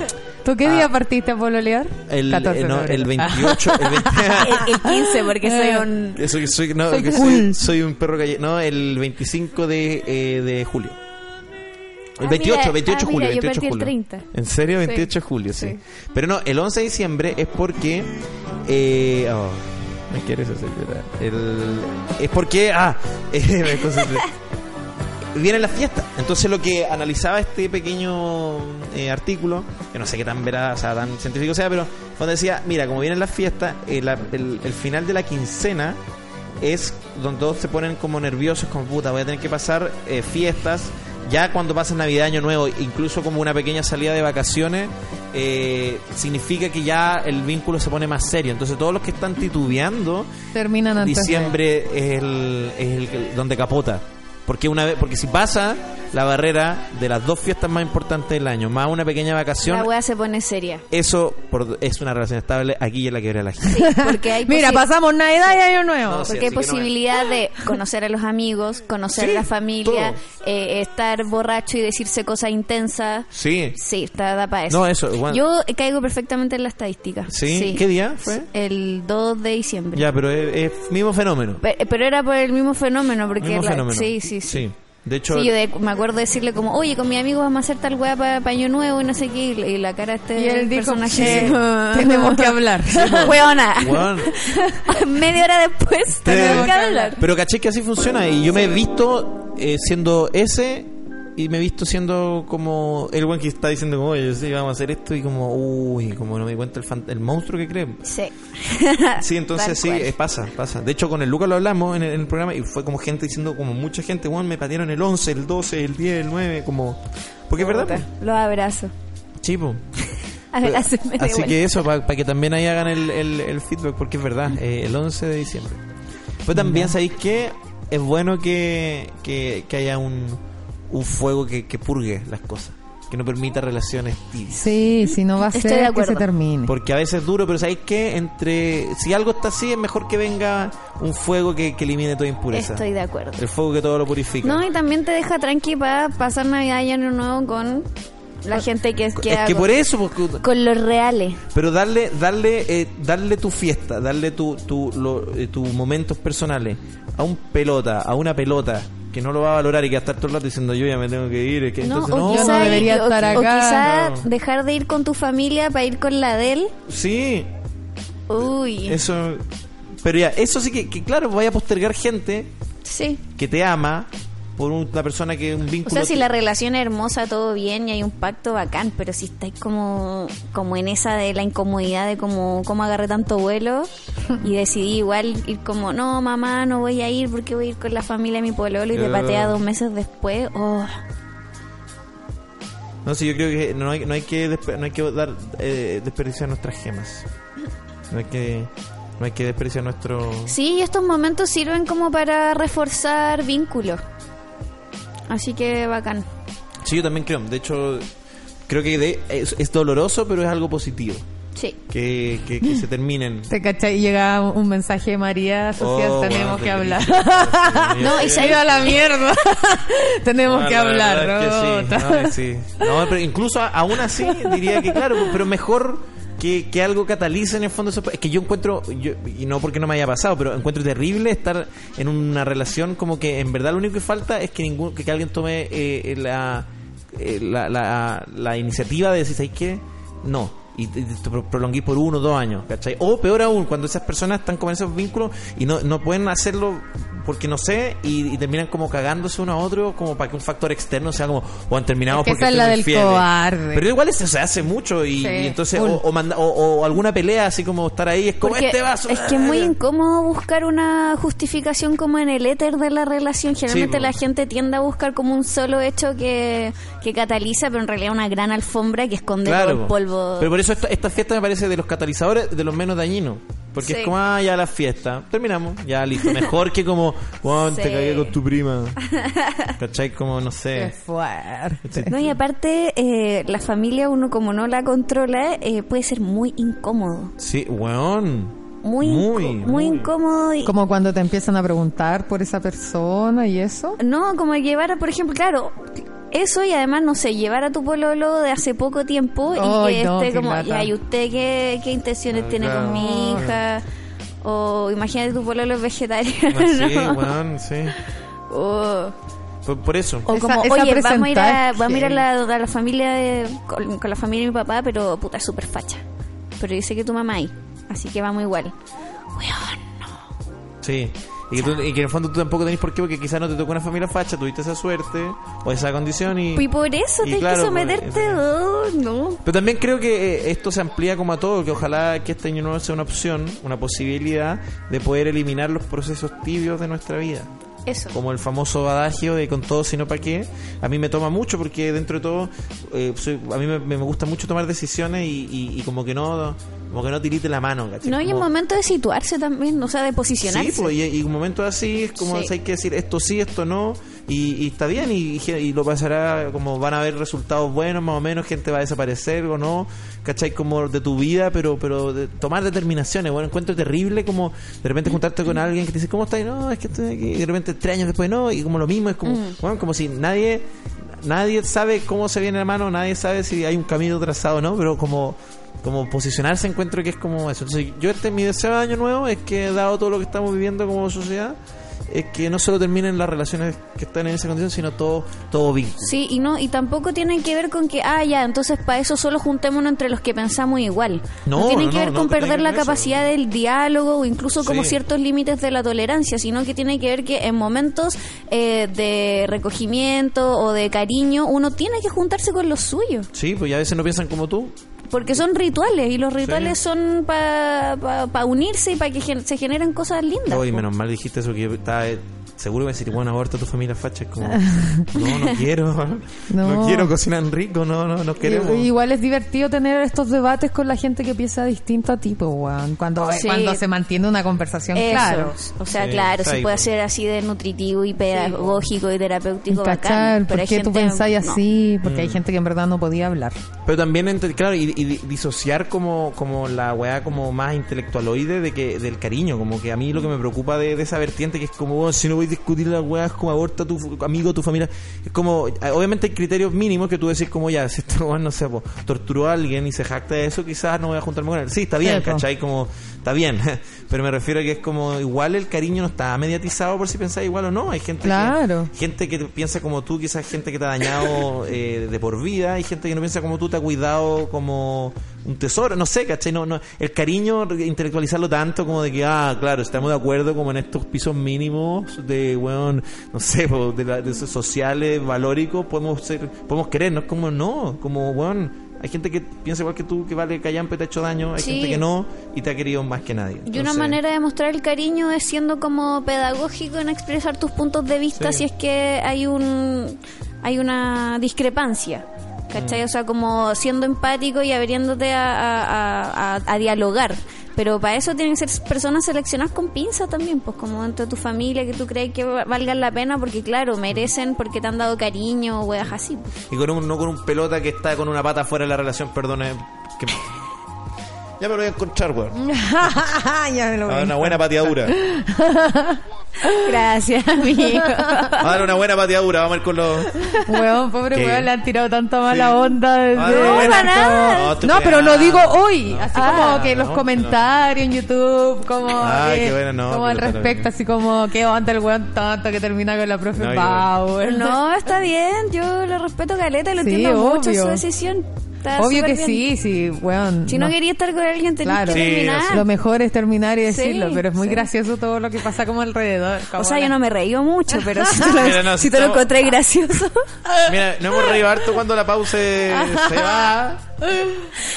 Speaker 2: ¿Tú qué día partiste a pololear?
Speaker 3: Ah. el,
Speaker 2: 14 de
Speaker 3: eh, no,
Speaker 2: febrero.
Speaker 3: el 28, el 20
Speaker 1: el, el 15, porque
Speaker 3: Eh.
Speaker 1: soy un...
Speaker 3: que soy, soy- no, que soy, soy un perro calle. No, el 25 de, eh, de julio. El
Speaker 1: Ah,
Speaker 3: 28,
Speaker 1: mira,
Speaker 3: 28
Speaker 1: ah,
Speaker 3: julio,
Speaker 1: mira, yo
Speaker 3: 28
Speaker 1: partí el
Speaker 3: julio.
Speaker 1: 30.
Speaker 3: ¿En serio? 28 de julio, sí. Pero no, el 11 de diciembre es porque... Eh, oh, me quieres hacer llorar. El, es porque... Ah, eh, me concentré. Viene la fiesta. Entonces lo que analizaba este pequeño eh, artículo, que no sé qué tan veraz, o sea, tan científico sea, pero cuando decía, mira, como vienen las fiestas, eh, la- el, el final de la quincena es donde todos se ponen como nerviosos, como puta, voy a tener que pasar eh, fiestas ya cuando pasa Navidad, Año Nuevo, incluso como una pequeña salida de vacaciones, eh, significa que ya el vínculo se pone más serio. Entonces todos los que están titubeando,
Speaker 2: Terminan antes. de-
Speaker 3: diciembre es el, es el que- donde capota. Porque una vez, porque si pasa la barrera de las dos fiestas más importantes del año, más una pequeña
Speaker 1: La
Speaker 3: vacación,
Speaker 1: wea se pone seria.
Speaker 3: eso por- es una relación estable aquí en la quiebra de la gente.
Speaker 1: Sí, porque hay
Speaker 2: Mira,
Speaker 1: posi-
Speaker 2: pasamos Navidad y Año Nuevo.
Speaker 3: No, sí,
Speaker 1: Porque hay
Speaker 3: así que no me-
Speaker 1: posibilidad de conocer a los amigos, conocer
Speaker 3: Sí,
Speaker 1: a la familia,
Speaker 3: todo.
Speaker 1: eh, estar borracho y decirse cosas intensas.
Speaker 3: Sí.
Speaker 1: Sí, está da para eso.
Speaker 3: No, eso, bueno.
Speaker 1: Yo caigo perfectamente en la estadística.
Speaker 3: ¿Sí? ¿Qué día fue?
Speaker 1: El 2 de diciembre.
Speaker 3: Ya, pero es, es mismo fenómeno.
Speaker 1: Pe- Pero era por el mismo fenómeno, porque
Speaker 3: Mismo
Speaker 1: la-
Speaker 3: fenómeno.
Speaker 1: Sí, sí, sí.
Speaker 3: De hecho,
Speaker 1: Sí, yo de- me acuerdo decirle como, oye, con mi amigo vamos a hacer tal weá para Año Nuevo y no sé qué, y, la- y la cara de este
Speaker 2: Y él dijo,
Speaker 1: personaje...
Speaker 2: "Sí, tenemos que hablar".
Speaker 1: Weona.
Speaker 3: Weón.
Speaker 1: Media hora después
Speaker 3: Te-
Speaker 1: tenemos que hablar.
Speaker 3: Pero caché que así funciona. Y yo me he visto eh, siendo ese. Y me he visto siendo como el buen que está diciendo como, oye, sí, vamos a hacer esto. Y como, uy, como no me di cuenta el, fan- el monstruo que creen.
Speaker 1: Sí.
Speaker 3: Sí,
Speaker 1: Ah, Tal
Speaker 3: entonces sí,
Speaker 1: cual.
Speaker 3: eh, pasa, pasa. De hecho, con el Luca lo hablamos en el, en el programa y fue como gente diciendo, como mucha gente, bueno, me patearon el 11, el 12, el 10, el 9, como... Porque es verdad, pues.
Speaker 1: Los abrazo.
Speaker 3: Sí, po.
Speaker 1: Abrácenme de
Speaker 3: Así
Speaker 1: vuelta.
Speaker 3: que eso, para que también ahí hagan el, el- el feedback, porque es verdad, eh, el 11 de diciembre. Pues también, ¿sabéis qué? Es bueno que, que, que haya un, un fuego que, que purgue las cosas, que no permita relaciones tibias.
Speaker 2: Sí, si no va a
Speaker 1: Estoy de
Speaker 2: ser que
Speaker 1: acuerdo.
Speaker 2: se termine.
Speaker 3: Porque a veces es duro, pero ¿sabéis qué? Entre, si algo está así, es mejor que venga un fuego que, que elimine toda impureza.
Speaker 1: Estoy de acuerdo.
Speaker 3: El fuego que todo lo purifica.
Speaker 1: No, y también te deja tranqui para pasar Navidad y Año Nuevo con la gente que
Speaker 3: es
Speaker 1: queda
Speaker 3: que
Speaker 1: con-
Speaker 3: por eso, pues, porque-
Speaker 1: con los reales.
Speaker 3: pero darle darle eh, darle tu fiesta, darle tu, tu, lo- eh, tus momentos personales a un pelota, a una pelota que no lo va a valorar y que va a estar todo el rato diciendo yo ya me tengo que ir, es que entonces no,
Speaker 1: o
Speaker 2: yo
Speaker 1: quizá,
Speaker 2: no debería
Speaker 1: o-
Speaker 2: estar
Speaker 1: o
Speaker 2: acá,
Speaker 1: quizá
Speaker 3: no.
Speaker 1: dejar de ir con tu familia para ir con la de él.
Speaker 3: sí,
Speaker 1: Uy,
Speaker 3: eso pero ya, eso sí que, que claro, vaya a postergar gente
Speaker 1: sí.
Speaker 3: que te ama por una persona que un
Speaker 1: O
Speaker 3: vínculo
Speaker 1: sea, si la relación es hermosa, todo bien y hay un pacto bacán, pero si estáis como, como en esa de la incomodidad de como, cómo agarré tanto vuelo y decidí igual ir como, no, mamá, no voy a ir porque voy a ir con la familia de mi pololo y te
Speaker 3: Claro.
Speaker 1: patea dos meses después. Oh,
Speaker 3: No sé, yo creo que no hay, no hay que despe- no hay que dar eh, desperdiciar nuestras gemas. No hay que no hay que desperdiciar nuestro
Speaker 1: Sí, y estos momentos sirven como para reforzar vínculos. Así que bacán.
Speaker 3: Sí, yo también creo. De hecho, creo que de- es, es doloroso, pero es algo positivo.
Speaker 1: Sí.
Speaker 3: Que, que, que se terminen.
Speaker 2: ¿Te cachai? Y llega un mensaje de María Social,
Speaker 3: Oh,
Speaker 2: tenemos
Speaker 3: bueno,
Speaker 2: que hablar.
Speaker 1: No, y
Speaker 2: Se ha ido a la mierda. tenemos
Speaker 3: Bueno,
Speaker 2: que
Speaker 3: Ah, la
Speaker 2: hablar,
Speaker 3: verdad es que sí,
Speaker 2: Rota.
Speaker 3: no, sí. No, pero incluso a- aún así diría que claro, pero mejor que, que algo catalice en el fondo. eso. Es que yo encuentro, yo- y no porque no me haya pasado, pero encuentro terrible estar en una relación como que en verdad lo único que falta es que ningún que, que alguien tome eh, la, eh, la, la, la iniciativa de decir, ¿sabes qué? No. Y te, te pro- prolongué por uno o dos años, ¿cachai? O peor aún, cuando esas personas están con esos vínculos y no, no pueden hacerlo porque no sé y, y terminan como cagándose uno a otro como para que un factor externo sea como, o han terminado
Speaker 2: Es que
Speaker 3: porque
Speaker 2: esa es la
Speaker 3: son
Speaker 2: del
Speaker 3: infieles".
Speaker 2: cobarde.
Speaker 3: Pero igual eso se hace mucho y,
Speaker 2: Sí.
Speaker 3: y entonces, o,
Speaker 2: Full.
Speaker 3: o manda- o- o alguna pelea así como estar ahí, es como
Speaker 1: Porque
Speaker 3: este vaso.
Speaker 1: es que es muy incómodo buscar una justificación como en el éter de la relación. Generalmente
Speaker 3: po.
Speaker 1: la gente tiende a buscar como un solo hecho que, que cataliza, pero en realidad una gran alfombra que esconde todo
Speaker 3: Claro, pues.
Speaker 1: el polvo.
Speaker 3: pero por eso esta, esta fiesta me parece de los catalizadores de los menos dañinos. Porque es
Speaker 1: Sí.
Speaker 3: como, ah, ya la fiesta, terminamos, ya listo. Mejor que como, Juan, te
Speaker 1: Sí.
Speaker 3: cagué con tu prima. ¿Cachai? Como, no
Speaker 2: Qué
Speaker 3: sé.
Speaker 2: fuerte.
Speaker 1: No, y aparte, eh, la familia, uno como no la controla, eh, puede ser muy incómodo.
Speaker 3: Sí, weón.
Speaker 1: Muy, inco- muy, incómodo. Y,
Speaker 2: Como cuando te empiezan a preguntar por esa persona y eso.
Speaker 1: No, como llevar, a, por ejemplo, claro, eso y además, no sé, llevar a tu pololo de hace poco tiempo y
Speaker 2: Ay,
Speaker 1: que
Speaker 2: no,
Speaker 1: esté
Speaker 2: qué
Speaker 1: como,
Speaker 2: lata.
Speaker 1: ya, ¿y usted qué, qué intenciones
Speaker 3: Ah,
Speaker 1: tiene
Speaker 3: claro.
Speaker 1: con mi hija? O imagínate tu pololo es vegetariano.
Speaker 3: Ah, Sí, weón, sí.
Speaker 1: O,
Speaker 3: Por, por eso.
Speaker 1: o
Speaker 2: Esa-
Speaker 1: como,
Speaker 2: esa
Speaker 1: oye, vamos a ir, a,
Speaker 2: presentar,
Speaker 1: vamos a, ir a
Speaker 2: sí.
Speaker 1: la, a la familia de- con, con la familia de mi papá, pero puta, es súper facha. Pero yo sé que tu mamá ahí, así que vamos igual.
Speaker 3: Sí. Y que, tú- y que en el fondo tú tampoco tenés por qué, porque quizás no te tocó una familia facha, tuviste esa suerte o esa condición y...
Speaker 1: Y por eso
Speaker 3: y
Speaker 1: tienes
Speaker 3: claro, pues,
Speaker 1: que
Speaker 3: por-
Speaker 1: someterte, oh, no.
Speaker 3: Pero también creo que eh, esto se amplía como a todo, que ojalá que este año nuevo sea una opción, una posibilidad de poder eliminar los procesos tibios de nuestra vida.
Speaker 1: Eso.
Speaker 3: Como el famoso adagio de con todo, sino para qué. A mí me toma mucho porque dentro de todo, eh, soy- a mí me, me gusta mucho tomar decisiones y, y- y como que no como que no tirite la mano. ¿cachai?
Speaker 1: No, y un
Speaker 3: Como-
Speaker 1: momento de situarse también, o sea, de posicionarse.
Speaker 3: Sí, pues, y, y un momento así es como
Speaker 1: Sí.
Speaker 3: o sea, hay que decir esto sí, esto no, y, y está bien, y, y lo pasará como van a haber resultados buenos, más o menos, gente va a desaparecer o no, ¿cachai? Como de tu vida, pero pero de- tomar determinaciones. Bueno, encuentro terrible como de repente juntarte con alguien que te dice, ¿cómo estás? Y, No, es que estoy aquí, y de repente tres años después no, y como lo mismo, es como, bueno, como si nadie. Nadie sabe cómo se viene la mano, nadie sabe si hay un camino trazado o no, pero como como posicionarse encuentro que es como eso. Entonces, yo este mi deseo de año nuevo es que dado todo lo que estamos viviendo como sociedad, es que no solo terminen las relaciones que están en esa condición, sino todo todo bien.
Speaker 1: Sí, y no y tampoco tiene que ver con que, ah, ya, entonces para eso solo juntémonos entre los que pensamos igual. No,
Speaker 3: No,
Speaker 1: tiene
Speaker 3: no,
Speaker 1: que
Speaker 3: no,
Speaker 1: ver
Speaker 3: no,
Speaker 1: con
Speaker 3: no tiene
Speaker 1: perder
Speaker 3: que
Speaker 1: la
Speaker 3: ver eso.
Speaker 1: capacidad del diálogo o incluso como
Speaker 3: Sí.
Speaker 1: ciertos límites de la tolerancia, sino que tiene que ver que en momentos eh, de recogimiento o de cariño uno tiene que juntarse con los suyos,
Speaker 3: Sí, pues ya a veces no piensan como tú.
Speaker 1: porque son rituales y los rituales
Speaker 3: Sí.
Speaker 1: son para unirse y para que gen- se generen cosas lindas.
Speaker 3: Oye,
Speaker 1: po.
Speaker 3: menos mal dijiste eso que yo estaba eh, seguro que decir, bueno, aborta tu familia facha, es como no, no quiero. No,
Speaker 2: No.
Speaker 3: quiero cocinar rico, no, no, no queremos.
Speaker 2: I- Igual es divertido tener estos debates con la gente que piensa distinto a ti, po, weón. Cuando,
Speaker 1: Sí.
Speaker 2: cuando se mantiene una conversación,
Speaker 1: Eso.
Speaker 2: claro.
Speaker 1: O sea,
Speaker 3: Sí,
Speaker 1: claro, se
Speaker 3: sí,
Speaker 1: puede
Speaker 3: pues.
Speaker 1: hacer así de nutritivo y pedagógico y terapéutico.
Speaker 2: Cachar,
Speaker 1: Bacán,
Speaker 2: ¿por
Speaker 1: hay
Speaker 2: qué tú
Speaker 1: gente-
Speaker 2: pensáis
Speaker 1: no.
Speaker 2: así? Porque hay gente que en verdad no podía hablar.
Speaker 3: Pero también, entre- claro, y, y di- disociar como, como la weá como más intelectualoide de que, del cariño. Como que a mí lo que me preocupa de, de esa vertiente que es como, "Oh, si no voy a discutir las weas como aborta tu fu- amigo, tu familia. Es como, eh, obviamente hay criterios mínimos que tú decís como, ya, si este weón, no sé, po, torturó a alguien y se jacta de eso, quizás no voy a juntarme con él. Sí, está bien,
Speaker 2: Sí, po.
Speaker 3: ¿cachai? Como, está bien. Pero me refiero a que es como, igual el cariño no está mediatizado por si pensáis igual o no. Hay gente que-
Speaker 2: Claro.
Speaker 3: gente que piensa como tú, quizás gente que te ha dañado eh, de por vida, y gente que no piensa como tú, te ha cuidado como un tesoro, no sé, ¿cachai? No, no, el cariño, intelectualizarlo tanto como de que, ah, claro, estamos de acuerdo como en estos pisos mínimos de, weón, no sé, po, de, la- de esos sociales, valóricos, podemos ser, podemos querernos, como no, como, weón. Hay gente que piensa igual que tú, que vale callampe, te ha hecho daño. Hay
Speaker 1: Sí.
Speaker 3: gente que no y te ha querido más que nadie.
Speaker 1: Y una
Speaker 3: Entonces-
Speaker 1: manera de mostrar el cariño es siendo como pedagógico en expresar tus puntos de vista
Speaker 3: Sí.
Speaker 1: si es que hay un hay una discrepancia.
Speaker 3: Mm.
Speaker 1: ¿Cachai? O sea, como siendo empático y abriéndote a, a- a- a- a dialogar. Pero para eso tienen que ser personas seleccionadas con pinzas también, pues como dentro de tu familia, que tú crees que va- valgan la pena, porque claro, merecen, porque te han dado cariño, weas así. pues.
Speaker 3: Y con un, no con un pelota que está con una pata fuera de la relación, perdone. que- Ya me lo voy a encontrar, weón.
Speaker 2: ya me lo
Speaker 3: Va a dar una buena pateadura. Va
Speaker 1: Gracias, amigo.
Speaker 3: a dar Ah, una buena pateadura. Vamos a ir con los.
Speaker 2: Weón, pobre
Speaker 3: ¿Qué?
Speaker 2: weón, le han tirado tanta mala
Speaker 3: Sí. Ah,
Speaker 2: onda. desde-
Speaker 3: Va a dar una buena-
Speaker 1: para nada.
Speaker 3: estoy
Speaker 2: No, pero
Speaker 3: pegando.
Speaker 2: lo digo hoy, así
Speaker 3: Ah,
Speaker 2: como que los
Speaker 3: no,
Speaker 2: comentarios en YouTube, como,
Speaker 3: Ay,
Speaker 2: que-
Speaker 3: qué bueno, no,
Speaker 2: como
Speaker 3: pero
Speaker 2: al
Speaker 3: está
Speaker 2: respecto,
Speaker 3: bien.
Speaker 2: así como, qué onda el weón tonto que termina con la profe
Speaker 3: No, yo-
Speaker 2: Power.
Speaker 1: No, está bien, yo lo respeto caleta y lo
Speaker 2: Sí,
Speaker 1: entiendo mucho
Speaker 2: obvio.
Speaker 1: su decisión. Está
Speaker 2: Obvio que
Speaker 1: superbién.
Speaker 2: sí, sí, weón.
Speaker 1: Si no,
Speaker 2: no-
Speaker 1: quería estar con alguien, tenía
Speaker 2: Claro.
Speaker 1: que
Speaker 3: Sí,
Speaker 1: terminar.
Speaker 2: Lo mejor es terminar y decirlo,
Speaker 1: Sí,
Speaker 2: pero es muy
Speaker 1: sí.
Speaker 2: gracioso todo lo que pasa como alrededor. como
Speaker 1: o sea, yo
Speaker 2: la-
Speaker 1: no me reío mucho, pero si te lo,
Speaker 3: Mira, no,
Speaker 1: si
Speaker 3: si
Speaker 1: te lo
Speaker 3: estamos-
Speaker 1: encontré gracioso.
Speaker 3: Mira, no hemos reído harto cuando la pausa se va.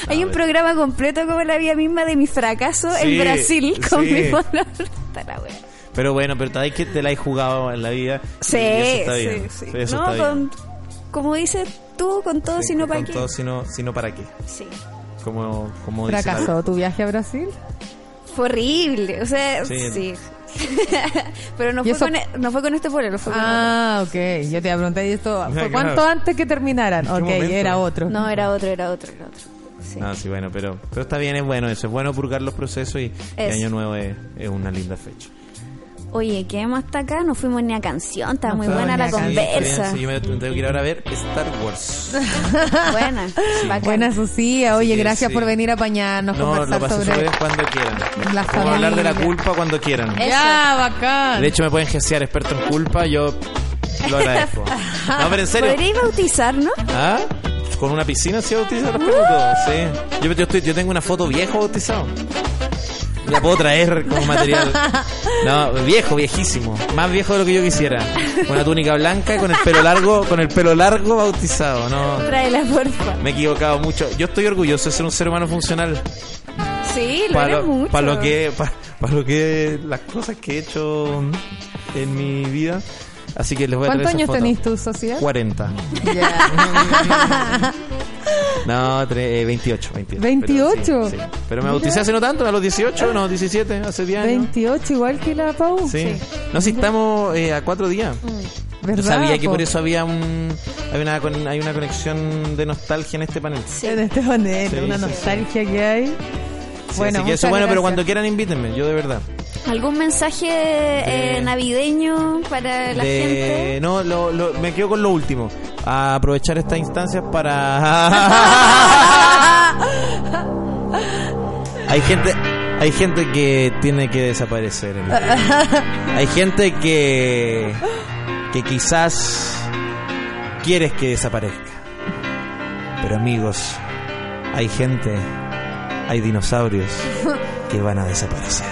Speaker 1: Hay un programa completo como la vida misma de mi fracaso en
Speaker 3: Sí,
Speaker 1: Brasil con
Speaker 3: sí.
Speaker 1: mi mono. Está la wea.
Speaker 3: Pero bueno, pero sabéis que te la has jugado en la vida.
Speaker 1: Sí,
Speaker 3: Y eso está
Speaker 1: sí,
Speaker 3: bien.
Speaker 1: sí.
Speaker 3: Eso
Speaker 1: no,
Speaker 3: está bien.
Speaker 1: con, como dices tú, con todo,
Speaker 3: Sí,
Speaker 1: sino
Speaker 3: con
Speaker 1: para qué.
Speaker 3: todo, sino, sino para qué.
Speaker 1: Sí.
Speaker 3: Como, como dice la-
Speaker 2: ¿Fracasó tu viaje a Brasil?
Speaker 1: Fue horrible, o sea, sí.
Speaker 3: Sí.
Speaker 1: pero no
Speaker 2: ¿Y
Speaker 1: fue,
Speaker 2: eso-
Speaker 1: con, no fue con este pueblo, fue con
Speaker 2: Ah, ok. Yo te iba a preguntar, ¿y esto fue
Speaker 3: Claro.
Speaker 2: cuánto antes que terminaran?
Speaker 3: ¿En
Speaker 2: Ok,
Speaker 3: qué momento?
Speaker 2: era otro.
Speaker 1: No, era otro, era otro, era otro. Sí.
Speaker 3: Ah, sí, bueno, pero, pero está bien, es bueno eso. Es bueno purgar los procesos y, y
Speaker 1: Eso.
Speaker 3: Año Nuevo es, es una linda fecha.
Speaker 1: Oye, quedamos hasta acá, no fuimos ni a canción, está
Speaker 2: No
Speaker 1: muy
Speaker 2: fuimos
Speaker 1: buena
Speaker 2: ni
Speaker 1: la
Speaker 2: a canción.
Speaker 1: conversa.
Speaker 3: Sí, yo me tengo que ir ahora a ver Star Wars.
Speaker 1: Buena, bacán.
Speaker 2: Buena, Sucia. Oye,
Speaker 3: Sí,
Speaker 2: gracias
Speaker 3: sí.
Speaker 2: por venir a apañarnos,
Speaker 3: No, lo
Speaker 2: conversar
Speaker 3: paso
Speaker 2: sobre...
Speaker 3: sobre cuando quieran.
Speaker 2: La
Speaker 3: Podemos hablar de la
Speaker 2: familia.
Speaker 3: culpa cuando quieran.
Speaker 1: Eso.
Speaker 2: Ya, bacán.
Speaker 3: De hecho, me pueden gesear experto en culpa, yo lo agradezco. No, pero en serio.
Speaker 1: ¿Podríais bautizarnos?
Speaker 3: ¿Ah? ¿Con una piscina sí bautizan los perritos? Sí. Yo, yo, estoy- yo tengo una foto viejo bautizado. La puedo traer como material. No, viejo, viejísimo. Más viejo de lo que yo quisiera. Con la túnica blanca, con el pelo largo, con el pelo largo bautizado. No,
Speaker 1: Tráela, porfa.
Speaker 3: me he equivocado mucho. Yo estoy orgulloso de ser un ser humano funcional.
Speaker 1: Sí, lo
Speaker 3: para
Speaker 1: eres
Speaker 3: lo,
Speaker 1: mucho.
Speaker 3: para lo que para, lo que las cosas que he hecho en mi vida. Así que les voy a traer
Speaker 2: ¿Cuántos
Speaker 3: esa
Speaker 2: años
Speaker 3: foto.
Speaker 2: tenés tú, sociedad?
Speaker 3: 40. no, tre- eh, 28, 28. Pero,
Speaker 2: 28.
Speaker 3: sí, sí. Pero me bauticé hace no tanto, a los 18, no, 17, hace 10 años.
Speaker 2: 28, igual que la Pau.
Speaker 3: Sí. No, si estamos eh, a cuatro días. Yo
Speaker 2: Mm. ¿Verdad,
Speaker 3: sabía que
Speaker 2: po?
Speaker 3: por eso había un hay una, con- hay una conexión de nostalgia en este panel. Sí,
Speaker 2: En este panel,
Speaker 3: Sí,
Speaker 2: una
Speaker 3: sí, sí.
Speaker 2: nostalgia que hay. bueno,
Speaker 3: así que eso
Speaker 2: muchas
Speaker 3: bueno, pero
Speaker 2: gracias.
Speaker 3: cuando quieran invítenme, yo de verdad.
Speaker 1: ¿Algún mensaje eh,
Speaker 3: De-
Speaker 1: navideño para la
Speaker 3: De-
Speaker 1: gente?
Speaker 3: No, lo- lo- me quedo con lo último. A aprovechar estas instancias para. hay gente, hay gente que tiene que desaparecer. en la vida. hay gente que que quizás quieres que desaparezca. Pero amigos, hay gente, hay dinosaurios que van a desaparecer.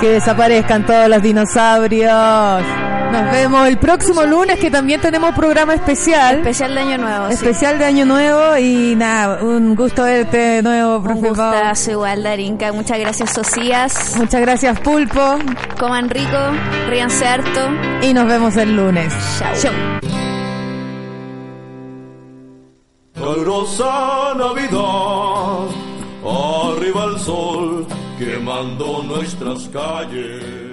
Speaker 2: Que desaparezcan todos los dinosaurios. Nos vemos el próximo lunes que también tenemos programa especial.
Speaker 1: Especial de Año Nuevo. sí.
Speaker 2: Especial de Año Nuevo y nada, un gusto verte de nuevo,
Speaker 1: Un
Speaker 2: profe Pau.
Speaker 1: gustazo igual, Darinka. Muchas gracias, Socias.
Speaker 2: Muchas gracias, Pulpo.
Speaker 1: Coman rico, ríanse harto.
Speaker 2: Y nos vemos el lunes.
Speaker 1: Chao.
Speaker 5: Calurosa Navidad, arriba el sol quemando nuestras calles.